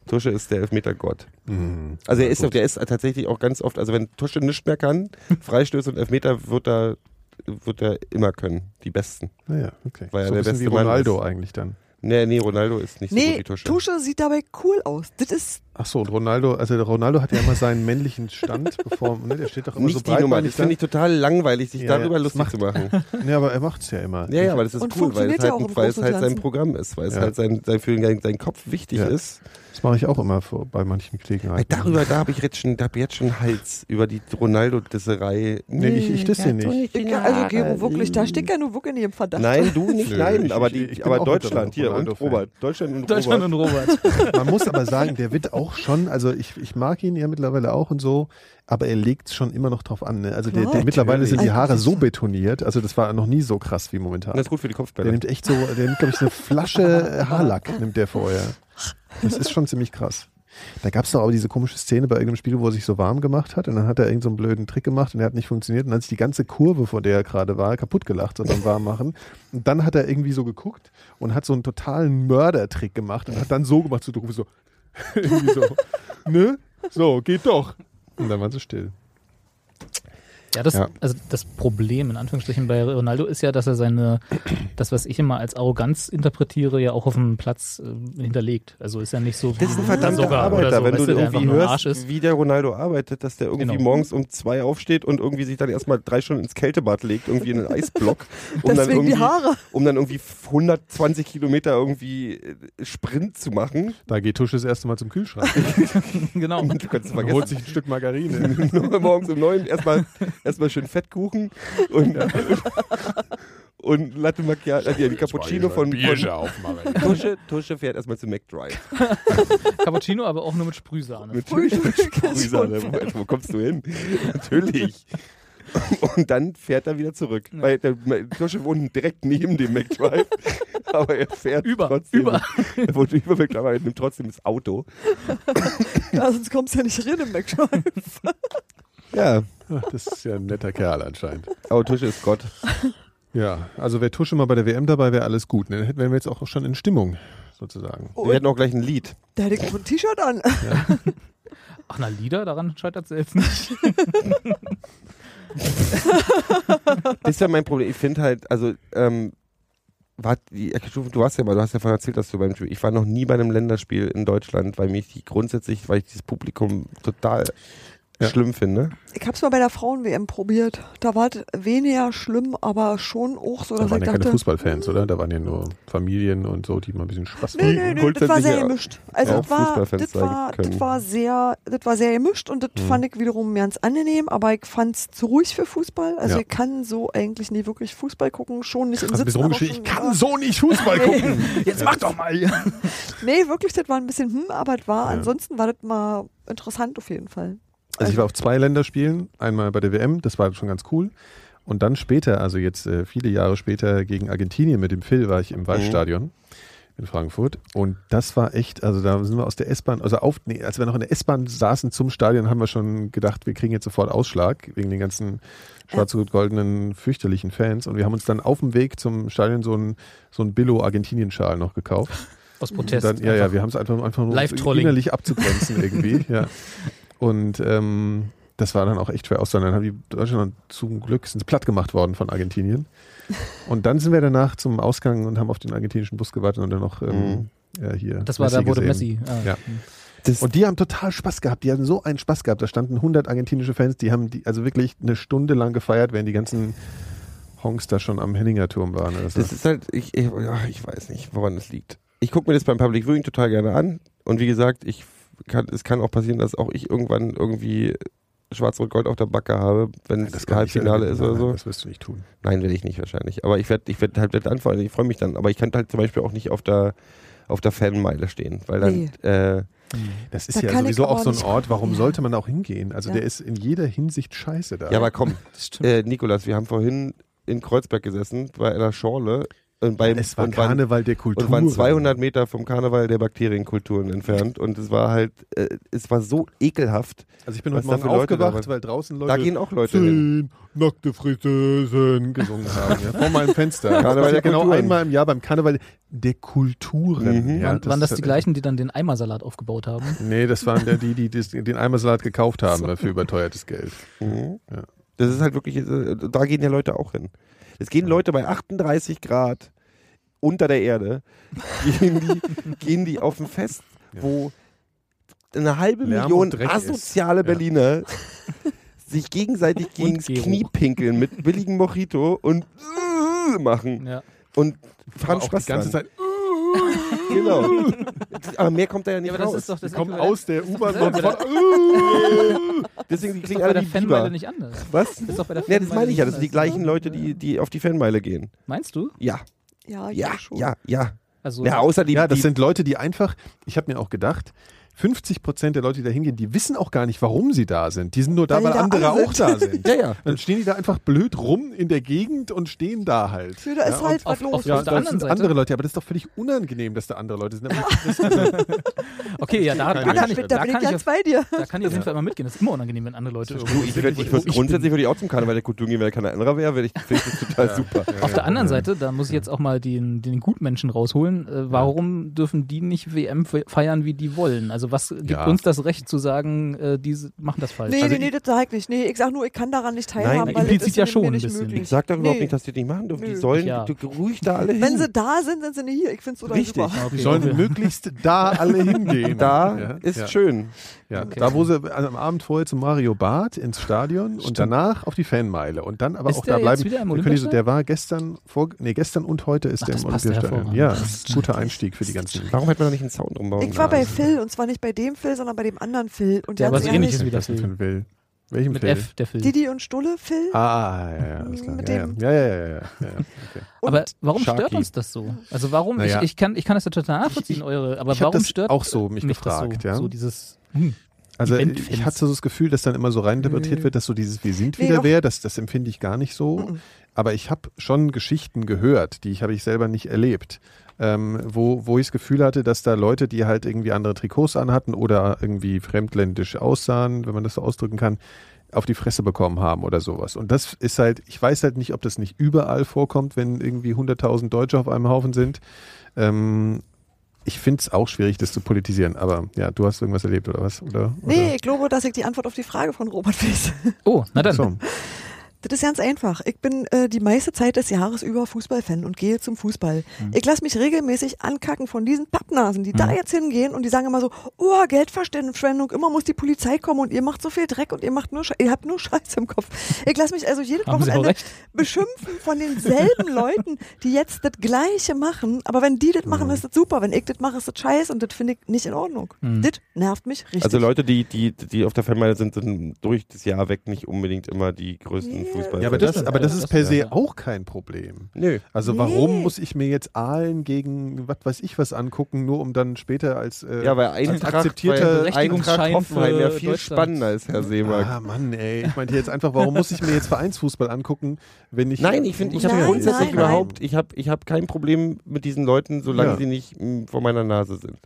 S4: Tusche ist der Elfmetergott.
S1: Mhm.
S4: Also er
S1: Ja,
S4: ist,
S1: gut.
S4: der ist tatsächlich auch ganz oft, also wenn Tusche nichts mehr kann, Freistöße und Elfmeter wird er, wird er immer können. Die Besten.
S1: Naja, okay.
S4: Weil er
S1: so ein
S4: der
S1: bisschen wie
S4: beste Mann
S1: Ronaldo
S4: ist.
S1: eigentlich dann.
S4: Nee, nee, Ronaldo ist nicht so gut
S3: Nee,
S4: wie
S3: Tusche.
S4: Tusche.
S3: sieht dabei cool aus. Das ist,
S1: Ach so, und Ronaldo, also der Ronaldo hat ja immer seinen männlichen Stand, bevor, ne, der steht doch immer so
S4: nicht die
S1: breit.
S4: Nummer. Das finde ich total langweilig, sich
S1: Ja, ja,
S4: darüber
S1: das
S4: lustig
S1: macht-
S4: zu machen.
S1: Nee, aber er macht's ja immer.
S4: Ja, ja, aber das ist
S3: Und
S4: cool, weil
S3: funktioniert
S4: es
S3: ja
S4: halt,
S3: auch
S4: gut,
S3: im
S4: weil es
S3: Großen
S4: halt
S3: und
S4: sein
S3: Ganzen.
S4: Programm ist, weil es
S1: Ja.
S4: halt sein, sein, für den, sein Kopf wichtig
S1: Ja.
S4: ist.
S1: Das mache ich auch immer vor, bei manchen
S4: Weil
S1: Gelegenheiten.
S4: darüber, da habe ich jetzt schon, da hab ich jetzt schon Hals über die Ronaldo-Disserei.
S1: Nee, ich, ich das hier nicht.
S3: ich, also Gero, wirklich, da steht ja nur wirklich nicht im Verdacht.
S4: Nein, du nicht,
S1: Nö,
S4: nein,
S1: ich-
S4: aber,
S1: ich-
S4: die,
S1: ich bin
S4: aber
S1: auch Ronaldo-
S4: Deutschland hier und
S1: Ronaldo-Fan.
S4: Robert. Deutschland und
S2: Deutschland
S4: Robert.
S2: und Robert.
S1: Man muss aber sagen, der wird auch schon, also ich, ich mag ihn ja mittlerweile auch und so, aber er legt schon immer noch drauf an. Ne? Also der,
S3: Klar.
S1: der, mittlerweile sind die
S3: Natürlich.
S1: Haare so betoniert, also das war noch nie so krass wie momentan.
S4: das ist gut für die
S1: Der
S4: Kopfbälle.
S1: nimmt äh, echt so, der nimmt, glaube ich, so eine Flasche Haarlack, nimmt der vorher. Das ist schon ziemlich krass. Da gab es doch aber diese komische Szene bei irgendeinem Spiel, wo er sich so warm gemacht hat und dann hat er irgendeinen so einen blöden Trick gemacht und der hat nicht funktioniert und dann hat sich die ganze Kurve, vor der er gerade war, kaputt gelacht und beim Warmmachen. Und dann hat er irgendwie so geguckt und hat so einen totalen Mördertrick gemacht und hat dann so gemacht, so, so, irgendwie so, ne? So, geht doch. Und dann waren sie still.
S2: Ja, das,
S1: Ja.
S2: Also das Problem in Anführungsstrichen bei Ronaldo ist ja, dass er seine, das, was ich immer als Arroganz interpretiere, ja auch auf dem Platz äh, hinterlegt. Also ist ja nicht so wie
S4: Das ist ein verdammter
S2: Sogar oder
S4: Arbeiter,
S2: so,
S4: wenn
S2: weißt
S4: du
S2: du, der einfach
S4: irgendwie
S2: nur ein
S4: hörst,
S2: Arsch ist.
S4: wie der Ronaldo arbeitet, dass der irgendwie
S2: Genau.
S4: morgens um zwei aufsteht und irgendwie sich dann erstmal drei Stunden ins Kältebad legt, irgendwie in einen Eisblock, um dann
S3: Deswegen
S4: irgendwie,
S3: die Haare.
S4: um dann irgendwie 120 Kilometer irgendwie äh, Sprint zu machen.
S1: Da geht Tusch das erste Mal zum Kühlschrank
S2: genau.
S4: Du kannst
S1: und
S4: vergessen.
S1: holt sich ein Stück Margarine.
S4: morgens um neun erstmal erstmal schön Fettkuchen und, und Latte Macchiato, äh, die Cappuccino von, von
S1: aufmachen.
S4: Tusche, Tusche fährt erstmal zu McDrive.
S2: Cappuccino, aber auch nur mit Sprühsahne.
S4: Natürlich mit
S3: ist
S4: Sprühsahne. Wo, wo kommst du hin? Natürlich. Und dann fährt er wieder zurück. Weil der Tusche wohnt direkt neben dem McDrive. Aber er fährt
S2: Über,
S4: trotzdem.
S2: über.
S4: Er wohnt über McDrive, aber er nimmt trotzdem das Auto.
S3: Ja, sonst kommst du ja nicht rein im McDrive.
S4: Ja,
S1: Das ist ja ein netter Kerl anscheinend.
S4: aber Tusche ist Gott.
S1: Ja, also wäre Tusch immer bei der WM dabei, wäre alles gut. Ne? Dann hätten- wären wir jetzt auch schon in Stimmung, sozusagen.
S4: Wir hätten auch gleich ein Lied.
S3: Da hätte ich auch ein T-Shirt an.
S2: Ach, na, Lieder, daran scheitert es jetzt nicht.
S4: Das ist ja mein Problem. Ich finde halt, also, ähm, war, die, äh, du warst ja mal, du hast ja vorhin erzählt, dass du beim Spiel. Ich war noch nie bei einem Länderspiel in Deutschland, weil mich die grundsätzlich, weil ich dieses Publikum total
S1: Ja.
S4: schlimm finde.
S3: Ich hab's mal bei der Frauen-WM probiert. Da war es weniger schlimm, aber schon auch so,
S1: Da
S3: dass ich
S1: waren ja keine
S3: dachte.
S1: Fußballfans, oder? Da waren ja nur Familien und so, die mal ein bisschen Spaß
S3: Nee, nee, nee, das war
S4: Grundsätzlich
S3: sehr
S4: ja
S3: gemischt. Also
S4: auch
S3: das war,
S4: Fußballfans
S3: das,
S4: sein
S3: war,
S4: können.
S3: das, war sehr, das war sehr gemischt und das fand ich wiederum ganz angenehm, aber ich fand's zu ruhig für Fußball. Also
S1: Ja.
S3: ich kann so eigentlich nie wirklich Fußball gucken, schon nicht im
S1: Hast du
S3: Sitzen.
S1: bist
S3: aber
S1: rumgeschrien, ich
S3: schon-
S1: kann so nicht Fußball gucken.
S2: Jetzt mach doch mal.
S3: Nee, wirklich, das war ein bisschen hm, aber das war, ansonsten war das mal interessant auf jeden Fall.
S1: Also ich war auf zwei Länderspielen, einmal bei der WM, das war schon ganz cool. Und dann später, also jetzt äh, viele Jahre später gegen Argentinien mit dem Phil war ich im Waldstadion in Frankfurt. Und das war echt, also da sind wir aus der S-Bahn, also auf, nee, als wir noch in der S-Bahn saßen zum Stadion, haben wir schon gedacht, wir kriegen jetzt sofort Ausschlag wegen den ganzen schwarz-rot-goldenen fürchterlichen Fans. Und wir haben uns dann auf dem Weg zum Stadion so ein, so ein Billo-Argentinien-Schal noch gekauft.
S2: Aus
S1: Und
S2: Protest.
S1: Dann, ja, ja, wir haben es einfach, einfach nur um es
S2: Live-Trolling.
S1: innerlich abzugrenzen irgendwie. ja. Und ähm, das war dann auch echt schwer aus. Dann haben die Deutschland zum Glück sind sie platt gemacht worden von Argentinien. Und dann sind wir danach zum Ausgang und haben auf den argentinischen Bus gewartet und dann noch ähm, ja, hier.
S2: das war, da wurde
S1: gesehen.
S2: Messi. Ah,
S1: Ja.
S2: hm.
S1: Und die haben total Spaß gehabt. Die hatten so einen Spaß gehabt. Da standen 100 argentinische Fans, die haben die also wirklich eine Stunde lang gefeiert, während die ganzen Honks da schon am Henninger Turm waren. Also Das
S4: Das ist halt, ich, ich, ach, ich weiß nicht, woran das liegt. Ich gucke mir das beim Public Viewing total gerne an. Und wie gesagt, ich kann, es kann auch passieren, dass auch ich irgendwann irgendwie Schwarz-Rot-Gold auf der Backe habe, wenn
S1: das
S4: es
S1: kann ich
S4: Halbfinale
S1: nicht.
S4: ist oder
S1: Nein,
S4: so.
S1: Das wirst du nicht tun.
S4: Nein, werde ich nicht wahrscheinlich. Aber ich werde ich werd halt werd anfangen. Ich freue mich dann. Aber ich kann halt zum Beispiel auch nicht auf der, auf der Fanmeile stehen, weil dann. Äh,
S1: Das
S3: Da
S1: ist ja
S3: kann ich
S1: sowieso
S3: aber
S1: auch so ein
S3: nicht
S1: Ort, warum
S3: Ja.
S1: sollte man da auch hingehen? Also
S3: Ja.
S1: der ist in jeder Hinsicht scheiße da.
S4: ja, aber komm,
S2: Das stimmt.
S4: äh, Nikolas, wir haben vorhin in Kreuzberg gesessen bei einer Schorle. Und beim,
S1: es war
S4: und waren-
S1: Karneval der Kultur.
S4: Und waren 200 Meter vom Karneval der Bakterienkulturen entfernt. Und es war halt, äh, es war so ekelhaft.
S1: Also ich bin
S4: Was
S1: heute Morgen
S4: da für Leute
S1: aufgewacht,
S4: da waren.
S1: weil draußen Leute
S4: Da gehen auch Leute hin.
S1: zehn nackte Fritteusen gesungen haben. Ja, vor meinem Fenster. Das
S4: Karneval
S1: passiert
S4: der
S1: genau
S4: Kulturen.
S1: einmal im Jahr beim Karneval der Kulturen.
S4: Mhm.
S1: Ja,
S2: waren waren das
S1: ist halt-
S2: die gleichen, die dann den Eimersalat aufgebaut haben?
S1: Nee, das waren der, die, die, das- den Eimersalat gekauft haben für überteuertes Geld.
S4: Mhm.
S1: Ja.
S4: Das ist halt wirklich, äh, da gehen ja Leute auch hin. Es gehen Leute bei 38 Grad unter der Erde, gehen die, gehen die auf ein Fest,
S1: Ja.
S4: wo eine halbe
S1: Lärm
S4: Million
S1: und Dreck
S4: asoziale
S1: ist. Ja.
S4: Berliner sich gegenseitig gegen das
S2: Gero.
S4: Knie pinkeln mit billigem Mojito und machen
S2: Ja.
S4: und haben
S1: Aber auch
S4: Spaß
S1: die ganze
S4: dran.
S1: Zeit
S4: Genau. Aber mehr kommt da ja nicht
S2: aber das
S4: raus.
S2: ist doch das
S1: kommen
S2: Äquivalent.
S1: aus der U-Bahn
S2: selber
S1: und
S2: wieder-
S1: fahren-
S4: Deswegen die
S2: Das ist
S4: klingen
S2: doch bei
S4: alle
S2: der
S4: wie
S2: Fanmeile
S4: Biber.
S2: nicht anders.
S4: Was?
S2: Das ist doch bei der
S4: Ne, das
S2: Fanmeile
S4: meine ich ja. Das
S2: nicht
S4: sind die
S2: anders.
S4: gleichen Leute, die, die auf die Fanmeile gehen.
S2: Meinst du?
S4: Ja,
S3: Ja,
S4: ja,
S3: schon.
S4: ja, ja.
S2: Also
S4: Ja, außer die,
S1: Ja, das
S4: die
S1: sind Leute, die einfach, ich habe mir auch gedacht, 50 Prozent der Leute, die da hingehen, die wissen auch gar nicht, warum sie da sind. Die sind nur da,
S3: Weil
S1: weil,
S3: die da
S1: andere
S3: alle
S1: auch
S3: sind.
S1: da sind.
S4: Ja, ja.
S1: Dann stehen die da einfach blöd rum in der Gegend und stehen da halt.
S3: Da ist halt
S2: auf-
S3: was los.
S2: auf-
S1: Ja,
S2: auf der
S1: das
S2: anderen
S1: sind
S2: Seite-
S1: andere Leute, aber das ist doch völlig unangenehm, dass da andere Leute sind.
S2: Okay, ja, da, da
S1: keine
S2: kann ich,
S3: da
S2: da
S3: bin ich
S2: kann ich,
S3: ganz bei dir.
S2: da kann ich auf jeden Fall mal mitgehen. Das ist immer unangenehm, wenn andere Leute
S4: Du, ich würd, ich würd, grundsätzlich würde ich auch zum Karneval der Kultur gehen, weil keiner anderer wäre, würde ich finde ich das total super.
S2: Auf der anderen Seite, da muss ich jetzt auch mal den, den Gutmenschen rausholen, äh, warum dürfen die nicht WM fe- feiern, wie die wollen? Also was gibt
S1: Ja.
S2: uns das Recht zu sagen, äh, die s- machen das falsch?
S3: Nee,
S2: also
S3: nee, nee, das sag ich nicht. Nee, ich sag nur, ich kann daran nicht teilhaben,
S4: Nein,
S3: weil
S2: implizit
S3: es ist
S2: ja
S3: mir
S2: schon ein
S3: nicht
S2: bisschen.
S3: möglich.
S4: Ich sag doch überhaupt
S3: Nee.
S4: nicht, dass die das nicht machen dürfen. Die
S3: Nö.
S4: sollen
S2: Ja.
S4: du- ruhig da alle hin.
S3: Wenn sie da sind, dann sind sie hier. Ich find's total
S4: Richtig.
S3: super.
S2: Okay,
S1: Die sollen
S2: okay.
S1: möglichst da alle hingehen.
S4: da
S1: Ja,
S4: ist
S1: ja,
S4: schön.
S1: Ja. Da, wo sie also am Abend vorher zum Mario Barth ins Stadion und danach auf die Fanmeile. Und dann aber
S2: Ist
S1: auch
S2: der
S1: da bleiben.
S2: jetzt wieder im
S1: Dann können die so-
S2: Olympiastadion?
S1: der war gestern, vor, nee, gestern und heute ist
S2: Ach,
S1: der
S2: das
S1: im
S2: passt ja
S1: Olympiastadion.
S2: hervorragend.
S1: Ja,
S2: Das
S1: das ist ein guter Einstieg für die ganzen.
S4: Warum hätte man da nicht einen Sound umbauen?
S3: Ich war
S4: lassen?
S3: bei Phil und zwar nicht bei dem Phil, sondern bei dem anderen Phil. Und
S2: Der
S3: ganz
S2: was
S3: ehrlich,
S2: ähnliches wie das Film.
S1: Will. Welchem
S2: Mit
S1: Phil?
S2: F, der Film.
S3: Didi und Stulle Phil.
S1: Ah, ja, ja, alles klar.
S3: Mit
S1: Ja,
S3: dem-
S1: ja, ja, ja, ja, ja, ja, ja. Okay.
S2: Aber warum
S1: Sharky.
S2: stört uns das so? Also warum,
S1: Naja.
S2: ich, ich, kann, ich kann das ja total nachvollziehen, eure, aber
S1: ich hab
S2: warum
S1: das
S2: stört
S1: auch so mich
S2: das
S1: gefragt,
S2: so,
S1: ja.
S2: so dieses, hm,
S1: Also
S2: Event-Fans.
S1: ich hatte so das Gefühl, dass dann immer so reininterpretiert wird, dass so dieses Wir sind
S3: Nee,
S1: wieder
S3: doch.
S1: wer, das, das empfinde ich gar nicht so. Aber ich habe schon Geschichten gehört, die ich habe ich selber nicht erlebt, ähm, wo, wo ich das Gefühl hatte, dass da Leute, die halt irgendwie andere Trikots anhatten oder irgendwie fremdländisch aussahen, wenn man das so ausdrücken kann, auf die Fresse bekommen haben oder sowas. Und das ist halt, ich weiß halt nicht, ob das nicht überall vorkommt, wenn irgendwie 100.000 Deutsche auf einem Haufen sind. Ähm, ich finde es auch schwierig, das zu politisieren, aber ja, du hast irgendwas erlebt oder was? Oder, oder?
S3: Nee, ich glaube, dass ich die Antwort auf die Frage von Robert weiß.
S2: oh, na dann.
S1: So.
S3: Das ist ganz einfach. Ich bin äh, die meiste Zeit des Jahres über Fußballfan und gehe zum Fußball.
S2: Mhm.
S3: Ich lasse mich regelmäßig ankacken von diesen Pappnasen, die da jetzt hingehen und die sagen immer so, oh, Geldverschwendung, immer muss die Polizei kommen und ihr macht so viel Dreck und ihr macht nur Sche ihr habt nur Scheiß im Kopf. Ich lasse mich also jedes
S2: Haben Sie auch
S3: Wochenende
S2: recht.
S3: beschimpfen von denselben Leuten, die jetzt das Gleiche machen. Aber wenn die das
S2: Mhm.
S3: machen, ist das super. Wenn ich das mache, ist das scheiß und das finde ich nicht in Ordnung.
S2: Mhm.
S3: Das nervt mich richtig.
S4: Also Leute, die, die, die auf der Fanmeile sind, sind durch das Jahr weg nicht unbedingt immer die größten
S3: Nee.
S4: Fußballer.
S1: Ja, aber das, aber
S4: äh,
S1: das ist per se
S2: Ja.
S1: auch kein Problem.
S4: Nö.
S1: Also warum muss ich mir jetzt Aalen gegen was weiß ich was angucken, nur um dann später als äh,
S4: Ja, weil Eintracht,
S1: akzeptierter
S4: weil Eintracht
S2: Berechtigungsschein
S4: Hoffenheim ja
S2: für
S4: viel
S2: Deutschland.
S4: spannender ist, Herr Seemark.
S1: Ah Mann, ey, ich meinte jetzt einfach, warum muss ich mir jetzt Vereinsfußball angucken, wenn ich
S4: Nein, ich finde, ich habe
S3: Nein,
S4: grundsätzlich
S3: nein, nein.
S4: überhaupt, ich habe ich hab kein Problem mit diesen Leuten, solange
S1: Ja.
S4: sie nicht mh, vor meiner Nase sind.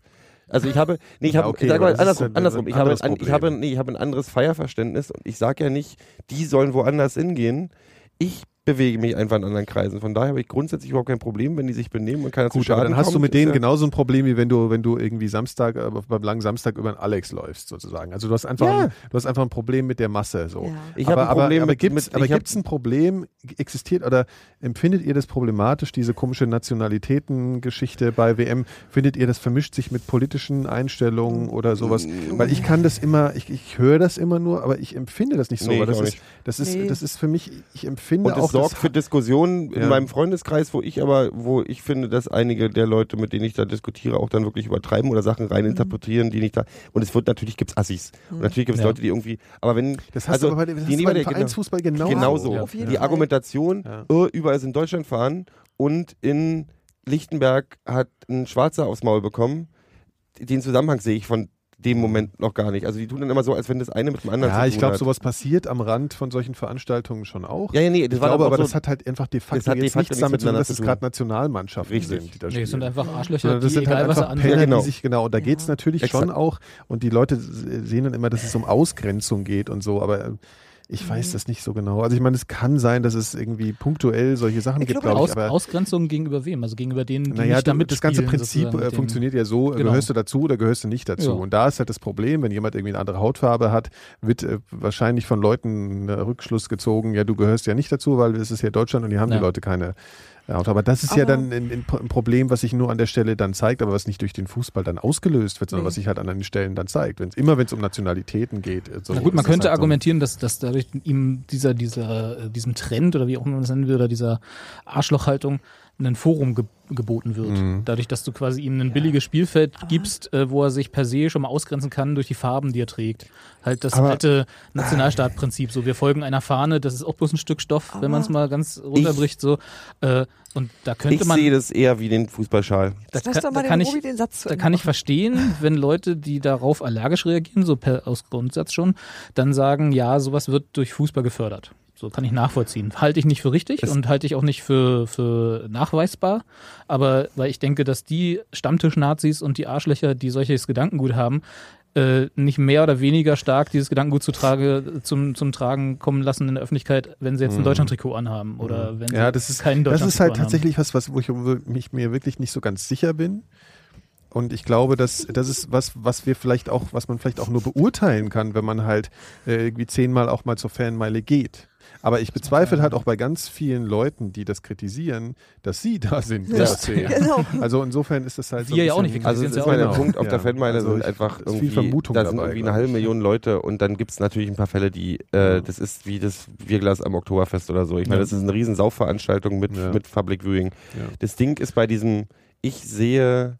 S4: Also ich habe, nee, ich
S1: Ja,
S4: habe,
S1: okay,
S4: sag
S1: aber
S4: mal,
S1: das ist
S4: andersrum,
S1: ja ein
S4: andersrum. Ich habe,
S1: anderes
S4: ein, ich,
S1: Problem.
S4: habe, nee, ich habe ein anderes Feierverständnis und ich sage ja nicht, die sollen woanders hingehen. Ich bewege mich einfach in anderen Kreisen. Von daher habe ich grundsätzlich überhaupt kein Problem, wenn die sich benehmen und keiner zu
S1: Gut, aber
S4: Schaden
S1: dann hast
S4: kommt,
S1: du mit
S4: ist
S1: denen
S4: ja-
S1: genauso ein Problem, wie wenn du, wenn du irgendwie Samstag, äh, beim langen Samstag über den Alex läufst, sozusagen. Also du hast einfach,
S4: Ja.
S1: ein, du hast einfach ein Problem mit der Masse. So.
S3: Ja.
S4: Ich hab
S1: aber,
S4: ein Problem
S1: aber, aber
S4: mit-
S1: gibt's,
S4: mit-
S1: aber
S4: ich hab-
S1: gibt's ein Problem, existiert oder empfindet ihr das problematisch, diese komische Nationalitäten-Geschichte bei WM? Findet ihr, das vermischt sich mit politischen Einstellungen oder sowas? Weil ich kann das immer, ich, ich höre das immer nur, aber ich empfinde das nicht so.
S4: Nee,
S1: weil
S4: ich
S1: das,
S4: auch
S1: ist,
S4: nicht.
S1: das ist,
S3: Nee.
S1: das ist für mich, ich empfinde
S4: Und
S1: auch
S4: es sorgt
S1: das
S4: für Diskussionen
S1: Ja.
S4: in meinem Freundeskreis, wo ich aber, wo ich finde, dass einige der Leute, mit denen ich da diskutiere, auch dann wirklich übertreiben oder Sachen
S1: Mhm.
S4: reininterpretieren, die nicht da. Und es wird natürlich gibt's Assis. Und natürlich gibt's
S2: Ja.
S4: Leute, die irgendwie. Aber wenn
S1: Das hast du aber bei, das hast du bei dem Vereinsfußball genau,
S4: genauso.
S3: Ja, auf jeden
S4: die
S3: Fall.
S4: Argumentation,
S1: Ja.
S4: äh, überall ist in Deutschland fahren und in Lichtenberg hat ein Schwarzer aufs Maul bekommen. Den Zusammenhang sehe ich von dem Moment noch gar nicht. Also die tun dann immer so, als wenn das eine mit dem anderen zu
S1: Ja,
S4: tun
S1: ich glaube,
S4: hat.
S1: sowas passiert am Rand von solchen Veranstaltungen schon auch.
S4: Ja, ja, nee, das
S1: ich
S4: war
S1: glaube
S4: aber
S1: aber,
S4: so-
S1: das hat halt einfach de
S4: Das
S1: facto
S4: hat de
S1: jetzt
S4: facto
S1: nichts
S4: nichts
S1: damit zu tun,
S4: miteinander
S1: dass
S4: zu
S1: es
S4: tun.
S1: gerade Nationalmannschaften
S4: Richtig.
S1: sind, die da
S2: Nee,
S1: spielen.
S2: es sind einfach Arschlöcher,
S1: Sondern das
S2: die,
S1: sind halt
S2: egal was sie
S1: einfach
S2: anfangen.
S1: Penner,
S4: Ja, genau.
S1: die sich, genau, und da
S3: Ja.
S1: geht's natürlich
S4: Exakt.
S1: schon auch, und die Leute sehen dann immer, dass es um Ausgrenzung geht und so, aber äh, ich
S2: Mhm.
S1: weiß das nicht so genau. Also ich meine, es kann sein, dass es irgendwie punktuell solche Sachen
S3: Ich
S1: gibt,
S3: glaube,
S1: glaube ich,
S2: Aus,
S1: aber
S2: Ausgrenzung gegenüber wem? Also gegenüber denen, die
S1: naja,
S2: nicht damit
S1: damit das ganze
S2: spielen,
S1: Prinzip
S2: sozusagen,
S1: äh,
S2: mit dem-
S1: funktioniert ja so, äh,
S2: Genau.
S1: gehörst du dazu oder gehörst du nicht dazu.
S2: Ja.
S1: Und da ist halt das Problem, wenn jemand irgendwie eine andere Hautfarbe hat, wird äh, wahrscheinlich von Leuten äh, Rückschluss gezogen, ja, du gehörst ja nicht dazu, weil es ist ja Deutschland und hier haben
S2: Ja.
S1: die Leute keine äh, Hautfarbe. Aber das ist ja
S3: Aber-
S1: dann ein, ein ein Problem, was sich nur an der Stelle dann zeigt, aber was nicht durch den Fußball dann ausgelöst wird, sondern was sich halt an den Stellen dann zeigt. Wenn's, immer wenn es um Nationalitäten geht. äh, So
S2: Na gut, man
S1: ist das
S2: könnte
S1: halt so.
S2: argumentieren, dass, dass dadurch ihm dieser, dieser, äh, diesem Trend oder wie auch immer man es nennen will, oder dieser Arschlochhaltung ein Forum ge geboten wird.
S4: Mhm.
S2: Dadurch, dass du quasi ihm ein billiges Spielfeld gibst, äh, wo er sich per se schon mal ausgrenzen kann durch die Farben, die er trägt. Halt das alte Nationalstaatprinzip. So, wir folgen einer Fahne, das ist auch bloß ein Stück Stoff, wenn man es mal ganz runterbricht. So. Äh, und da
S4: Ich
S2: könnte man.
S4: sehe das eher wie den Fußballschal.
S2: Da
S3: Lass doch
S2: kann,
S3: mal
S2: da kann
S3: den
S2: ich,
S3: Robi den Satz zu
S2: da
S3: Ende
S2: kann ich
S3: machen.
S2: verstehen, wenn Leute, die darauf allergisch reagieren, so per, aus Grundsatz schon, dann sagen, ja, sowas wird durch Fußball gefördert. So kann ich nachvollziehen. Halte ich nicht für richtig und halte ich auch nicht für, für nachweisbar. Aber weil ich denke, dass die Stammtisch-Nazis und die Arschlöcher, die solches Gedankengut haben, äh, nicht mehr oder weniger stark dieses Gedankengut zu trage, zum, zum Tragen kommen lassen in der Öffentlichkeit, wenn sie jetzt ein Deutschland-Trikot anhaben oder wenn sie
S1: Hm. Ja, das ist,
S2: kein
S1: das
S2: Deutschland-Trikot
S1: ist halt
S2: anhaben.
S1: tatsächlich was, was wo ich wo mich mir wirklich nicht so ganz sicher bin. Und ich glaube, dass das ist was, was wir vielleicht auch, was man vielleicht auch nur beurteilen kann, wenn man halt äh, irgendwie zehnmal auch mal zur Fanmeile geht. Aber ich bezweifle halt auch bei ganz vielen Leuten, die das kritisieren, dass sie da sind. die
S3: Ja,
S1: das sehen.
S3: genau.
S1: Also insofern ist das halt so.
S2: Wir
S1: ein
S2: ja auch
S1: bisschen-
S2: nicht, wir
S4: Also
S2: sehen
S4: das
S2: ja
S4: ist
S2: auch
S4: mal der
S1: Genau.
S4: Punkt, auf
S1: Ja.
S4: der Fanmeile
S1: Also
S4: sind
S1: ich-
S4: einfach
S1: ist viel
S4: irgendwie,
S1: Vermutung
S4: da sind
S1: dabei,
S4: irgendwie
S1: glaub
S4: eine halbe
S1: ich.
S4: Million Leute und dann gibt es natürlich ein paar Fälle, die, äh, das ist wie das Bierglas am Oktoberfest oder so. Ich meine,
S1: Ja.
S4: das ist eine riesen Saufveranstaltung mit,
S1: Ja.
S4: mit Public Viewing.
S1: Ja.
S4: Das Ding ist bei diesem, ich sehe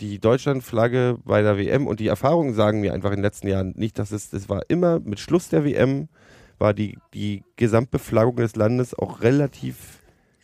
S4: die Deutschlandflagge bei der WM und die Erfahrungen sagen mir einfach in den letzten Jahren nicht, dass es, es war immer mit Schluss der WM, war die, die Gesamtbeflaggung des Landes auch relativ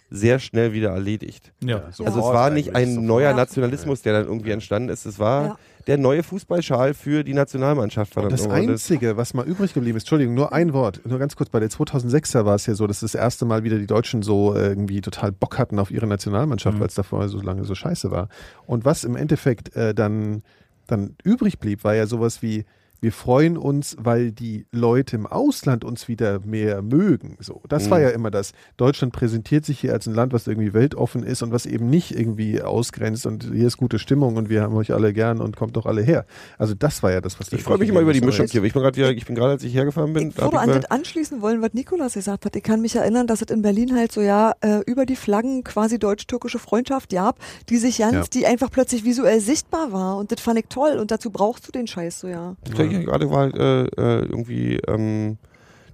S4: sehr schnell wieder erledigt.
S2: Ja.
S4: Also es
S1: Sofort
S4: war nicht
S1: eigentlich,
S4: ein
S1: sofort.
S4: neuer
S3: Ja.
S4: Nationalismus, der dann irgendwie entstanden ist. Es war
S3: Ja.
S4: der neue Fußballschal für die Nationalmannschaft. Verdammt
S1: Das
S4: nochmal.
S1: Einzige, was mal übrig geblieben ist, Entschuldigung, nur ein Wort, nur ganz kurz, bei der 2006er war es ja so, dass das erste Mal wieder die Deutschen so äh, irgendwie total Bock hatten auf ihre Nationalmannschaft, weil es davor so lange so scheiße war. Und was im Endeffekt äh, dann, dann übrig blieb, war ja sowas wie, wir freuen uns, weil die Leute im Ausland uns wieder mehr mögen. So, das war ja immer das. Deutschland präsentiert sich hier als ein Land, was irgendwie weltoffen ist und was eben nicht irgendwie ausgrenzt und hier ist gute Stimmung und wir haben euch alle gern und kommt doch alle her. Also das war ja das, was
S4: ich freue mich immer über die Mischung hier.
S1: hier.
S4: Ich bin gerade, ich bin gerade, als ich hergefahren bin,
S3: Ich würde
S4: hab
S3: an
S4: ich mal-
S3: das anschließen wollen, was Nikolas gesagt hat. Ich kann mich erinnern, dass es in Berlin halt so ja äh, über die Flaggen quasi deutsch-türkische Freundschaft gab, die sich ganz,
S1: Ja.
S3: die einfach plötzlich visuell sichtbar war und das fand ich toll und dazu brauchst du den Scheiß so ja.
S4: Ich denke, gerade war äh, äh, irgendwie ähm,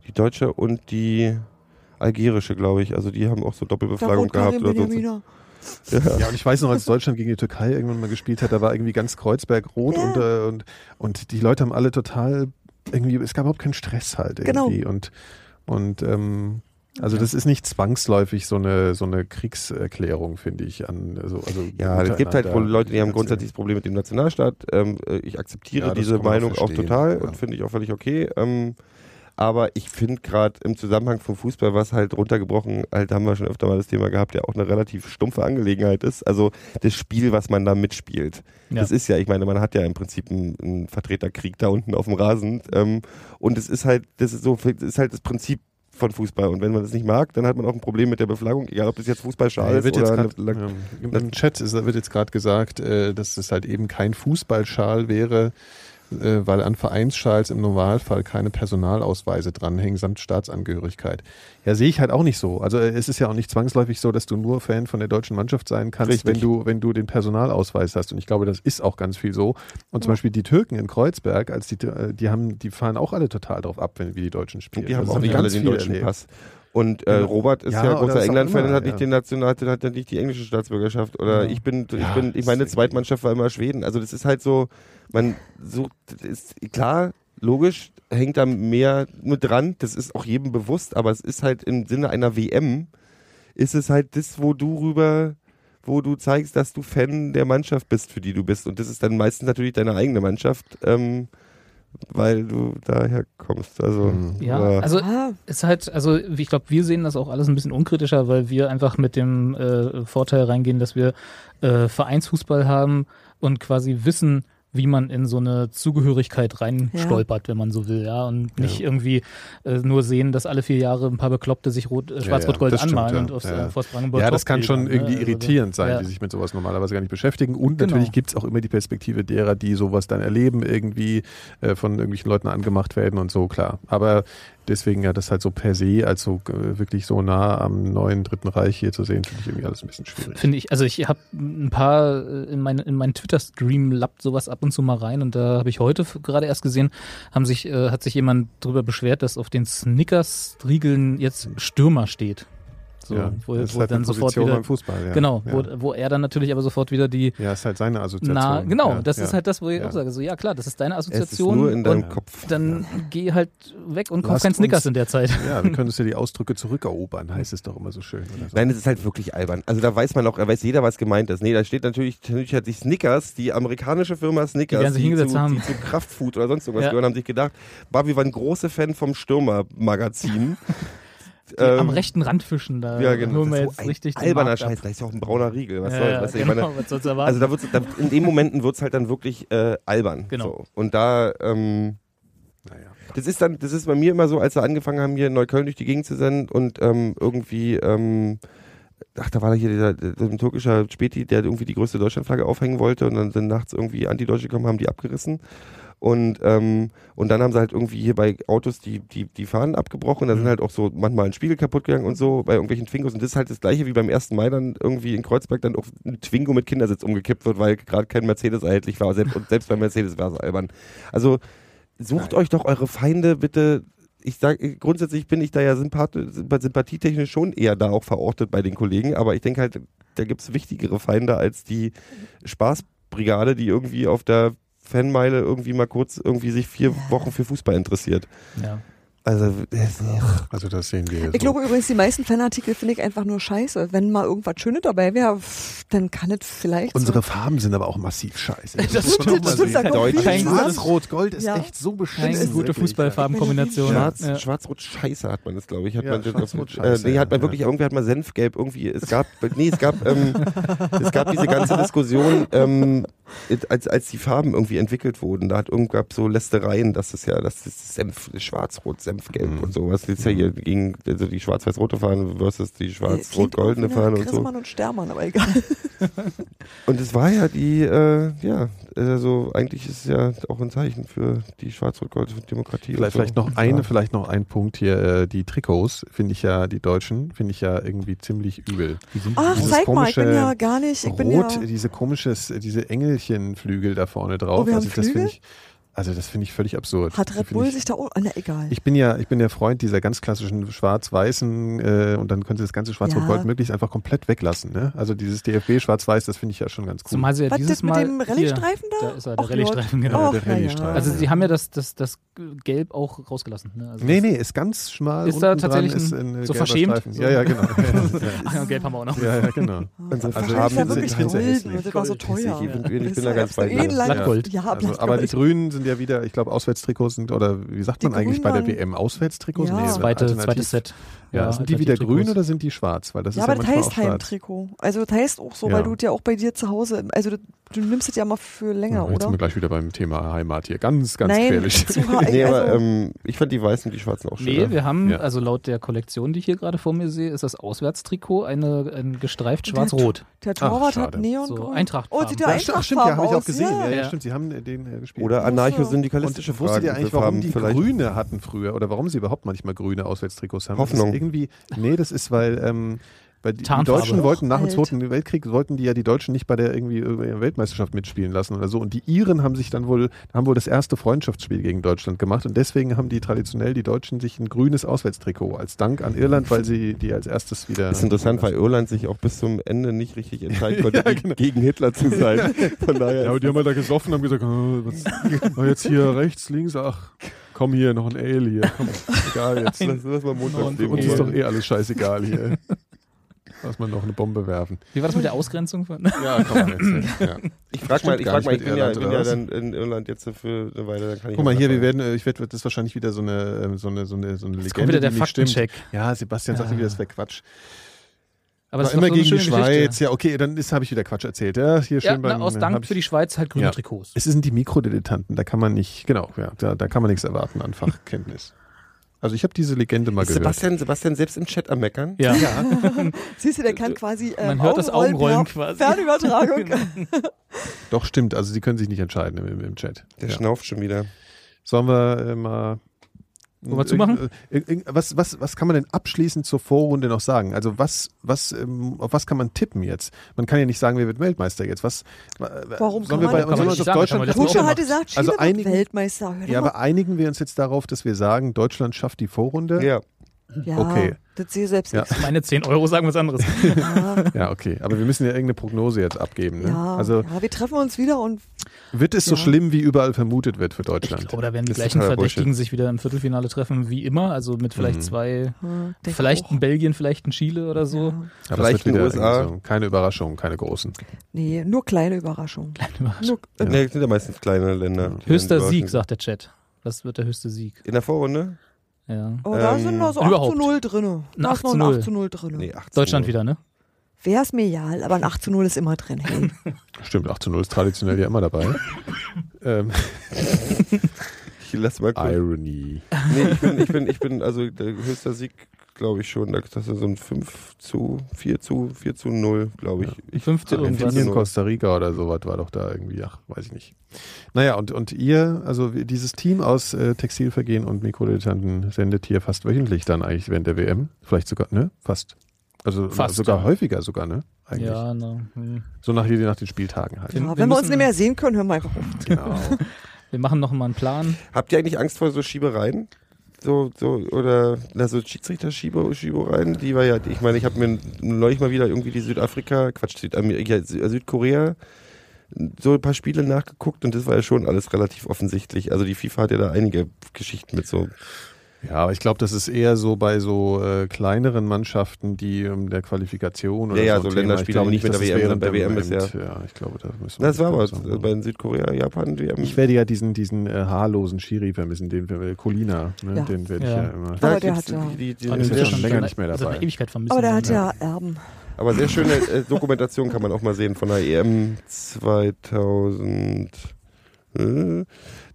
S4: die deutsche und die algerische, glaube ich. Also die haben auch so Doppelbefragung
S3: wohnt Karin
S4: gehabt. Oder so.
S3: Benjamina.
S1: Ja, und ich weiß noch, als Deutschland gegen die Türkei irgendwann mal gespielt hat, da war irgendwie ganz Kreuzberg rot
S3: Ja.
S1: und, äh, und, und die Leute haben alle total irgendwie, es gab überhaupt keinen Stress halt
S3: Genau.
S1: irgendwie. Und, und ähm, also das ist nicht zwangsläufig so eine, so eine Kriegserklärung, finde ich. An, also, also
S4: Ja, es gibt halt wohl
S1: untereinander.
S4: Leute, die haben grundsätzlich das Problem mit dem Nationalstaat. Ähm, äh, ich akzeptiere
S1: Ja, das
S4: diese
S1: kann man auch
S4: Meinung auch
S1: verstehen,
S4: total
S1: ja.
S4: und finde ich auch völlig okay. Ähm, aber ich finde gerade im Zusammenhang vom Fußball, was halt runtergebrochen, halt haben wir schon öfter mal das Thema gehabt, ja auch eine relativ stumpfe Angelegenheit ist. Also das Spiel, was man da mitspielt.
S2: Ja.
S4: Das ist ja, ich meine, man hat ja im Prinzip einen, einen Vertreterkrieg da unten auf dem Rasen. Ähm, und es ist halt, das ist so, das ist halt das Prinzip von Fußball. Und wenn man das nicht mag, dann hat man auch ein Problem mit der Beflaggung, egal ob das jetzt Fußballschal
S1: Ja,
S4: ist
S1: wird
S4: oder
S1: jetzt
S4: eine
S1: grad, ähm, Im Chat ist, wird jetzt gerade gesagt, äh, dass es halt eben kein Fußballschal wäre, äh, weil an Vereinsschals im Normalfall keine Personalausweise dranhängen, samt Staatsangehörigkeit. Ja, sehe ich halt auch nicht so. Also äh, es ist ja auch nicht zwangsläufig so, dass du nur Fan von der deutschen Mannschaft sein kannst,
S4: Richtig.
S1: wenn du, wenn du den Personalausweis hast. Und ich glaube, das ist auch ganz viel so. Und zum Beispiel die Türken in Kreuzberg, als die, äh, die haben, die fahren auch alle total drauf ab, wenn wie die Deutschen spielen.
S4: Und die haben
S1: Das
S4: auch
S1: hab ich
S4: nicht alle
S1: ganz
S4: den
S1: viel
S4: deutschen
S1: erlebt.
S4: Pass. Und äh,
S1: Genau.
S4: Robert ist ja,
S1: Ja, oder
S4: großer
S1: was auch
S4: England-Fan und
S1: immer,
S4: hat
S1: ja.
S4: nicht den National, hat dann nicht die englische Staatsbürgerschaft. Oder ich bin, ich
S1: Ja,
S4: bin, ich
S1: ist
S4: meine,
S1: richtig.
S4: Zweitmannschaft war immer Schweden. Also das ist halt so, man sucht, das ist klar, logisch, hängt da mehr mit dran. Das ist auch jedem bewusst, aber es ist halt im Sinne einer WM, ist es halt das, wo du rüber wo du zeigst, dass du Fan der Mannschaft bist, für die du bist. Und das ist dann meistens natürlich deine eigene Mannschaft, ähm, weil du daher kommst. Also,
S1: Hm.
S2: Ja,
S4: aber-
S2: also
S3: Ah,
S2: ist halt, also ich glaube, wir sehen das auch alles ein bisschen unkritischer, weil wir einfach mit dem äh, Vorteil reingehen, dass wir äh, Vereinsfußball haben und quasi wissen, wie man in so eine Zugehörigkeit reinstolpert, wenn man so will, ja. Und nicht irgendwie äh, nur sehen, dass alle vier Jahre ein paar Bekloppte sich rot, äh, schwarz-rot-gold
S1: das stimmt,
S2: anmalen
S1: ja.
S2: und aufs
S1: Ja, ja.
S2: äh, vors Brandenburg
S1: Ja, das kann
S2: draufkleben,
S1: schon
S2: ne?
S1: irgendwie
S2: Also,
S1: irritierend sein,
S2: ja.
S1: die sich mit sowas normalerweise gar nicht beschäftigen. Und
S2: Genau.
S1: natürlich gibt's auch immer die Perspektive derer, die sowas dann erleben, irgendwie äh, von irgendwelchen Leuten angemacht werden und so, klar. Aber deswegen ja, das halt so per se, als so äh, wirklich so nah am neuen Dritten Reich hier zu sehen, finde ich irgendwie alles ein bisschen schwierig.
S2: Finde ich, also ich habe ein paar äh, in meinen in meinen Twitter-Stream lappt sowas ab und zu mal rein und da habe ich heute f- gerade erst gesehen, haben sich, äh, hat sich jemand drüber beschwert, dass auf den Snickers-Riegeln jetzt Stürmer steht. So,
S1: ja.
S2: wo,
S1: das ist
S2: wo
S1: halt
S2: dann
S1: eine
S2: sofort
S1: Position
S2: wieder,
S1: beim Fußball. Ja.
S2: Genau,
S1: Ja.
S2: Wo, wo er dann natürlich aber sofort wieder die.
S1: ja, ist halt seine Assoziation.
S2: Na, genau,
S1: ja,
S2: das
S1: ja.
S2: ist halt das, wo ich
S1: Ja.
S2: auch sage, so ja klar, das ist deine Assoziation.
S4: Es ist nur in deinem
S2: und
S4: Kopf.
S2: Dann geh halt weg und kauf
S1: Lasst
S2: keinen
S1: uns-
S2: Snickers in der Zeit.
S1: Ja, wir können uns ja die Ausdrücke zurückerobern, heißt es doch immer so schön. Oder so.
S4: Nein, es ist halt wirklich albern. Also da weiß man auch, da weiß jeder, was gemeint ist. Nee, da steht natürlich, natürlich hat sich Snickers, die amerikanische Firma
S2: Die
S4: Snickers,
S2: werden sich hingesetzt
S4: zu,
S2: haben.
S4: die zu Kraftfood oder sonst irgendwas
S2: Ja.
S4: gehören, haben sich gedacht, Barbie, wir waren große Fan vom Stürmer-Magazin. Ähm,
S2: Am rechten Rand fischen, da
S4: ja, genau.
S2: holen wir
S4: Das ist
S2: jetzt
S4: so ein
S2: richtig den
S4: alberner
S2: Markt ab.
S4: Scheiß, da ist ja auch ein brauner Riegel. Was
S2: Ja,
S4: soll,
S2: ja,
S4: was, ich
S2: genau,
S4: meine,
S2: was sollst du erwarten?
S4: also da wird's, da, in den Momenten wird es halt dann wirklich äh, albern.
S2: Genau.
S4: So. Und da, ähm, das ist dann, das ist bei mir immer so, als wir angefangen haben, hier in Neukölln durch die Gegend zu senden und ähm, irgendwie, ähm, ach, da war da hier dieser, der, der, türkischer Späti, der irgendwie die größte Deutschlandflagge aufhängen wollte und dann sind nachts irgendwie Antideutsche gekommen, haben die abgerissen. Und, ähm, und dann haben sie halt irgendwie hier bei Autos die, die, die Fahnen abgebrochen. Da sind halt auch so manchmal ein Spiegel kaputt gegangen und so bei irgendwelchen Twingos. Und das ist halt das gleiche wie beim 1. Mai dann irgendwie in Kreuzberg dann auch ein Twingo mit Kindersitz umgekippt wird, weil gerade kein Mercedes erhältlich war. Selbst, und selbst bei Mercedes war es albern. Also sucht euch doch eure Feinde bitte. Ich sage, grundsätzlich bin ich da ja sympath sympathietechnisch schon eher da auch verortet bei den Kollegen, aber ich denke halt, da gibt es wichtigere Feinde als die Spaßbrigade, die irgendwie auf der Fanmeile irgendwie mal kurz irgendwie sich vier Wochen für Fußball interessiert.
S2: Ja.
S4: Also,
S1: Also das sehen wir. so.
S3: Ich glaube übrigens, die meisten Fanartikel finde ich einfach nur scheiße. Wenn mal irgendwas Schönes dabei wäre, pff, dann kann es vielleicht.
S1: Unsere Farben sind aber auch massiv scheiße.
S3: Das stimmt,
S1: muss man
S3: das
S1: auch mal
S3: stimmt,
S1: sehen.
S3: da kommt
S4: Deutsch.
S3: viel
S2: Kein
S3: Schwarz.
S1: Schwarz, Rot, Gold ist
S3: Ja.
S1: echt so beschissen.
S2: Keine gute
S1: wirklich.
S2: Fußballfarbenkombination.
S4: Schwarz,
S2: Ja.
S4: Schwarzrot Scheiße hat man das, glaube ich. Hat
S1: Ja,
S4: man das
S1: Schwarzrot
S4: äh,
S1: Scheiße,
S4: nee, hat man
S1: ja.
S4: wirklich, irgendwie hat man Senfgelb irgendwie. Es gab, nee, es gab, ähm, es gab diese ganze Diskussion, ähm, als, als die Farben irgendwie entwickelt wurden. Da hat irgend gab so Lästereien, dass es ja, dass das Senf, Schwarzrot, Senfgelb
S1: Mhm.
S4: und sowas. Das ist ja hier gegen also die schwarz-weiß-rote Fahne versus die
S3: Klingt auch
S4: schwarz-rot-goldene
S3: wie
S4: Fahne und so.
S3: Grissemann und Stermann, aber egal.
S4: Und es war ja die, äh, ja, also eigentlich ist es ja auch ein Zeichen für die schwarz-rot-goldene Demokratie.
S1: Vielleicht,
S4: und
S1: vielleicht
S4: so.
S1: noch eine, vielleicht noch ein Punkt hier. äh, Die Trikots finde ich ja, die Deutschen finde ich ja irgendwie ziemlich übel.
S3: Ach,
S1: Dieses
S3: zeig mal, ich bin
S1: komische
S3: ja gar nicht. Ich bin
S1: Rot,
S3: ja,
S1: diese komisches, diese Engelchenflügel da vorne drauf.
S3: Oh, wir haben
S1: also das finde
S3: Flügel?
S1: ich, also das finde ich völlig absurd.
S3: hat Red
S1: Finde
S3: Bull
S1: ich,
S3: sich da. Oh, na, egal.
S1: ich bin ja, ich bin der Freund dieser ganz klassischen schwarz-weißen äh, und dann können sie das ganze Schwarz-Rot-Gold
S3: Ja.
S1: möglichst einfach komplett weglassen. Ne? Also dieses DFB-Schwarz-Weiß, das finde ich ja schon ganz cool.
S2: Zumal sie ja
S3: Was
S2: dieses
S3: das mit
S2: Mal
S3: dem
S2: hier,
S3: Rallye-Streifen da?
S2: da ist er, der
S3: Ach,
S2: Rallye-Streifen,
S3: Lord.
S2: genau.
S3: Ach,
S1: der
S3: na
S1: Rallye-Streifen.
S2: Also sie haben ja das, das, das Gelb auch rausgelassen. Ne? Also
S1: Nee,
S2: das-
S1: nee, ist ganz schmal.
S2: Ist da
S1: unten
S2: tatsächlich
S1: dran, ist
S2: ein-
S1: ein
S2: so
S1: gelber
S2: verschämt?
S1: Streifen.
S2: So-
S1: Ja, ja, genau.
S2: Ach ja, Gelb haben wir auch noch.
S1: ja, ja, genau.
S3: Ah,
S4: Unsere
S1: Also
S3: Wahrscheinlich war
S1: haben sie-
S3: wirklich
S1: haben sie
S3: Gold,
S1: hässlich.
S3: und das war so
S1: E
S4: Ich,
S3: teuer.
S4: ich, bin- ich bin da
S3: Das
S4: ganz
S3: war
S4: bei dir.
S3: eh lang-
S2: Blattgold.
S3: Ja,
S1: Also,
S3: Blattgold.
S1: aber die Grünen sind ja wieder, ich glaube, Auswärtstrikots sind, oder wie sagt
S3: Die
S1: man eigentlich bei
S3: Grünen
S1: der
S3: waren-
S1: WM? Auswärtstrikots?
S3: Ja.
S1: Nee,
S2: Zweite,
S1: alternativ.
S2: zweites Set.
S1: Ja, sind die wieder grün oder sind die schwarz? Weil das
S3: Ja,
S1: ist ja
S3: aber das
S1: manchmal auch
S3: heißt
S1: schwarz.
S3: Heimtrikot. Also das heißt auch so,
S1: Ja.
S3: weil du dir auch bei dir zu Hause, also du, du nimmst es ja mal für länger,
S1: Oh, Jetzt
S3: oder?
S1: sind wir gleich wieder beim Thema Heimat hier. Ganz, ganz
S3: Nein,
S1: gefährlich.
S3: zu hart.
S4: Nee,
S3: also,
S4: aber ähm, ich fand die Weißen und die Schwarzen auch schön.
S2: Nee, wir haben,
S1: Ja.
S2: also laut der Kollektion, die ich hier gerade vor mir sehe, ist das Auswärtstrikot eine, ein gestreift
S3: Der
S2: schwarz-rot.
S3: der Torwart hat
S1: schade.
S3: Neon.
S2: So Eintrachtfarben.
S3: Oh, sieht der
S1: Ja, stimmt, stimmt, ja,
S3: Eintrachtfarben
S1: habe ich auch
S3: aus.
S1: gesehen. Ja, ja,
S2: Ja.
S1: stimmt, sie haben äh, den äh, gespielt.
S4: Oder
S1: Und
S4: anarcho-syndikalistische
S1: wusstet
S4: Fragen.
S1: ihr eigentlich,
S4: für
S1: warum
S4: Farben
S1: die
S4: vielleicht.
S1: Grüne hatten früher oder warum sie überhaupt manchmal grüne Auswärtstrikots haben? Das
S4: Hoffnung.
S1: ist irgendwie, nee, das ist, weil, ähm, weil die, die
S2: Tarnfarbe.
S1: Deutschen wollten nach dem
S3: Alt.
S1: Zweiten Weltkrieg, wollten die ja die Deutschen nicht bei der irgendwie äh, Weltmeisterschaft mitspielen lassen oder so. Und die Iren haben sich dann wohl, haben wohl das erste Freundschaftsspiel gegen Deutschland gemacht und deswegen haben die traditionell die Deutschen sich ein grünes Auswärtstrikot als Dank an Irland, weil sie die als erstes wieder.
S4: Das ist interessant, weil Irland sich auch bis zum Ende nicht richtig entscheiden konnte,
S1: Ja, genau.
S4: gegen Hitler zu sein. Von daher.
S1: Ja, aber die haben halt da gesoffen und haben gesagt, oh, was, oh, jetzt hier rechts, links, ach, komm hier, noch ein Ale hier. Komm, egal jetzt.
S4: Lass, lass mal Mund auf
S1: Und
S4: dem
S1: uns ist
S4: Ohr.
S1: doch eh alles scheißegal hier. Lass mal noch eine Bombe werfen.
S2: Wie war das mit der Ausgrenzung? Von?
S1: Ja, komm mal jetzt.
S4: Ich frag mal, ich,
S1: gar nicht
S4: frag mal, ich
S1: mit
S4: bin, ja,
S1: Irland,
S4: bin
S1: oder
S4: ja
S1: was?
S4: dann in Irland jetzt für eine Weile. Dann kann ich
S1: Guck mal
S4: auch
S1: hier, wir
S4: nachfragen.
S1: werden, äh, ich werde, das ist wahrscheinlich wieder so eine, ähm, so eine, so eine, so eine Legende.
S2: kommt wieder der
S1: die nicht stimmt.
S2: Faktencheck.
S1: Ja, Sebastian sagte
S2: Ja.
S1: wieder, das wäre Quatsch.
S2: Aber
S1: War
S2: das ist
S1: immer
S2: doch so
S1: gegen die
S2: eine schöne
S1: Schweiz.
S2: Geschichte.
S1: Ja, okay, dann habe ich wieder Quatsch erzählt. Ja, hier
S2: Ja,
S1: schön
S2: na,
S1: beim, äh,
S2: aus
S1: hab
S2: Dank
S1: ich-
S2: für die Schweiz halt grüne
S1: Ja.
S2: Trikots.
S1: Es sind die Mikrodilettanten, da kann man nicht, genau, ja, da, da kann man nichts erwarten an Fachkenntnis. Also ich habe diese Legende mal
S4: Ist
S1: gehört.
S4: Sebastian, Sebastian selbst im Chat am Meckern?
S2: Ja.
S3: Siehst du, der kann quasi äh,
S2: Man hört das Augenrollen
S3: per
S2: quasi. Genau.
S3: Fernübertragung.
S1: Doch, stimmt. Also sie können sich nicht entscheiden im, im Chat.
S4: Der
S1: Ja.
S4: schnauft schon wieder.
S1: Sollen wir äh, mal.
S2: Wollen wir zumachen?
S1: Irg- irg- Was, was, was kann man denn abschließend zur Vorrunde noch sagen? Also was, was, ähm, auf was kann man tippen jetzt? Man kann ja nicht sagen, wer wird Weltmeister jetzt. Was, äh,
S3: Warum
S1: sollen
S3: kann
S1: wir
S3: man-
S1: bei
S3: Kann man
S1: sollen wir
S2: nicht
S1: uns auf
S2: sagen,
S1: Deutschland
S2: kann man das
S3: Kutsche
S2: Tor
S3: hat
S2: gemacht.
S3: gesagt, Chile
S1: Also
S3: wird
S1: einigen-
S3: Weltmeister. Hör doch
S1: Ja,
S3: mal.
S1: aber einigen wir uns jetzt darauf, dass wir sagen, Deutschland schafft die Vorrunde
S4: Ja.
S3: Ja,
S1: Okay.
S3: das sehe selbst
S1: Ja.
S3: ich.
S2: Meine 10 Euro sagen was anderes.
S1: Ja, okay. Aber wir müssen ja irgendeine Prognose jetzt abgeben. Ne?
S3: Ja,
S1: also
S3: ja, wir treffen uns wieder und
S1: wird es so schlimm, wie überall vermutet wird für
S2: Ich
S1: Deutschland?
S2: glaube, da werden die
S1: Das ist
S2: gleichen
S1: totaler Mhm.
S2: Verdächtigen sich wieder im Viertelfinale treffen wie immer. Also mit vielleicht zwei,
S3: hm, denk
S2: vielleicht
S3: auch,
S2: in Belgien, vielleicht in Chile oder so.
S1: Aber es
S4: Vielleicht
S1: wird wieder
S4: in den USA.
S1: irgendwie So, keine Überraschungen, keine großen.
S3: nee, nur kleine Überraschungen. Kleine
S2: Überraschung.
S4: Ja. Nee, das sind ja meistens kleine Länder. die
S2: Höchster
S4: dann
S2: Sieg,
S4: überraschend
S2: sagt der Chat. Das wird der höchste Sieg.
S4: sind. In der Vorrunde?
S2: Ja.
S3: Oh, da
S4: Ähm,
S3: sind noch so 8 zu
S2: überhaupt.
S3: 0 drin.
S2: Ein
S3: Da
S2: 8
S3: ist noch
S2: zu
S3: ein
S2: 0.
S3: 8 zu 0 drin.
S4: Nee, 18.
S2: Deutschland wieder, ne?
S3: Wär's mir ja, aber ein 8 zu 0 ist immer drin. Hey.
S1: Stimmt, 8 zu 0 ist traditionell ja immer dabei. ähm,
S4: Ich lass mal gucken.
S1: Irony.
S4: Nee, ich bin, ich bin, ich bin, also der höchster Sieg, glaube ich schon. Da- Das ist so ein 5 zu, 4 zu, 4 zu 0, glaube ich. ich
S2: 5 zu
S4: Ja, in
S2: irgendwas.
S1: Argentinien,
S4: Null.
S1: Costa Rica oder sowas war doch da irgendwie, ach, weiß ich nicht. Naja, und, und ihr, also wir- dieses Team aus äh, Textilvergehen und Mikrodilettanten sendet hier fast wöchentlich dann eigentlich während der WM. Vielleicht sogar, ne? Fast. Also
S2: Fast,
S1: sogar
S2: ja.
S1: häufiger sogar, ne? Eigentlich.
S2: Ja, ne. hm.
S1: So nach, nach den Spieltagen halt.
S2: Wir-
S3: Ja,
S2: wir
S3: genau. wenn wir uns
S2: müssen-
S3: nicht mehr sehen können, hören wir einfach auf.
S1: Genau.
S2: Wir machen noch mal einen Plan.
S4: Habt ihr eigentlich Angst vor so Schiebereien? So, so, oder, na, so Schiedsrichter-Schiebe- Schiebereien, die war ja, ich meine, ich habe mir neulich mal wieder irgendwie die Südafrika, Quatsch, Südamerika, Sü- äh, Südkorea, so ein paar Spiele nachgeguckt und das war ja schon alles relativ offensichtlich. Also die FIFA hat ja da einige Geschichten mit so.
S1: Ja, aber ich glaube, das ist eher so bei so äh, kleineren Mannschaften, die um, der Qualifikation oder
S4: Ja, ja,
S1: so, ein
S4: so
S1: Thema.
S4: Länderspiele,
S1: Ich glaube
S4: aber nicht mit
S1: dass
S4: der
S1: es
S4: WM,
S1: während
S4: bei
S1: der
S4: WM ist ja-
S1: Ja, ich glaube, da müssen wir.
S4: Das war aber äh,
S1: sagen.
S4: bei den Südkorea, Japan, die haben,
S1: Ich werde ja diesen, diesen äh, haarlosen Schiri vermissen, den wir, Colina, ne?
S3: Ja.
S1: den werde ich
S2: Ja.
S1: ja immer.
S3: Aber der
S4: gibt's
S3: hat ja-
S4: die, die, die,
S2: Ah,
S1: ist
S2: der
S1: ja
S2: ist
S1: schon länger nicht mehr
S2: seit einer
S1: dabei.
S2: Ewigkeit ne? vermisst.
S3: Aber der
S2: ihn
S3: hat
S2: dann.
S3: ja Erben.
S4: Aber sehr schöne äh, Dokumentation kann man auch mal sehen von der E EM 2000. Äh,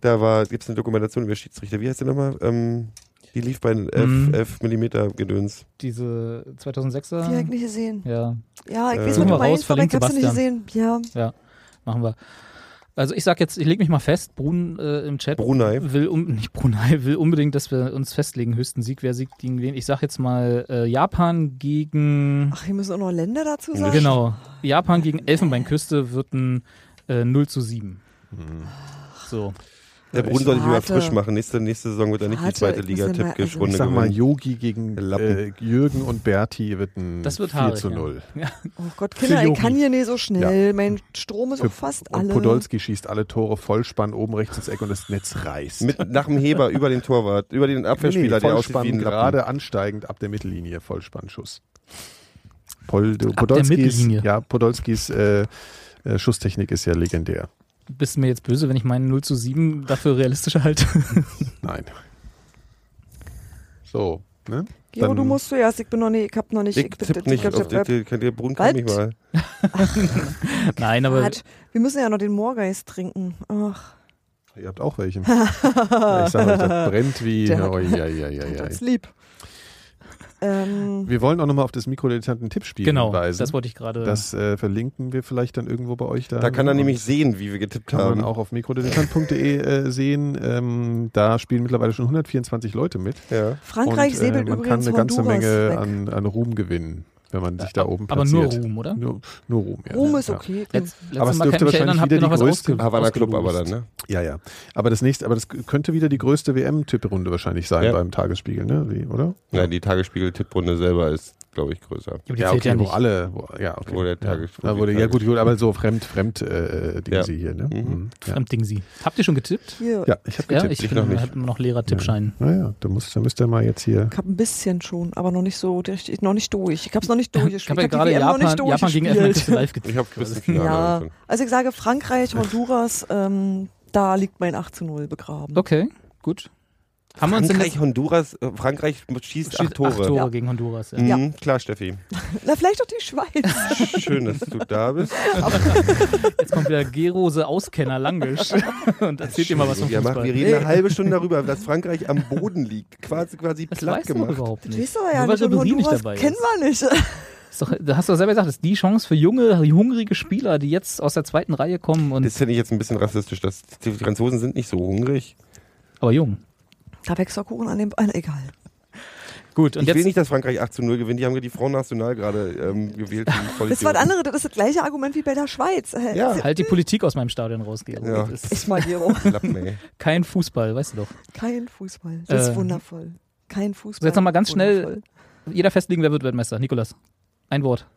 S4: da war gibt es eine Dokumentation über Schiedsrichter. Wie heißt die nochmal? Ähm, die lief bei
S2: Mhm.
S4: 11 mm Gedöns.
S2: Diese
S3: Die habe ich
S2: 2006er.
S3: nicht gesehen.
S2: Ja,
S3: Ja, ich
S4: Äh,
S3: weiß, was
S4: Suchen
S3: du
S4: wir
S2: raus,
S3: meinst, aber ich
S2: verlinkt
S3: habe sie nicht gesehen. Ja,
S2: machen wir. Also ich sag jetzt, ich lege mich mal fest, Brun äh, im Chat
S4: Brunei.
S2: will um, nicht Brunei will unbedingt, dass wir uns festlegen, höchsten Sieg, wer siegt gegen wen. Ich sag jetzt mal äh, Japan gegen
S3: ach, hier müssen auch noch Länder dazu sagen.
S2: genau Japan gegen Elfenbeinküste wird ein äh, 0 zu 7.
S1: Mhm.
S2: So,
S4: Der Brunnen soll ich wieder
S3: Warte.
S4: frisch machen. Nächste, nächste Saison wird er also nicht
S3: Warte,
S4: die
S3: ich muss
S4: zweite
S3: ja
S4: Liga
S3: mal-
S1: Ich
S4: Tippgeschrunde
S1: sag mal,
S4: gewinnen.
S1: Yogi gegen äh,
S4: Lappen.
S1: Jürgen und Berti wird ein
S2: das wird
S1: 4
S2: haarig.
S1: zu 0.
S2: Ja. Ja.
S3: Oh Gott, Kinder, ich
S2: Yogi.
S3: kann hier nicht so schnell. Mein Strom ist
S1: Für-
S3: auch fast
S1: Und
S3: alle.
S1: Podolski schießt alle Tore Vollspann oben rechts ins Eck und das Netz reißt.
S4: Mit, nach dem Heber über den Torwart, über den Abwehrspieler, der aussieht
S1: Vollspann
S4: wie ein Lappen.
S1: gerade ansteigend ab der Mittellinie, Vollspannschuss. Pol,
S2: der Mittellinie.
S1: ja, Podolskis äh, äh, Schusstechnik ist ja legendär.
S2: Bist du mir jetzt böse, wenn ich meinen 0 zu 7 dafür realistischer halte?
S1: Nein. So, ne?
S3: Gero,
S4: dann-
S3: du musst zuerst. Ich bin noch nicht, ich hab noch nicht.
S4: Ich
S3: bin-
S4: tipp nicht
S3: ich-
S4: auf
S3: ich-
S4: den Der Brunnen kann mich
S3: Was?
S4: mal.
S2: Nein, aber
S3: Quatsch. wir müssen ja noch den Moorgeist trinken. Ach,
S1: Ihr habt auch welchen. Ja, ich sag euch, das brennt wie.
S3: Der hat-
S1: Oh, ja, ja, ja,
S3: tut
S1: ja.
S3: uns lieb. Ähm,
S1: Wir wollen auch nochmal auf das Mikrodilettanten-Tippspiel
S2: genau,
S1: hinweisen.
S2: das wollte ich gerade.
S1: Das äh, verlinken wir vielleicht dann irgendwo bei euch. Da,
S4: Da kann er nämlich sehen, wie wir getippt
S1: kann man
S4: haben.
S1: auch auf mikrodilettant.de äh, sehen. Ähm, da spielen mittlerweile schon 124 Leute mit.
S4: Ja.
S3: Frankreich
S2: äh,
S1: und, ähm,
S3: säbelt
S1: man kann
S3: übrigens
S1: eine ganze
S3: Honduras
S1: Menge
S3: weg.
S1: an, an Ruhm gewinnen, wenn man sich da oben
S2: aber
S1: platziert.
S2: nur Ruhm, ne? oder?
S1: Nur, nur Ruhm, ja.
S3: Ruhm ist
S1: ja.
S3: okay.
S2: Letz, letztes
S1: Aber es dürfte
S2: kann ich mich
S1: wahrscheinlich
S2: erinnern, habt
S1: wieder
S2: ihr noch
S1: die
S2: was
S1: größte
S2: ausge-
S4: Havana Club aber
S2: ausgelost?
S4: dann, ne?
S1: Ja, ja. Aber das nächste, aber das könnte wieder die größte WM-Tipprunde wahrscheinlich sein
S4: Ja.
S1: beim Tagesspiegel, ne? Wie, oder?
S4: Nein, die Tagesspiegel-Tipprunde selber ist, glaube ich, größer.
S2: Ja, aber die
S1: Ja,
S2: zählt
S1: okay,
S2: ja
S1: wo
S2: nicht.
S1: alle, wo, ja, okay.
S4: Wo der Tages-
S1: ja,
S4: wo
S1: da
S4: die
S1: wurde, ja
S4: Tages-
S1: gut, gut, aber so fremd, fremd äh, Dinge
S4: Ja.
S1: sie hier, ne?
S4: Mhm.
S1: Mhm. Ja.
S2: Fremdding sie. Habt ihr schon getippt?
S3: Hier,
S1: ja, ich habe
S2: Ja,
S1: getippt.
S2: ich,
S4: ich
S2: bin,
S4: noch nicht.
S2: hab immer noch leerer Tippschein.
S1: Naja, du musst, da müsst ihr mal jetzt hier.
S3: Ich habe ein bisschen schon, aber noch nicht so richtig, noch nicht durch. Ich habe es noch nicht
S2: Ich habe
S3: durchgespielt.
S2: ja
S3: Ich hab
S2: gerade
S3: die WM noch
S2: Japan,
S3: nicht
S2: Japan gegen
S3: durchgespielt.
S2: Elfmenküste live
S4: Ich
S2: getippt.
S4: habe bis zum Finale
S3: Ja,
S4: schon.
S3: also ich sage Frankreich, Honduras, ähm, da liegt mein 8 zu 0 begraben.
S2: Okay, gut. Haben wir uns denn
S4: Frankreich, Honduras, äh, Frankreich schießt,
S2: jetzt
S4: acht Tore.
S3: Ja.
S2: gegen Honduras? Ja.
S4: Mhm,
S3: Ja.
S4: Klar, Steffi.
S3: Na, vielleicht auch die Schweiz.
S4: Schön, dass du da bist.
S2: Jetzt kommt wieder Gerose Auskenner Langisch und erzählt dir mal was vom
S4: wir, machen, wir
S2: Fußball.
S4: reden eine halbe Stunde darüber, dass Frankreich am Boden liegt. Quasi, quasi
S2: Das
S4: platt
S2: weißt du doch
S4: gemacht.
S2: überhaupt
S3: Das
S2: nicht.
S3: weißt du aber ja
S2: Nur weil
S3: nicht. Und
S2: Ribéry nicht
S3: Honduras
S2: dabei
S3: kennen
S2: ist.
S3: wir nicht.
S2: ist doch, da hast du doch selber gesagt, das ist die Chance für junge, hungrige Spieler, die jetzt aus der zweiten Reihe kommen und
S4: Das finde ich jetzt ein bisschen rassistisch. Dass die Franzosen sind nicht so hungrig.
S2: aber jung.
S3: Da wächst der Kuchen an dem Bein. Egal.
S2: Gut, und
S4: ich will
S2: jetzt
S4: nicht, dass Frankreich 8 zu 0 gewinnt. Die haben ja die Frauennational gerade ähm, gewählt. die
S3: Das war das andere. Das ist das gleiche Argument wie bei der Schweiz. Äh,
S4: Ja.
S2: halt die Politik aus meinem Stadion raus, Gero.
S4: Ja.
S2: Das ist
S3: Ich mal Gero.
S4: Lappen, ey.
S2: kein Fußball, weißt du doch.
S3: Kein Fußball. Das ist
S2: Äh.
S3: wundervoll. Kein Fußball.
S2: So, jetzt noch mal ganz schnell-
S3: Wundervoll.
S2: Jeder festlegen, wer wird Weltmeister. Nikolas, ein Wort.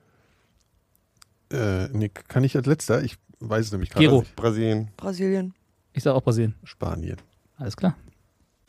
S1: Äh, Nick, kann ich als letzter? Ich weiß es nämlich gerade
S2: Gero,
S1: nicht.
S4: Brasilien.
S3: Brasilien.
S2: ich sage auch Brasilien.
S1: Spanien.
S2: Alles klar.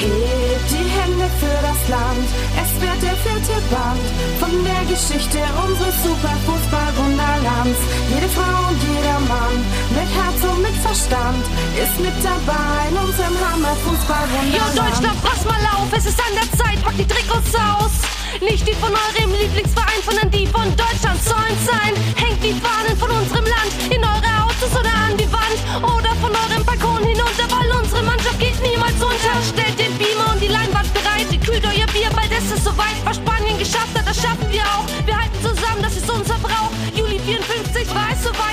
S10: Hebt die Hände für das Land, es wird der vierte Band von der Geschichte unseres Superfußball-Wunderlands. Jede Frau und jeder Mann mit Herz und mit Verstand ist mit dabei in unserem
S11: Ja,
S10: Hammer-Fußball-Wunderland.
S11: Deutschland, pass mal auf, es ist an der Zeit, packt die Trikots aus. Nicht die von eurem Lieblingsverein, sondern die von Deutschland sollen's sein. Hängt die Fahnen von unserem Land in eure Autos oder an die Wand oder von eurem Balkon hinunter, weil unsere Mannschaft geht niemals unter. Stellt den Beamer und die Leinwand bereit, ihr kühlt euer Bier, bald ist es soweit. Was Spanien geschafft hat, das schaffen wir auch. Wir halten zusammen, das ist unser Brauch. Juli 54, weiß soweit.